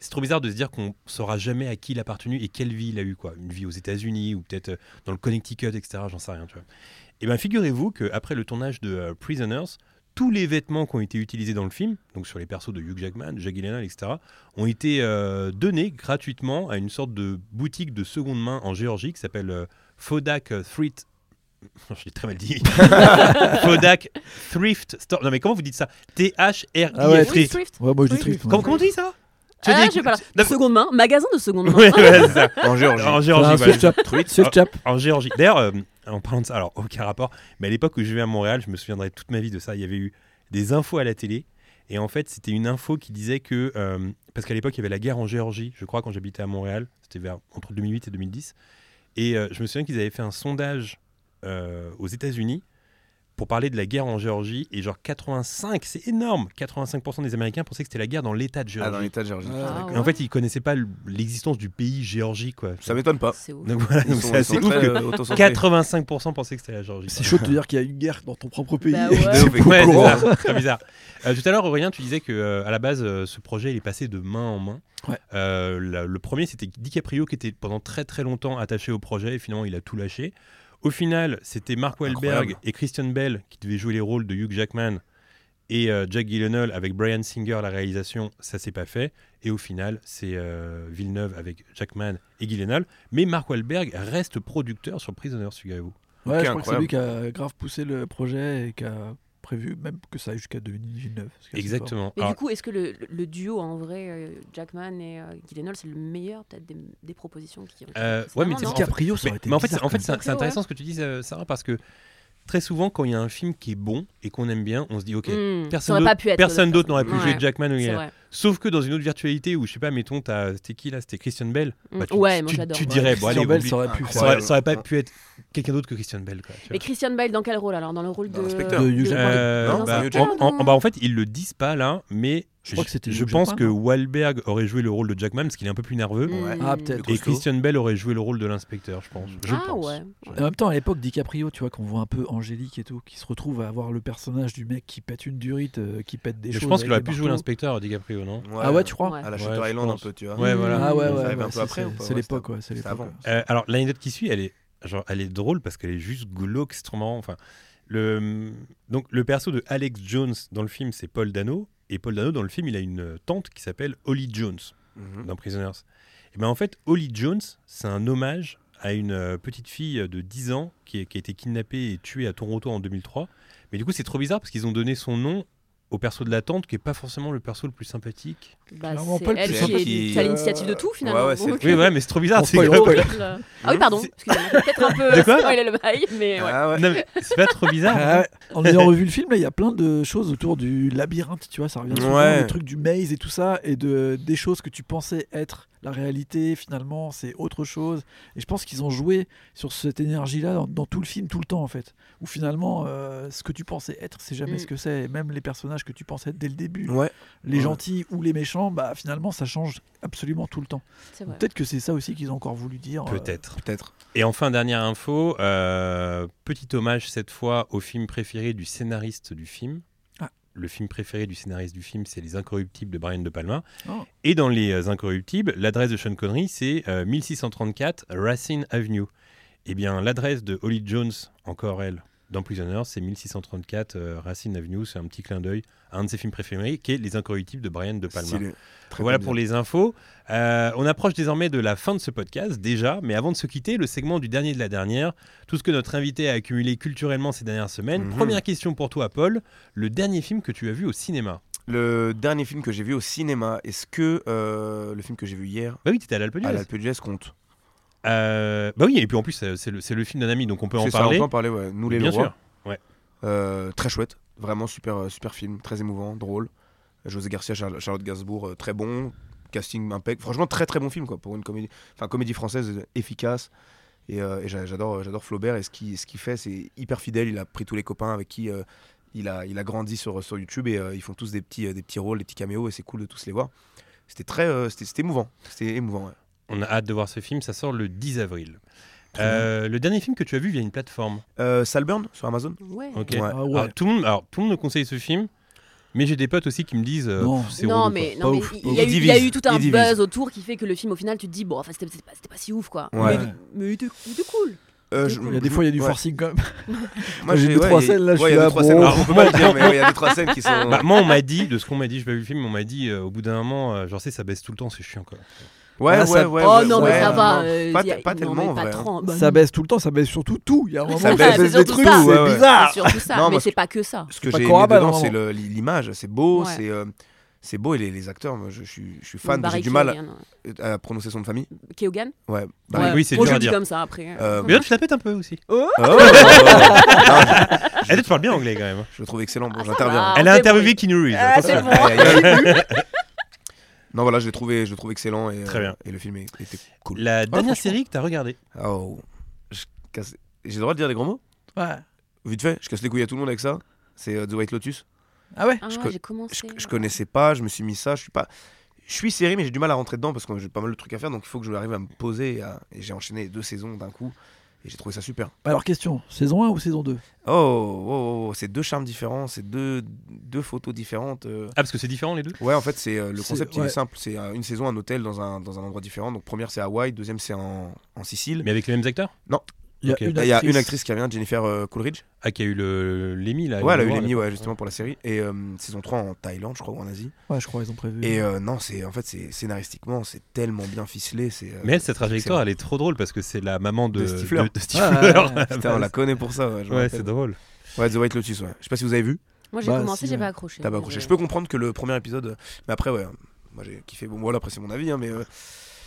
c'est trop bizarre de se dire qu'on saura jamais à qui il a appartenu et quelle vie il a eu, quoi. Une vie aux États-Unis ou peut-être euh, dans le Connecticut, etc. J'en sais rien, tu vois. Et bien, figurez-vous qu'après le tournage de euh, Prisoners, tous les vêtements qui ont été utilisés dans le film, donc sur les persos de Hugh Jackman, Jack Gyllenhaal, etc., ont été euh, donnés gratuitement à une sorte de boutique de seconde main en Géorgie qui s'appelle euh, Fodak euh, Thrift. Je l'ai très mal dit. Fodak Thrift Store. Non, mais comment vous dites ça T-H-R-I-F-T. Ah ouais, Oui, Swift. Ouais, moi je Oui, détruis. Comment, comment on dit ça Tu Ah, dis- je sais pas. Non, Seconde main, magasin de seconde main. Ouais, ouais, c'est ça. En Géorgie. En Géorgie, voilà. Chap, hein Swift Chap. En Géorgie. D'ailleurs, euh, en parlant de ça, alors aucun rapport, mais à l'époque où je vivais à Montréal, je me souviendrai toute ma vie de ça. Il y avait eu des infos à la télé. Et en fait, c'était une info qui disait que. euh, parce qu'à l'époque, il y avait la guerre en Géorgie, je crois, quand j'habitais à Montréal. C'était vers, entre 2008 et 2010. Et euh, je me souviens qu'ils avaient fait un sondage euh, aux États-Unis pour parler de la guerre en Géorgie. Et genre 85, c'est énorme 85% des Américains pensaient que c'était la guerre dans l'État de Ah, dans Géorgie. l'état de Géorgie. Ah, Putain, ouais. d'accord. et en fait, ils connaissaient pas l'existence du pays Géorgie, quoi. Ça m'étonne pas. C'est ouf. Donc voilà, Ils donc sont- c'est ils assez sont ouf très, que euh, autocentrés. 85% pensaient que c'était la Géorgie. C'est chaud de te dire qu'il y a une guerre dans ton propre pays. Bah ouais. De ouf, et Ouais, c'est courant. ça, très bizarre. Euh, tout à l'heure, Aurélien, tu disais que euh, à la base, euh, ce projet, il est passé de main en main. Ouais. Euh, la- le premier, c'était DiCaprio qui était pendant très très longtemps attaché au projet et finalement, il a tout lâché. Au final, c'était Mark Wahlberg Incroyable. et Christian Bell qui devaient jouer les rôles de Hugh Jackman et euh, Jack Gyllenhaal avec Brian Singer à la réalisation. Ça s'est pas fait. Et au final, c'est euh, Villeneuve avec Jackman et Gyllenhaal. Mais Mark Wahlberg reste producteur sur Prisoner, figurez-vous. Ouais, Ok, je crois que c'est incroyable. lui qui a grave poussé le projet et qui a prévu même que ça aille jusqu'à 2009. ce qui est assez fort. Exactement. Ah. Mais Alors, du coup, est-ce que le, le duo en vrai, euh, Jackman et euh, Gyllenhaal, c'est le meilleur peut-être des, des propositions qui ont été Euh, faites ouais, mais récemment, c'est non ce qu'il y a- DiCaprio, ça Mais, aurait été mais en fait, bizarre c'est- en fait, quand c'est même. c'est intéressant ce que tu dis, euh, Sarah, parce que très souvent, quand il y a un film qui est bon et qu'on aime bien, on se dit, ok, Hmm, ça personne aurait d'autre- pas pu être, personne de d'autre toute n'aurait pu façon. jouer Ouais, Jackman euh, Bah, ou c'est Gyllenhaal. vrai. Sauf que dans une autre virtualité où, je sais pas, mettons, t'as- c'était qui là C'était Christian Bell. Mm. Bah, tu- ouais, moi tu- j'adore. tu Ouais. dirais- bon, allez, Christian Bell, oublie- ça aurait pu Ça Ça faire. aurait, aurait- ça aurait pas ouais. pu être quelqu'un d'autre que Christian Bell. Quoi, tu vois. Mais Christian Bale, dans quel rôle alors Dans le rôle de. Dans l'inspecteur. De Hugh de- Jackman. Euh, Non, bah, c'est en, pas en- non. en- bah, en fait, ils le disent pas là, mais Je crois que c'était je Hugh pense que Jackman, non Wahlberg aurait joué le rôle de Jackman parce qu'il est un peu plus nerveux. Hmm. Ouais. Ah, peut-être. Et Costaud. Christian Bell aurait joué le rôle de l'inspecteur, je pense. Je ah pense. ouais. En même temps, à l'époque, DiCaprio, tu vois, qu'on voit un peu Angélique et tout, qui se retrouve à avoir le personnage du mec qui pète une durite, euh, qui pète des Mais choses. je pense qu'il aurait avec pu des jouer marteaux. l'inspecteur DiCaprio, non Ah ouais, tu crois Ouais. À la Ouais, Shutter je Island, un pense. peu, tu vois. Ouais, voilà. Ah ouais, Ça ouais, arrive ouais, un peu c'est- après ou pas C'est Ouais, l'époque, c'était- ouais, c'est c'était l'époque. avant. ouais. Euh, alors l'anecdote qui suit, elle est, genre, elle est drôle parce qu'elle est juste glauque, extrêmement. Enfin, le donc le perso de Alex Jones dans le film, c'est Paul Dano, et Paul Dano dans le film, il a une tante qui s'appelle Holly Jones Mhm. dans Prisoners. Et ben en fait, Holly Jones, c'est un hommage à une euh, petite fille de 10 ans qui, est- qui a été kidnappée et tuée à Toronto en 2003. Mais du coup, c'est trop bizarre parce qu'ils ont donné son nom au perso de la tante qui est pas forcément le perso le plus sympathique. Bah, Clairement c'est pas le elle plus qui est sympathique. qui a l'initiative de tout finalement. Ouais, ouais, c'est- Donc, Oui, voilà, mais c'est trop bizarre. On c'est spoil grave. pas. horrible. Ah oui, pardon. C'est- Excusez-moi, j'ai peut-être un De peu quoi spoilé le bail, mais ouais. Ah ouais. Non, mais c'est pas trop bizarre. Ah ouais. en ayant revu le film, là, il y a plein de choses autour du labyrinthe, tu vois, ça revient souvent, Ouais. le truc du maze et tout ça, et de, des choses que tu pensais être la réalité, finalement, c'est autre chose. Et je pense qu'ils ont joué sur cette énergie-là dans, dans tout le film, tout le temps, en fait. Où finalement, euh, ce que tu pensais être, c'est jamais Mm. ce que c'est. Et même les personnages que tu pensais être dès le début, Ouais. les Ouais. gentils ou les méchants, bah finalement, ça change absolument tout le temps. c'est vrai. Peut-être que c'est ça aussi qu'ils ont encore voulu dire. euh, Peut-être. Peut-être. Et enfin, dernière info, euh, petit hommage cette fois au film préféré du scénariste du film. Ah. Le film préféré du scénariste du film, c'est Les Incorruptibles de Brian De Palma. Oh. Et dans Les euh, Incorruptibles, l'adresse de Sean Connery, c'est euh, 1634 Racine Avenue. Eh bien, l'adresse de Holly Jones, encore elle, dans Prisoner, c'est 1634 euh, Racine Avenue. C'est un petit clin d'œil à un de ses films préférés, qui est Les Incorruptibles de Brian De Palma. Stylé. Très Voilà bien. pour les infos. Euh, on approche désormais de la fin de ce podcast déjà, mais avant de se quitter, le segment du dernier de la dernière, tout ce que notre invité a accumulé culturellement ces dernières semaines. Mhm. Première question pour toi, Paul, le dernier film que tu as vu au cinéma Le dernier film que j'ai vu au cinéma, est-ce que euh, le film que j'ai vu hier Bah oui, t'étais à l'Alpe à d'Huez. l'Alpe d'Huez compte Euh, bah oui, et puis en plus, euh, c'est le, c'est le film d'un ami, donc on peut en C'est ça, parler. on peut en parler, ouais. Nous les Bien Leroy. sûr. Ouais. Euh, très chouette, vraiment super, euh, super film, très émouvant, drôle. José Garcia, Char- Charlotte Gainsbourg, euh, très bon, casting impec. Franchement, très très bon film quoi, pour une comédie, enfin comédie française euh, efficace. Et, euh, et j'a- j'adore, j'adore Flaubert et ce qu'il ce qu'il fait, c'est hyper fidèle. Il a pris tous les copains avec qui euh, il a, il a grandi sur, sur YouTube et euh, ils font tous des petits, euh, des petits rôles, des petits caméos et c'est cool de tous les voir. C'était très, euh, c'était c'était émouvant, c'était émouvant. ouais. On a hâte de voir ce film, ça sort le 10 avril. Euh, le dernier film que tu as vu via une plateforme. Euh, Salburn sur Amazon. Ouais. Ok. Ouais. ah ouais. Alors, tout le monde, alors, tout le monde me conseille ce film, mais j'ai des potes aussi qui me disent euh, Non. pff, c'est Non, relou, mais, Pas non, mais ouf, il, il pas y ouf. a Il eu, il y a divise, eu tout un il divise. buzz autour qui fait que le film, au final, tu te dis, bon, enfin, c'était c'était pas, c'était pas si ouf, quoi. Ouais. Mais, mais il était il était cool. Euh, Cool. je- Il y a des fois, il y a du Ouais. forcing quand même. Moi J'ai j'ai vu ouais, trois il y a- scènes, là, je ouais, il y suis a là, deux, trois scènes. bon. Alors, on peut pas le dire, mais ouais, il y a deux trois scènes qui sont. Bah, moi, on m'a dit, de ce qu'on m'a dit, j'ai pas vu le film, mais on m'a dit, euh, au bout d'un moment, euh, genre, tu sais, ça baisse tout le temps, c'est chiant, quoi. Ouais, Ah, ouais, ça- ouais, oh ouais, non, mais ouais, ça non, va. non. euh, Pas il y a- t- pas non, tellement, mais en pas vrai. hein. trop, bah ça non. baisse tout le temps, ça baisse surtout tout. Il y a un moment, Ça ça baisse baisse surtout des trucs, ça. c'est Ouais, ouais. bizarre. C'est surtout ça, Non, mais moi, c'est pas que ça. Ce C'est que pas j'ai aimé Corabal, dedans, normalement. c'est le- l'image, c'est beau, Ouais. c'est euh, c'est beau et les, les acteurs. Moi, je, je suis, je suis fan. Barry J'ai du mal Keoghan, à, à prononcer son nom de famille. euh, Keoghan Ouais. Bah, oui, c'est Moi, dur je à dis dire. comme ça après. Euh, Mais là, tu la pètes un peu aussi. Oh, oh, oh, oh. Eh, tu parles bien anglais quand même. Je le trouve excellent. Bon, Ah, ça j'interviens. hein. va. Elle a c'est interviewé bon. Keanu Reeves. Ah, attention. c'est bon. Aïe, aïe, aïe. Non, voilà, je l'ai trouvé, je le trouve excellent et, euh, Très bien. et le film est- était cool. La dernière franchement. série que t'as regardée. Ah, Oh, je casse- j'ai le droit de dire des gros mots Ouais. Vite fait, je casse les couilles à tout le monde avec ça. C'est euh, The White Lotus. Ah ouais Ah, je co- j'ai commencé. je, je connaissais pas, je me suis mis ça, je suis pas. Je suis série, mais j'ai du mal à rentrer dedans parce que j'ai pas mal de trucs à faire, donc il faut que je arrive à me poser. Et, à- et j'ai enchaîné les deux saisons d'un coup, et j'ai trouvé ça super. Bah Alors question, saison 1 ou saison 2 Oh, oh, oh, c'est deux charmes différents, c'est deux, deux photos différentes. euh. Ah, parce que c'est différent les deux Ouais, en fait, c'est euh, le C'est- concept il ouais. est simple. C'est euh, une saison, un hôtel dans un, dans un endroit différent. Donc première c'est Hawaï, deuxième c'est en, en Sicile. Mais avec les mêmes acteurs Il y a Ok. une Là, Bah, Il y a actrice- une actrice qui revient, Jennifer euh, Coolidge. Ah, qui a eu le- l'Emmy là. ouais, elle a eu l'Award, l'Emmy, là. ouais, justement pour la série. Et euh, saison 3 en Thaïlande, je crois, ou en Asie. Ouais, je crois ils ont prévu. Mm. Et euh, non, c'est en fait, c'est scénaristiquement, c'est tellement bien ficelé. C'est. euh, Mais elle, cette trajectoire, elle est trop drôle parce que c'est la maman de, De Stifler. de- de Stifler, Ah, ouais, ouais, à la Putain, on la base. connaît pour ça. Ouais, je me Ouais, rappelle. c'est drôle. Ouais, The White Lotus. Ouais. Je sais pas si vous avez vu. Moi, j'ai Bah, commencé, si, j'ai ouais. pas accroché. T'as pas accroché. Désolée. Je peux comprendre que le premier épisode, euh, mais après, ouais. Moi, j'ai kiffé. Bon, voilà, après, c'est mon avis, hein, mais. euh,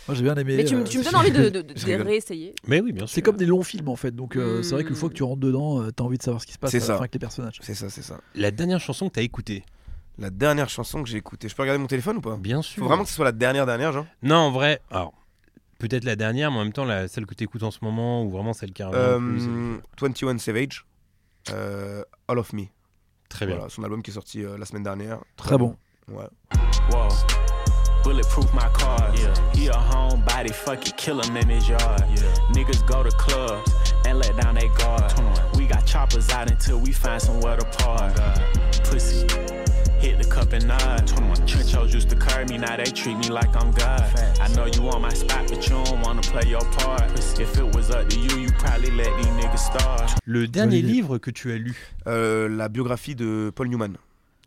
Moi j'ai bien aimé. Mais tu, me- euh, tu me donnes envie de, de, de- Je de rigole. réessayer. Mais oui, bien sûr. C'est comme des longs films en fait, donc euh, c'est vrai qu'une Hmm. fois que tu rentres dedans, euh, t'as envie de savoir ce qui se passe C'est à la ça. fin avec les personnages. C'est ça, c'est ça. La dernière chanson que t'as écoutée, La dernière chanson que j'ai écoutée. Je peux regarder mon téléphone ou pas bien sûr. Ah. Faut vraiment que ce soit la dernière, dernière, genre. Non, en vrai, alors peut-être la dernière, mais en même temps la, celle que t'écoutes en ce moment ou vraiment celle qui arrive. Euh, 21 Savage, euh, All of Me. Très bien. Voilà, son album qui est sorti euh, la semaine dernière. Très bon. Ouais. Whoa. Bulletproof my cars. He a homebody, fuck it, kill him in his yard. Niggas go to clubs and let down their guard. We got choppers out until we find somewhere to park. Pussy. Hit the cup and nod. Trenchos used to curb me, now they treat me like I'm God. I know you want my spot, but you don't wanna play your part. If it was up to you, you probably let these niggas starve. Le dernier idée. livre que tu as lu. Euh, la biographie de Paul Newman.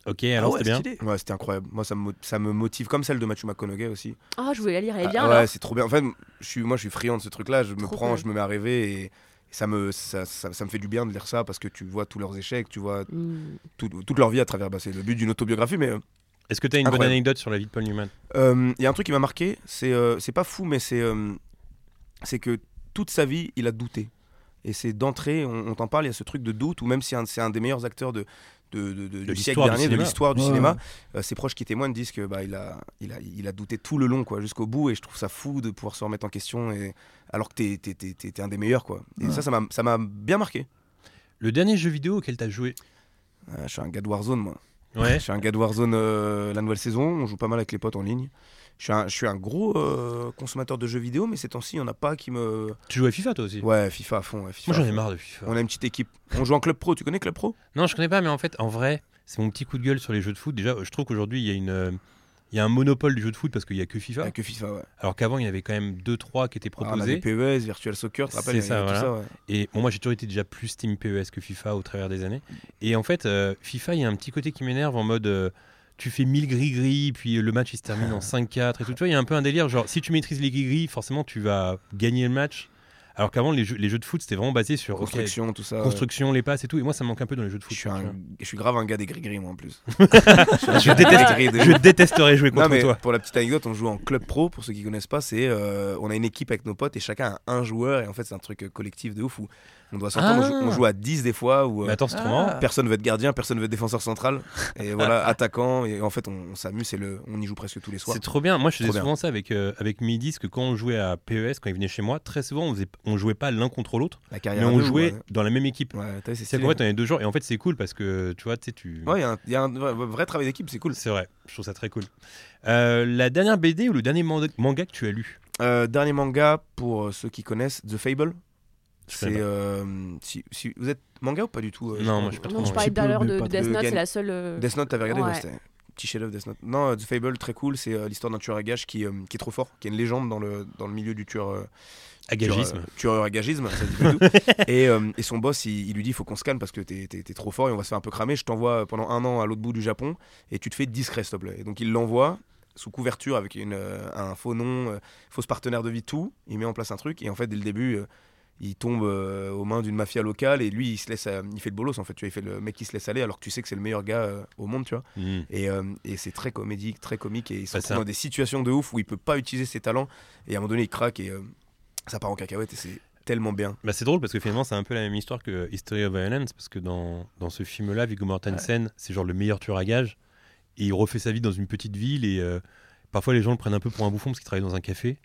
Ok, alors Ah ouais, c'est bien. stylé. Ouais, c'était incroyable. Moi, ça me, mo- ça me motive comme celle de Matthew McConaughey aussi. Ah, je voulais la lire, elle est Ah, bien. ouais, alors. c'est trop bien. En fait, je suis, moi, je suis friand de ce truc-là. Je me Trop prends, bien. je me mets à rêver et ça me, ça, ça- ça me fait du bien de lire ça parce que tu vois tous leurs échecs, tu vois Mm. tout- toute leur vie à travers. bah, c'est le but d'une autobiographie, mais. euh, Est-ce que t'as une bonne Incroyable. anecdote sur la vie de Paul Newman Euh, Il y a un truc qui m'a marqué, c'est euh, c'est pas fou, mais c'est euh, c'est que toute sa vie, il a douté. Et c'est d'entrée, on, on t'en parle, il y a ce truc de doute, ou même si un- c'est un des meilleurs acteurs de, de- de- de- du siècle l'histoire du dernier, de cinéma. l'histoire du Ouais. cinéma, euh, ses proches qui témoignent disent que bah, il, a, il, a, il a douté tout le long, quoi, jusqu'au bout, et je trouve ça fou de pouvoir se remettre en question, et, alors que t'es t'es- t'es- t'es- t'es un des meilleurs. Quoi. Et Ouais. ça, ça m'a- ça m'a bien marqué. Le dernier jeu vidéo auquel t'as joué. Euh, je suis un gars de Warzone, moi. Ouais. Je suis un gars de Warzone euh, la nouvelle saison, on joue pas mal avec les potes en ligne. Je suis un, je suis un gros euh, consommateur de jeux vidéo, mais ces temps-ci, il n'y en a pas qui me. tu joues à FIFA toi aussi. Ouais, FIFA à fond. ouais, FIFA Moi j'en à ai fond. marre de FIFA. On a une petite équipe. On joue en club pro, tu connais club pro Non, je connais pas, mais en fait, en vrai, c'est mon petit coup de gueule sur les jeux de foot. Déjà, je trouve qu'aujourd'hui, il y a une. euh, Il y a un monopole du jeu de foot parce qu'il n'y a que FIFA. Avec que FIFA, ouais. Alors qu'avant, il y en avait quand même 2-3 qui étaient Ah, on avait proposés. PES, Virtual Soccer, tu te rappelles C'est il y avait ça, tout voilà. et bon, moi, j'ai toujours été déjà plus Team PES que FIFA au travers des années. Et en fait, euh, FIFA, il y a un petit côté qui m'énerve en mode euh, tu fais 1000 gris-gris, puis le match il se termine en 5-4 et tout. Tu vois, il y a un peu un délire genre si tu maîtrises les gris-gris, forcément tu vas gagner le match. Alors qu'avant, les jeux, les jeux de foot, c'était vraiment basé sur ok, Construction, tout ça. ouais. construction, les passes et tout. Et moi, ça me manque un peu dans les jeux de foot. Je tu suis, un- vois. je suis grave un gars des gris-gris, moi en plus. Je déteste- Je détesterais jouer Non, contre mais toi. pour la petite anecdote, on joue en club pro. Pour ceux qui connaissent pas, c'est euh, on a une équipe avec nos potes et chacun a un joueur. Et en fait, c'est un truc euh, collectif de ouf où on doit s'entendre. on joue- Ah. Bah, On, joue à 10 des fois. Où, euh, Mais attends, c'est trop Ah. marrant. Personne veut être gardien, personne veut être défenseur central. Et voilà, attaquant. Et en fait, on, on s'amuse et le, on y joue presque tous les soirs. C'est trop bien. Moi, je faisais Trop bien. souvent ça avec, euh, avec Midis, que quand on jouait à PES, quand il venait chez moi, très souvent, on, faisait, on jouait pas l'un contre l'autre, La mais carrière. à on deux, jouait Ouais, dans la même équipe. Ouais, t'as vu, C'est c'est stylé. qu'en fait, on est deux joueurs. Et en fait, c'est cool parce que tu vois, tu sais, tu. Ouais, il y a un- il y, a un vrai- vrai travail d'équipe, c'est cool. C'est vrai, je trouve ça très cool. Euh, la dernière BD ou le dernier manda- manga que tu as lu Euh, dernier manga pour euh, ceux qui connaissent, The Fable. Je connais C'est pas. euh, si, si- vous êtes manga ou pas du tout euh, Non, moi, je je suis pas Non, trop. je parlais peu, tout à l'heure mais de, pas de trop. Death De Note, Gan- c'est la seule. euh, Death Note, t'avais regardé Ouais. ouais, c'était un Petit chef-d'œuvre Death Note. Non, euh, The Fable, très cool. C'est euh, l'histoire d'un tueur à gages qui, euh, qui est trop fort, qui est une légende dans le, dans le milieu du tueur. euh, Agagisme. Tueur, euh, tueur à gagisme, ça dit pas tout. et, euh, et son boss, il, il lui dit faut qu'on se calme parce que t'es t'es- t'es trop fort et on va se faire un peu cramer. Je t'envoie euh, pendant un an à l'autre bout du Japon et tu te fais discret, s'il te plaît. Et donc il l'envoie sous couverture avec une, euh, un faux nom, euh, fausse partenaire de vie, tout. Il met en place un truc et en fait, dès le début. euh, il tombe euh, aux mains d'une mafia locale et lui il se laisse euh, il fait le bolos en fait tu vois il fait le mec qui se laisse aller alors que tu sais que c'est le meilleur gars euh, au monde tu vois Mm. et, euh, et c'est très comédique, très comique. Et il se Bah, c'est retrouve un- dans des situations de ouf où il peut pas utiliser ses talents. Et à un moment donné, il craque et euh, ça part en cacahuète. Et c'est tellement bien. Bah, c'est drôle parce que finalement, c'est un peu la même histoire que History of Violence. Parce que dans, dans ce film-là, Viggo Mortensen, c'est genre le meilleur tueur à gages. Et il refait sa vie dans une petite ville. Et euh, parfois, les gens le prennent un peu pour un bouffon parce qu'il travaille dans un café.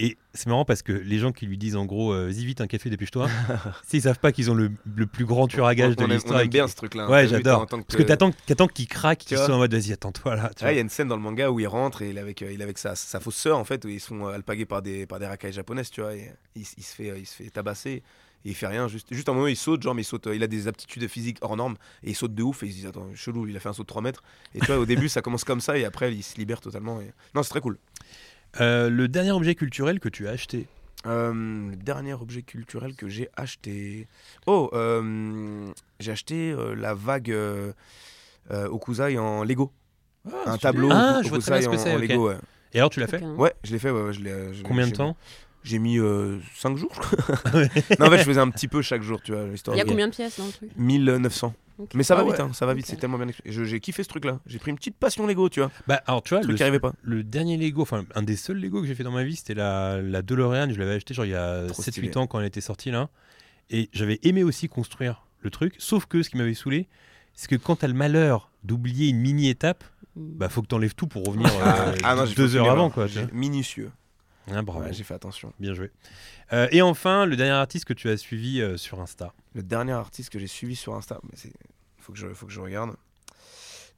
Et c'est marrant parce que les gens qui lui disent en gros, euh, vas-y vite, un café, dépêche-toi, tu sais, ils savent pas qu'ils ont le, le plus grand tueur à gages on, de aime- l'histoire. on et aime qui- bien ce truc-là. hein. Ouais, T'as vu, j'adore. t'en- en tant Parce que t'attends t'attends qu'il craque, Tu qu'ils vois. soient en mode, vas-y, attends-toi là. tu Ah, Il vois. y a une scène dans le manga où il rentre et il est avec, euh, il est avec sa, sa fausse sœur en fait, où ils sont euh, alpagués par des, par des racailles japonaises, tu vois. Et il, s- il se fait, euh, il se fait tabasser et il fait rien. Juste, juste un moment, il saute, genre, mais il saute. euh, Il a des aptitudes physiques hors normes et il saute de ouf. Et il se dit, attends, chelou, il a fait un saut de 3 mètres. Et tu vois, au début, ça commence comme ça et après, il se libère totalement. et- Non, c'est très cool. Euh, le dernier objet culturel que tu as acheté Euh, le dernier objet culturel que j'ai acheté. Oh, euh, j'ai acheté euh, la vague euh, euh, Okusai en Lego. Ah, un stylé. tableau Ah, je vois très bien Okusai ce en, que c'est, en ok. Lego. Ouais, Et alors, tu l'as fait Aucun. Ouais, je l'ai fait. ouais, ouais, je l'ai- je l'ai- Combien de j'ai- temps Ah J'ai mis 5 jours, je crois. non, en fait, je faisais un petit peu chaque jour, tu vois, l'histoire. Il y a de- combien de pièces dans le truc 1900. Ok. Mais ça va Ah vite, ouais. hein, ça va vite, Ok. c'est tellement bien expliqué. Je- J'ai kiffé ce truc-là. J'ai pris une petite passion Lego, tu vois. Bah, alors, tu vois, truc le, qui arrivait pas. le dernier Lego, enfin, un des seuls Lego que j'ai fait dans ma vie, c'était la, la DeLorean. Je l'avais acheté, genre, il y a Trop stylé. 7-8 ans quand elle était sortie, là. Et j'avais aimé aussi construire le truc. Sauf que ce qui m'avait saoulé, c'est que quand t'as le malheur d'oublier une mini-étape, Mm. bah, faut que t'enlèves tout pour revenir euh, Ah, j'ai deux fait heures une avant, erreur. quoi. tu J'ai- vois. Minutieux. Ah, bravo. Ouais, j'ai fait attention. Bien joué. Euh, et enfin, le dernier artiste que tu as suivi euh, sur Insta. Le dernier artiste que j'ai suivi sur Insta, mais c'est faut que je faut que je regarde.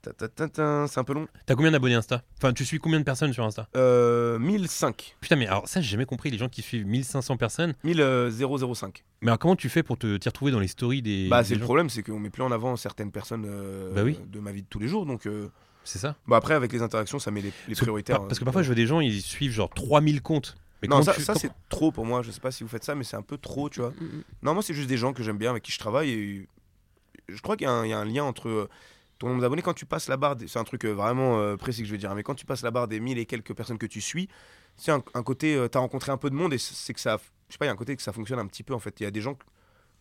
Ta, ta, ta, ta, C'est un peu long. T'as combien d'abonnés Insta Enfin, tu suis combien de personnes sur Insta Euh, 1005. Putain, mais alors ça, j'ai jamais compris les gens qui suivent 1500 personnes. euh, 1005. Mais alors, comment tu fais pour te t'y retrouver dans les stories des. bah, des c'est le gens problème, c'est qu'on met plus en avant certaines personnes euh, Bah oui. de ma vie de tous les jours. Donc, euh, C'est ça bah après, avec les interactions, ça met les, les Parce que- prioritaires. hein. par- Parce que parfois, je vois des gens, ils suivent genre 3000 comptes. Mais non, comment ça, tu- ça, comment- c'est trop pour moi. Je sais pas si vous faites ça, mais c'est un peu trop, tu vois. Mm. Non, moi, c'est juste des gens que j'aime bien, avec qui je travaille. Et je crois qu'il y, a un- il y a un lien entre euh, ton nombre d'abonnés. Quand tu passes la barre, des- c'est un truc euh, vraiment euh, précis que je vais dire, hein, mais quand tu passes la barre des 1000 et quelques personnes que tu suis, c'est un, un côté, euh, t'as rencontré un peu de monde et c- c'est que ça, je sais pas, il y a un côté que ça fonctionne un petit peu en fait. Il y a des gens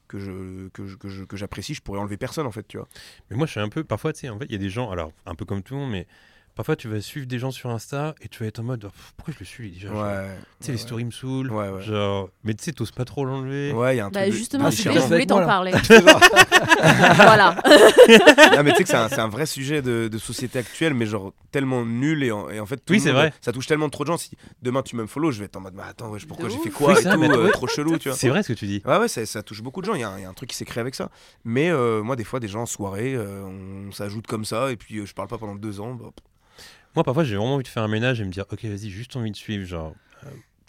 que je que je- que je- que j'apprécie, je pourrais enlever personne en fait, tu vois. Mais moi, je suis un peu. Parfois, tu sais, en fait, il y a des gens, alors un peu comme tout le monde, mais parfois, tu vas suivre des gens sur Insta et tu vas être en mode Pff, pourquoi je le suis lui, déjà Genre, Tu sais, les stories me saoulent. Ouais, ouais. Genre, mais tu sais, t'oses pas trop l'enlever. Ouais, il y a un Bah truc de- Ah, justement, de je c'est voulais- je déchirement. voulais t'en Avec moi, parler. voilà. Ah, mais tu sais que c'est un, c'est un vrai sujet de, de société actuelle, mais genre tellement nul et en, et en fait. tout Oui, le c'est monde- vrai. Ça touche tellement trop de gens. Si demain tu me follow, je vais être en mode, bah attends, wesh, pourquoi De j'ai fait ouf. quoi Oui, et ça, tout, mais euh, ouais. trop chelou, tu vois. C'est vrai ce que tu dis. Ouais, ouais, ça, ça touche beaucoup de gens. Il y, a un- il y a un truc qui s'est créé avec ça. Mais euh, moi, des fois, des gens en soirée, euh, on s'ajoute comme ça, et puis euh, je parle pas pendant deux ans. bah, pff, Moi, parfois, j'ai vraiment envie de faire un ménage et me dire Ok, vas-y, juste envie de suivre. Genre,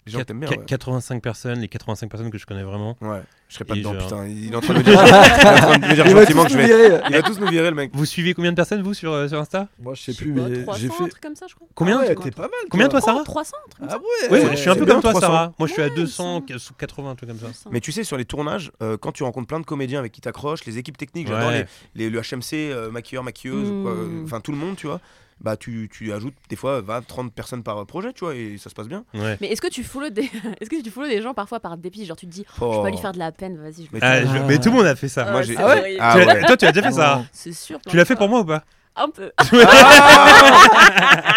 les gens quat- t'aiment bien. quat- Ouais. 85 personnes, les 85 personnes que je connais vraiment. Ouais. je serais pas Et dedans, genre- putain. Il est en train de me dire, il est en train de me dire Il va gentiment que tous je nous vais. virer. Il va tous nous virer, le mec. Vous suivez combien de personnes, vous, sur, euh, sur Insta Moi, je Je sais plus, mais j'ai 300, un fait. truc comme ça, je crois. Combien Ah ouais, Quoi, t'es pas mal. Combien, toi, Sarah 300, un truc comme Ah ça. ouais. Ouais, Ouais, je suis un Euh, c'est peu bien, comme toi, 300. Sarah. Moi, je suis à Ouais, 200, 80, un truc comme ça. 200. Mais tu sais, sur les tournages, euh, quand tu rencontres plein de comédiens avec qui t'accroches, les équipes techniques, j'adore Ouais. les, les- le HMC, euh, maquilleurs, maquilleuses, ou quoi, euh, Mm. enfin tout le monde, tu vois. Bah, tu, tu ajoutes des fois 20, 30 personnes par projet, tu vois, et ça se passe bien. Ouais. Mais est-ce que tu follow des est-ce que tu follow des gens parfois par dépit, genre tu te dis je Oh. vais pas lui faire de la peine, vas-y, je Mais vais tu- Ah, je- Mais tout le monde a fait ça. Ah, Moi, ouais, j'ai. c'est horrible. Ah Tu l'as- ouais. Toi, tu l'as déjà fait ça. C'est sûr. Tu l'as fait pour moi ou pas Un peu. Ah.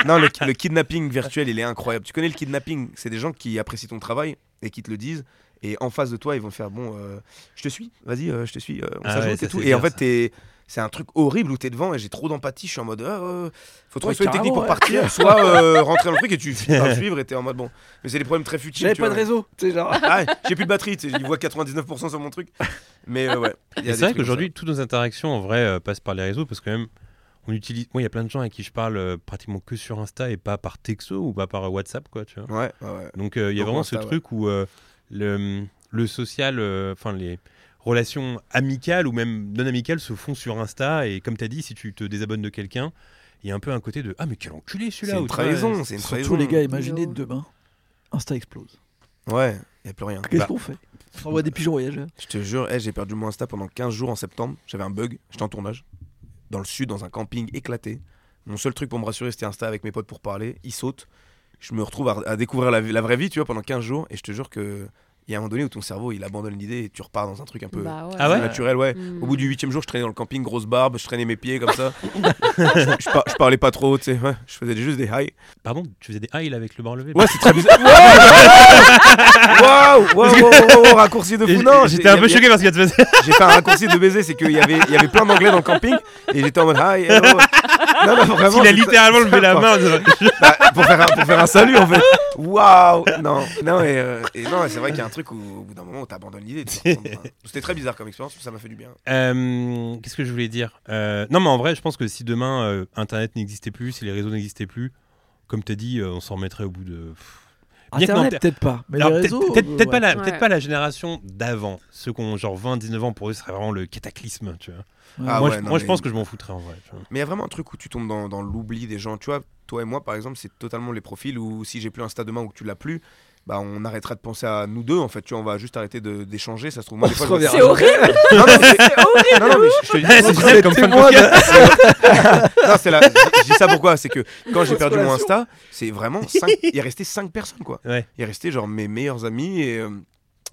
Non, le, le kidnapping virtuel, il est incroyable. Tu connais le kidnapping C'est des gens qui apprécient ton travail et qui te le disent. Et en face de toi, ils vont faire Bon, euh, je te suis, vas-y, euh, je te suis, euh, on Ah s'ajoute ouais, ça, et tout. c'est Et bien, en fait, ça. t'es- C'est un truc horrible où t'es devant et j'ai trop d'empathie. Je suis en mode, Ah, euh, faut trouver Ouais, soit une technique pour carrément, ouais. partir, soit euh, rentrer dans le truc et tu finis par le suivre et t'es en mode bon. Mais c'est des problèmes très futiles. J'avais tu pas de vois. réseau. Tu sais, genre. Ah, j'ai plus de batterie, tu sais, il voit 99% sur mon truc. Mais euh, ouais. il y a Et C'est des vrai trucs comme qu'aujourd'hui, toutes nos interactions en vrai euh, passent par les réseaux parce que même on utilise. Moi, il y a plein de gens avec qui je parle euh, pratiquement que sur Insta et pas par texto ou pas par euh, WhatsApp, quoi. Tu vois. ça. Ouais, ouais, ouais. Donc euh, il y a Beaucoup vraiment Insta, ce ouais. truc où euh, le, le social, euh, enfin les relations amicales ou même non amicales se font sur Insta et comme tu as dit, si tu te désabonnes de quelqu'un, il y a un peu un côté de ah mais quel enculé C'est celui-là. ou une euh, tu vois, trahison, c'est une trahison. Surtout, les gars, imaginez Yo. demain. Insta explose. Ouais, y a plus rien. Qu'est-ce Bah. qu'on fait On envoie des pigeons voyageurs. Je te jure, eh, j'ai perdu mon Insta pendant 15 jours en septembre. J'avais un bug, j'étais en tournage, dans le sud, dans un camping éclaté. Mon seul truc pour me rassurer, c'était Insta avec mes potes pour parler. Ils sautent. Je me retrouve à, à découvrir la, la vraie vie, tu vois, pendant 15 jours. Et je te jure que il y a un moment donné où ton cerveau, il abandonne l'idée et tu repars dans un truc un peu Bah ouais. Ah ouais naturel, ouais. Mm. Au bout du huitième jour, je traînais dans le camping, grosse barbe, je traînais mes pieds comme ça. je, je par- je parlais pas trop, tu sais. ouais. je faisais juste des highs. Pardon, tu faisais des ah il avec le bras levé. Ouais, c'est très bizarre. Waouh, waouh, waouh, waouh, waouh, raccourci de Et fou. j- Non, J'étais un peu choqué parce qu'il y a de- J'ai fait un raccourci de baiser, c'est qu'il y avait, il y avait plein d'anglais dans le camping et j'étais en mode hi, hello. Non, non, vraiment. Il a c'est- littéralement levé la main. Bah, pour, faire un, pour faire un salut en fait. Waouh! Non, non, et, euh, et non, c'est vrai qu'il y a un truc où, au bout d'un moment, où t'abandonnes l'idée. tu vois. hein. C'était très bizarre comme expérience, mais ça m'a fait du bien. Euh, Qu'est-ce que je voulais dire Euh, Non mais en vrai, je pense que si demain euh, Internet n'existait plus, si les réseaux n'existaient plus, comme tu as dit, euh, on s'en remettrait au bout de Bien que non, Internet, peut-être pas. Mais Alors, les peut-être réseaux. peut-être- euh, peut-être pas, ouais. la- peut-être Ouais. pas la génération d'avant. Ceux qui ont genre 20, 19 ans, pour eux, ce serait vraiment le cataclysme. Tu vois. Ah moi, ouais, je, non, moi, je mais- pense que je m'en foutrais en vrai. tu vois. Mais il y a vraiment un truc où tu tombes dans, dans l'oubli des gens. Tu vois, toi et moi, par exemple, c'est totalement les profils où si j'ai plus Insta demain ou que tu l'as plus, bah, on arrêtera de penser à nous deux en fait. Tu vois, on va juste arrêter de- d'échanger. Ça se trouve, moi, des se fois, je me- reverra. Oh, C'est horrible Non, non, mais- C'est horrible non, non, mais je- je te dis- Eh, c'est génial comme fin de podcast. Non, c'est la- je je dis ça pourquoi C'est que quand j'ai Fausse perdu mon relation. Insta, c'est vraiment. cinq- Il est resté 5 personnes, quoi. Ouais. Il est resté genre mes meilleurs amis et euh,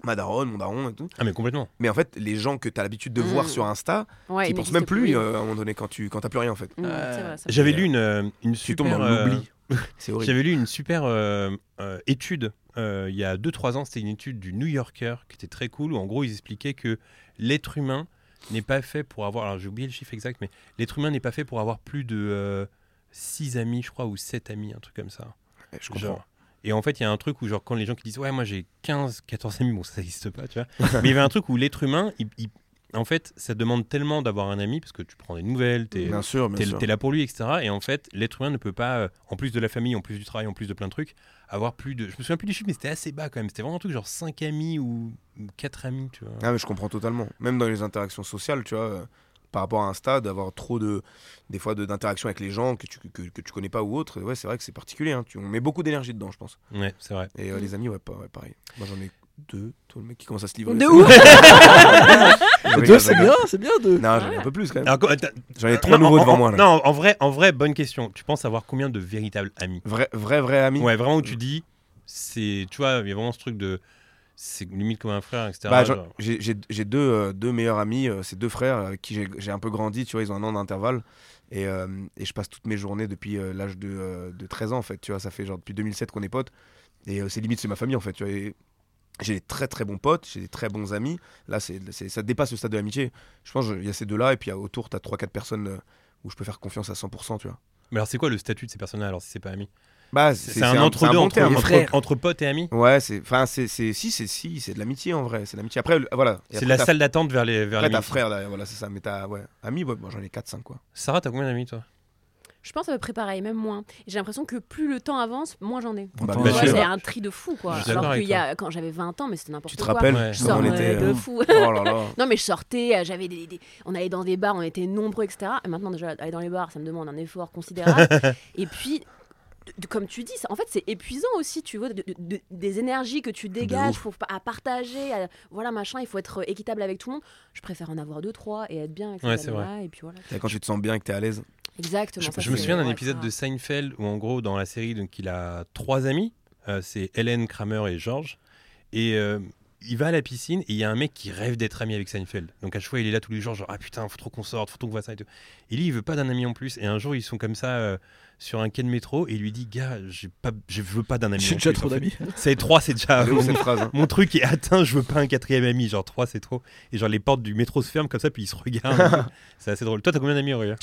ma daronne, mon daron et tout. Ah, mais complètement. Mais en fait, les gens que t'as l'habitude de Mm. voir sur Insta, Ouais, ils il pensent n'existe même plus oui. euh, à un moment donné quand tu quand t'as plus rien en fait. Mm, Euh, c'est vrai, ça. J'avais Et, lu une, euh, une super. Tu tombes dans euh, l'oubli. C'est horrible. J'avais lu une super euh, euh, étude euh, il y a 2-3 ans, c'était une étude du New Yorker qui était très cool, où en gros ils expliquaient que l'être humain n'est pas fait pour avoir, alors j'ai oublié le chiffre exact, mais l'être humain n'est pas fait pour avoir plus de 6 amis, je crois, ou 7 amis, un truc comme ça. Eh, Je comprends. Genre. Et en fait, il y a un truc où, genre, quand les gens qui disent Ouais, moi j'ai 15, 14 amis, bon, ça n'existe pas, tu vois. Mais il y avait un truc où l'être humain, il- il- en fait, ça demande tellement d'avoir un ami, parce que tu prends des nouvelles, t'es Bien sûr, bien t'es sûr. t'es là pour lui, etc. Et en fait, l'être humain ne peut pas, euh, en plus de la famille, en plus du travail, en plus de plein de trucs, avoir plus de. Je me souviens plus du chiffre, mais c'était assez bas quand même. C'était vraiment un truc genre 5 amis ou 4 amis, tu vois. Ah, mais je comprends totalement. Même dans les interactions sociales, tu vois, euh, par rapport à Insta, d'avoir trop de, des fois, de- d'interactions avec les gens que tu, que, que tu connais pas ou autre, ouais, c'est vrai que c'est particulier. hein. Tu, on met beaucoup d'énergie dedans, je pense. Ouais, c'est vrai. Mm. Et euh, les amis, ouais, pas, ouais, pareil. Moi, j'en ai deux. Toi, le mec qui commence à se livrer. De ouf Je rigole, bah, Deux, je c'est rigole. bien, c'est bien deux. Non, j'en ai un peu plus quand même. Alors, quoi, t'as- J'en ai trois non, nouveaux en- devant en- moi. Là. Non, en vrai, en vrai, bonne question. Tu penses avoir combien de véritables amis Vrai, vrai, vrai ami. Ouais, vraiment euh, où tu dis, c'est, tu vois, il y a vraiment ce truc de, c'est limite comme un frère, etc. Bah, j'en- genre. j'ai j'ai- j'ai deux, euh, deux meilleurs amis, euh, c'est deux frères euh, avec qui j'ai- j'ai un peu grandi, tu vois, ils ont un an d'intervalle. Et, euh, et je passe toutes mes journées depuis euh, l'âge de, euh, de 13 ans, en fait, tu vois, ça fait genre depuis 2007 qu'on est potes. Et euh, c'est limite, c'est ma famille, en fait, tu vois. et J'ai des très très bons potes, j'ai des très bons amis. Là, c'est c'est- ça dépasse le stade de l'amitié. Je pense qu'il y a ces deux-là, et puis euh, autour, tu as 3-4 personnes euh, où je peux faire confiance à 100%, tu vois. Mais alors, c'est quoi le statut de ces personnes-là alors si c'est pas ami Bah, C'est un entre-deux bon entre, terme. entre, frères. entre potes et amis Ouais, c'est. Enfin, c'est. c'est- Si, c'est si, c'est de l'amitié en vrai. C'est de l'amitié. Après, le- voilà. Et C'est après, la t'as- salle d'attente vers les vers Après, les t'as mythes. frère, là, voilà, c'est ça. Mais t'as. Ouais. Ami, ouais, bon, j'en ai 4-5, quoi. Sarah, t'as combien d'amis toi Je pense à peu près pareil, même moins. J'ai l'impression que plus le temps avance, moins j'en ai. Bah, Moi, bien sûr. j'ai un tri de fou, quoi. Je suis d'accord Alors avec qu'il y a, quand j'avais 20 ans, mais c'était n'importe Tu te quoi. rappelles Ouais. Je comment on sortais était. de euh, fou. Oh là là. Non mais je sortais, euh, j'avais des, des- on allait dans des bars, on était nombreux, etc. Et maintenant déjà aller dans les bars, ça me demande un effort considérable. et puis, de- de- comme tu dis, ça, en fait c'est épuisant aussi, tu vois, de- de- de- des énergies que tu dégages faut pas- à partager, à- voilà machin, il faut être euh, équitable avec tout le monde. Je préfère en avoir deux trois et être bien avec ces Ouais, c'est amis-là, Et puis voilà. Et Quand tu te sens bien et que t'es à l'aise. Exactement. ça, Je me c'est- souviens d'un ouais, épisode ça. de Seinfeld où en gros dans la série donc il a trois amis, Euh, c'est Hélène, Kramer et George, et euh, il va à la piscine et il y a un mec qui rêve d'être ami avec Seinfeld. Donc à chaque fois il est là tous les jours genre ah putain faut trop qu'on sorte, faut trop qu'on voit ça et tout. Et lui il veut pas d'un ami en plus. Et un jour ils sont comme ça euh, sur un quai de métro et il lui dit gars j'ai pas je veux pas d'un ami. en J'ai déjà plus, trop en fait. d'amis. C'est trois c'est déjà Ah C'est ouf, cette phrase. hein. mon truc est atteint, je veux pas un quatrième ami, genre 3 c'est trop. Et genre les portes du métro se ferment comme ça, puis ils se regardent. c'est assez drôle. Toi, t'as combien d'amis, Aurélien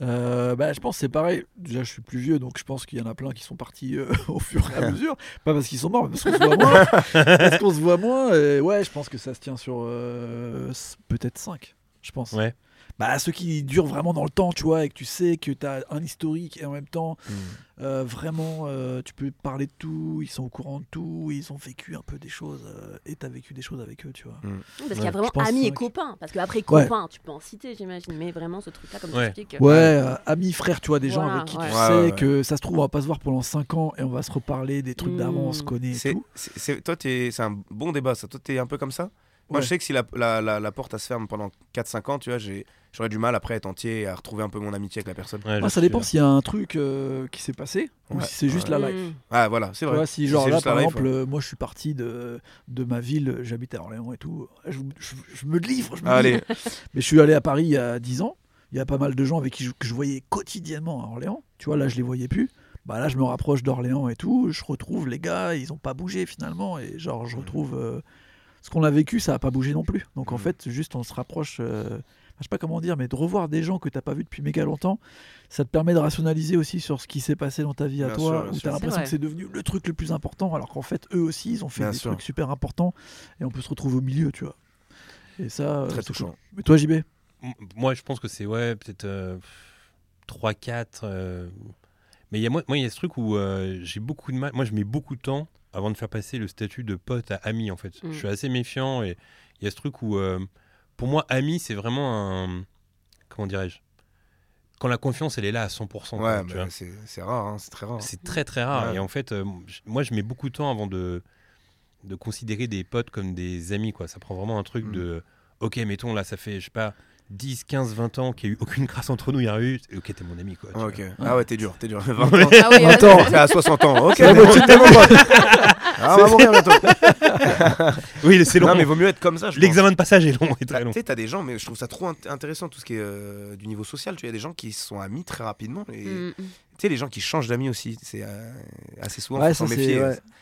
Euh, bah, je pense que c'est pareil. Déjà, je suis plus vieux, donc je pense qu'il y en a plein qui sont partis euh, au fur et à mesure. Pas parce qu'ils sont morts, mais parce qu'on se voit moins. parce qu'on se voit moins. et ouais, je pense que ça se tient sur euh, s- peut-être 5, je pense. Ouais. Bah, ceux qui durent vraiment dans le temps, tu vois, et que tu sais que tu as un historique et en même temps, euh, vraiment, euh, tu peux parler de tout, ils sont au courant de tout, ils ont vécu un peu des choses euh, et tu as vécu des choses avec eux, tu vois. Parce qu'il y Ouais, a vraiment je pense, amis ouais, et que- copains. Parce qu'après Ouais. copains, tu peux en citer, j'imagine. Mais vraiment ce truc-là, comme tu Ouais. expliques. euh, Ouais, euh, amis, frères, tu vois, des gens Voilà, avec qui ouais. tu Ouais, sais ouais, ouais. que ça se trouve, on va pas se voir pendant 5 ans et on va se reparler des trucs Mm. d'avant, on se connaît et C'est, tout. c'est- c'est- toi, t'es- c'est un bon débat, ça. Toi, t'es un peu comme ça Moi, Ouais. je sais que si la, la, la, la porte, elle se ferme pendant 4-5 ans, tu vois, j'ai, j'aurais du mal après à être entier et à retrouver un peu mon amitié avec la personne. Ouais, Ah, je ça suis- dépend s'il y a un truc euh, qui s'est passé ou Ouais, si c'est juste la life. hmm. Ah, voilà, c'est Tu vrai. vois, si genre c'est là, juste la par life, exemple, ouais. euh, moi je suis parti de, de ma ville, j'habite à Orléans et tout, je, je- je me livre, je me Allez, livre. Mais je suis allé à Paris il y a 10 ans, il y a pas mal de gens avec qui je, que je voyais quotidiennement à Orléans, tu vois, là je les voyais plus. Bah là, je me rapproche d'Orléans et tout, je retrouve les gars, ils ont pas bougé finalement, et genre je retrouve euh, ce qu'on a vécu, ça a pas bougé non plus. Donc en Mhm. fait, juste on se rapproche, euh, je sais pas comment dire, mais de revoir des gens que t'as pas vu depuis méga longtemps, ça te permet de rationaliser aussi sur ce qui s'est passé dans ta vie à Bien sûr, toi, bien sûr. où t'as C'est l'impression vrai. que c'est devenu le truc le plus important, alors qu'en fait eux aussi ils ont fait Bien des sûr. trucs super importants, et on peut se retrouver au milieu, tu vois. Et ça, euh, très c'est touchant. cool. Mais toi, JB M- Moi, je pense que c'est, ouais, peut-être euh, 3-4. euh, Mais il y a, moi, moi, il y a ce truc où euh, j'ai beaucoup de mal. Moi, je mets beaucoup de temps avant de faire passer le statut de pote à ami, en fait. Mm. Je suis assez méfiant et il y a ce truc où, euh, pour moi, ami, c'est vraiment un. Comment dirais-je quand la confiance, elle est là à 100%. quoi, Ouais, tu mais vois. c'est c'est rare, hein, c'est très rare. C'est très très rare. Ouais. Et en fait, euh, je- moi, je mets beaucoup de temps avant de, de considérer des potes comme des amis. quoi. Ça prend vraiment un truc Mm. de. Ok, mettons, là, ça fait, je sais pas, 10, 15, 20 ans qu'il n'y a eu aucune crasse entre nous. Il y en a eu. Ok, t'es mon ami. quoi. tu Ah, vois. ok. Ah ouais, t'es dur, t'es dur. 20 ans. Ah oui, Attends. ouais, T'es à 60 ans. Ok, t'es Ouais, bon, mon- tu- t'es mon pote. Ah, on va mourir bientôt. Oui, c'est long. Non, mais vaut mieux être comme ça. je pense. L'examen de passage est long et très T'as- long. Tu sais, t'as des gens, mais je trouve ça trop int- intéressant tout ce qui est euh, du niveau social. Tu vois, il y a des gens qui se sont amis très rapidement. Et Mm, mm. tu sais, les gens qui changent d'amis aussi, c'est euh, assez souvent, Ouais, faut s'en ça, c'est- méfier.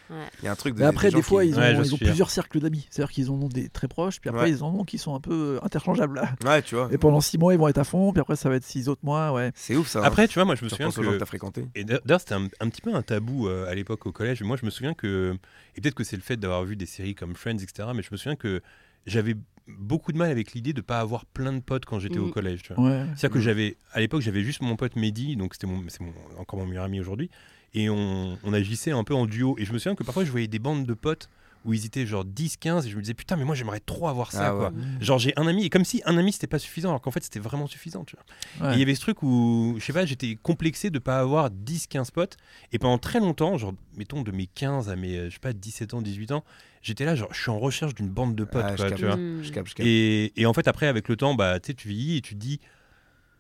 Il ouais. y a un truc de. Mais après, des, gens fois, qui- ils ont, Ouais, je ils ont suis, hein. plusieurs cercles d'amis. C'est-à-dire qu'ils en ont des très proches, puis après, Ouais. ils en ont qui sont un peu euh, interchangeables. là. Ouais, tu vois. Et pendant six mois, ils vont être à fond, puis après, ça va être six autres mois. Ouais. C'est ouf ça. hein. Après, tu vois, moi, je me Tu souviens repenses aux gens que que. t'as fréquenté. Et d'a- d'ailleurs, c'était un, un petit peu un tabou euh, à l'époque au collège. Moi, je me souviens que. Et peut-être que c'est le fait d'avoir vu des séries comme Friends, etc. Mais je me souviens que j'avais beaucoup de mal avec l'idée de pas avoir plein de potes quand j'étais au Mhm. collège. tu vois. Ouais. C'est-à-dire Mm. que j'avais, à l'époque, j'avais juste mon pote Mehdi, donc c'était mon, c'est mon- encore mon meilleur ami aujourd'hui, et on, on agissait un peu en duo. Et je me souviens que parfois, je voyais des bandes de potes où ils étaient genre 10, 15, et je me disais, putain, mais moi, j'aimerais trop avoir ça, Ah ouais. quoi. Genre, j'ai un ami, et comme si un ami, c'était pas suffisant, alors qu'en fait, c'était vraiment suffisant, tu vois. Ouais. Et il y avait ce truc où, je sais pas, j'étais complexé de pas avoir 10, 15 potes, et pendant très longtemps, genre, mettons, de mes 15 à mes, euh, je sais pas, 17 ans, 18 ans, j'étais là, genre, je suis en recherche d'une bande de potes, Ah, je quoi, capte. tu vois. Mm. Je capte, je capte. Et, et en fait, après, avec le temps, bah, tu sais, tu vieillis et tu te dis.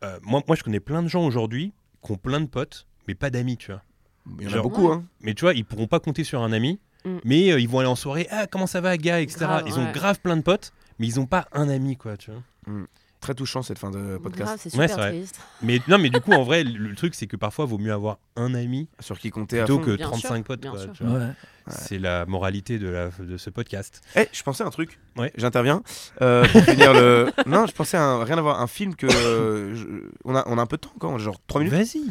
euh, moi, moi, je connais plein de gens aujourd'hui qui ont plein de potes, mais pas d'amis, tu vois. Il y en a genre- beaucoup, hein. Mais tu vois, ils pourront pas compter sur un ami, Mm. mais euh, ils vont aller en soirée. Ah, comment ça va, gars, etc. Grave, ils ont ouais. grave plein de potes, mais ils ont pas un ami, quoi, tu vois. Très touchant cette fin de podcast. Grave, c'est Ouais, super c'est vrai. triste. Mais non, mais du coup, en vrai, le, le truc, c'est que parfois, vaut mieux avoir un ami Sur qui comptait à plutôt fond. que Bien 35 sûr, potes, bien quoi, sûr. tu vois. Ouais. C'est la moralité de, la, de ce podcast. Eh, je pensais à un truc. Ouais. J'interviens. Euh, pour finir le. Non, je pensais à un- rien à voir. Un film que. euh, je- On, a, on a un peu de temps encore, genre 3 minutes. Vas-y.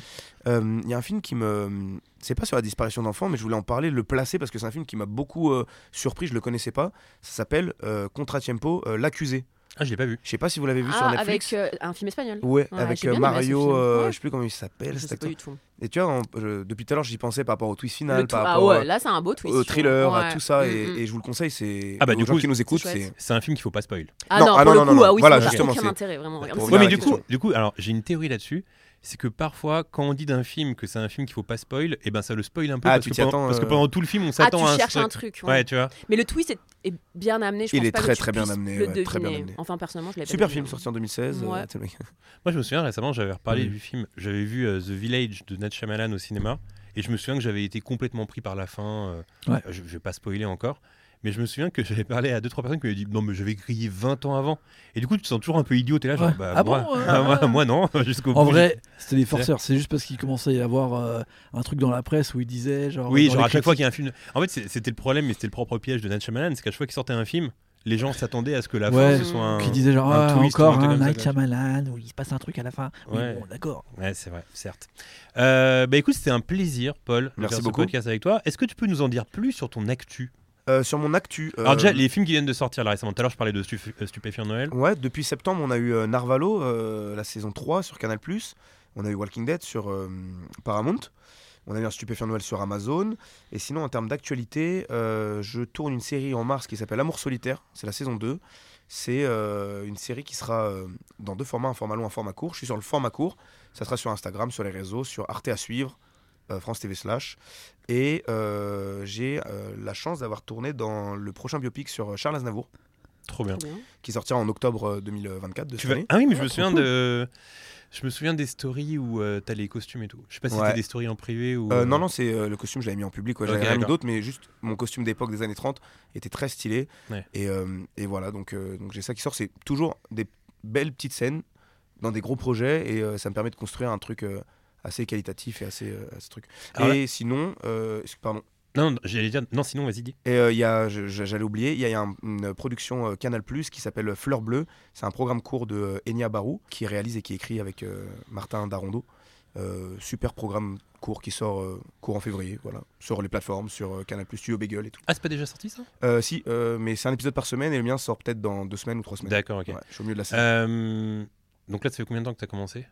Euh, Il y a un film qui me. C'est pas sur la disparition d'enfants, mais je voulais en parler, le placer, parce que c'est un film qui m'a beaucoup euh, surpris, je le connaissais pas. Ça s'appelle euh, Contratiempo, euh, L'accusé. Ah, je l'ai pas vu. Je sais pas si vous l'avez vu sur Ah, Netflix. avec euh, un film espagnol. Ouais, Ouais, avec j'ai euh, bien aimé ce Mario, film. euh, Ouais. je sais plus comment il s'appelle Je cet sais pas acteur. du tout. Et tu vois, on- je- depuis tout à l'heure, j'y pensais par rapport au twist Le final, tout- par Ah rapport ouais, euh, là c'est un beau twist. au je thriller, trouve. à Ouais. tout ça, et, Mm, mm. et je vous le conseille, c'est. Ah bah, aux du gens coup, qui nous écoutent, chouette. c'est. C'est un film qu'il faut pas spoil. Ah Non, non, ah pour non, le non, coup, non. ah oui, Voilà, ça n'a justement, c'est- aucun intérêt vraiment. regardez Pour ça. Ouais, mais la du coup, question. du coup, alors j'ai une théorie là-dessus, c'est que parfois quand on dit d'un film que c'est un film qu'il faut pas spoil, et ben ça le spoil un peu Ah, parce, tu que t'y pendant, attends, parce que euh. pendant tout le film on Ah, s'attend tu à un cherches un truc. truc. ouais. Ouais, tu vois. Mais le twist est, est bien amené. Je Il pense est pas que très, tu très bien puisses amené, Le ouais, très bien deviner. amené. Enfin, personnellement, je l'ai pas Super deviné. hein. film sorti en 2016. euh, Ouais. t'es le mec. Moi je me souviens récemment j'avais reparlé Oui. du film, j'avais vu euh, The Village de Nat Shyamalan au cinéma, et je me souviens que j'avais été complètement pris par la fin. euh, Ouais. Je, je vais pas spoiler encore. Mais je me souviens que j'avais parlé à deux trois personnes qui m'avaient dit non mais je vais griller 20 ans avant et du coup tu te sens toujours un peu idiot t'es là genre Ouais. bah, Ah moi, bon, euh, ah, moi, moi, non jusqu'au En bout, vrai, c'était des forceurs. C'est juste parce qu'il commençait à y avoir euh, un truc dans la presse où il disait genre. Oui, dans genre les à chaque fois qu'il critiques- y a un film. En fait, c'est- c'était le problème, mais c'était le propre piège de Nat Shyamalan, c'est qu'à chaque fois qu'il sortait un film, les gens s'attendaient à ce que la Ouais, fin ce soit un. qui disait genre un ah, twist, encore un truc un comme ça, Night quoi. Shyamalan où il se passe un truc à la fin. Ouais. Oui, bon, d'accord. Ouais, c'est vrai, certes. Euh, bah écoute, c'était un plaisir, Paul. de Merci faire ce beaucoup. podcast avec toi. Est-ce que tu peux nous en dire plus sur ton actu Euh, Sur mon actu. euh, Alors déjà, les films qui viennent de sortir là récemment. Tout à l'heure, je parlais de Stupé- euh, Stupéfiant Noël. Ouais, depuis septembre, on a eu euh, Narvalo, euh, la saison 3 sur Canal. On a eu Walking Dead sur euh, Paramount. On a eu un Stupéfiant Noël sur Amazon. Et sinon, en termes d'actualité, euh, je tourne une série en mars qui s'appelle Amour solitaire. C'est la saison 2. C'est euh, une série qui sera euh, dans deux formats, un format long, un format court. Je suis sur le format court. Ça sera sur Instagram, sur les réseaux, sur Arte à suivre, euh, France TV slash. Et euh, j'ai euh, la chance d'avoir tourné dans le prochain biopic sur euh, Charles Aznavour, Trop bien. Trop bien. qui sortira en octobre euh, 2024 de Tu cette vas- année. Ah oui, mais je Ouais, me trop souviens cool. de. Je me souviens des stories où euh, t'as les costumes et tout. Je sais pas si Ouais. c'était des stories en privé ou. Euh, non, non, c'est euh, le costume, je l'avais mis en public, ouais, Ok, j'avais rien mis d'accord. d'autre, mais juste mon costume d'époque des années 30 était très stylé. Ouais. Et, euh, et voilà, donc, euh, donc j'ai ça qui sort. C'est toujours des belles petites scènes dans des gros projets et euh, ça me permet de construire un truc euh, assez qualitatif et assez, euh, assez truc. Alors et sinon, euh, est-ce que- pardon, Non, non, j'allais dire. Non, sinon, vas-y, dis. et euh, il y a, je- je- j'allais oublier, il y a, il y a un- une production euh, Canal Plus qui s'appelle Fleur Bleue. C'est un programme court de euh, Enya Barou qui réalise et qui écrit avec euh, Martin Darondo. Euh, super programme court qui sort euh, court en février, voilà, sur les plateformes, sur euh, Canal Plus, Studio Bagel et tout. Ah, c'est pas déjà sorti ça Euh, si, euh, mais c'est un épisode par semaine et le mien sort peut-être dans deux semaines ou trois semaines. D'accord, ok. Ouais, je suis au milieu de la saison. Euh, donc là, ça fait combien de temps que t'as commencé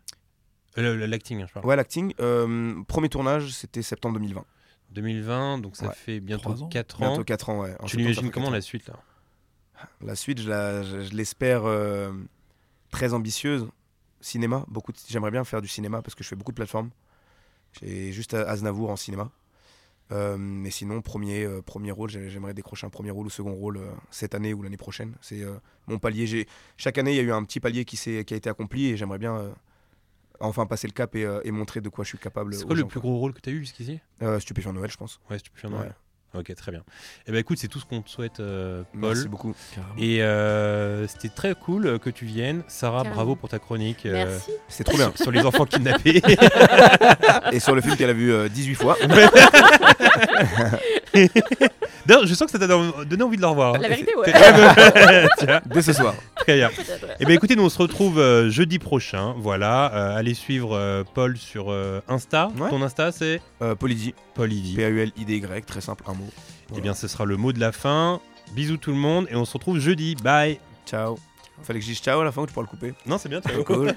Euh, le- le- L'acting, hein, je parle. Ouais, l'acting. euh, premier tournage, c'était septembre 2020. 2020, donc ça Ouais. fait bientôt Trois ans. 4 ans. Bientôt 4 ans, ouais. En tu septembre, ça l'imagines fera comment quatre la ans. suite là La suite, je la- je- je l'espère euh, très ambitieuse. cinéma. Beaucoup de- J'aimerais bien faire du cinéma parce que je fais beaucoup de plateformes. J'ai juste Aznavour en cinéma. Euh, mais sinon, premier, euh, premier rôle, j'ai- j'aimerais décrocher un premier rôle ou second rôle euh, cette année ou l'année prochaine. C'est euh, mon palier. J'ai- Chaque année, il y a eu un petit palier qui, s'est- qui a été accompli et j'aimerais bien euh, enfin passer le cap et, euh, et montrer de quoi je suis capable. C'est aux quoi le gens, plus quoi. gros rôle que tu as eu jusqu'ici Euh, Stupéfiant Noël, je pense. Ouais, stupéfiant Ouais. Noël. Ok, très bien. Eh ben écoute, c'est tout ce qu'on te souhaite, euh, Paul. Merci beaucoup. Carrément. Et euh, c'était très cool euh, que tu viennes. Sarah, Carrément. bravo pour ta chronique. euh, Merci. C'était trop bien. Sur les enfants kidnappés. et sur le film qu'elle a vu euh, 18 fois. D'ailleurs, je sens que ça t'a don- donné envie de le revoir. hein. bah, La vérité, ouais. Tiens, Dès ce soir. très bien. Peut-être, ouais. Eh bien écoutez, nous on se retrouve euh, jeudi prochain. Voilà, Euh, allez suivre euh, Paul sur euh, Insta. Ouais. Ton Insta c'est Euh, Polidi. Paul Ivy. P-A-U-L-I-D-Y. Très simple, un mot. Eh bien ce sera le mot de la fin. Bisous tout le monde et on se retrouve jeudi. Bye. Ciao. Fallait que je dise ciao à la fin ou tu pourras le couper. Non, c'est bien. tu as- Cool.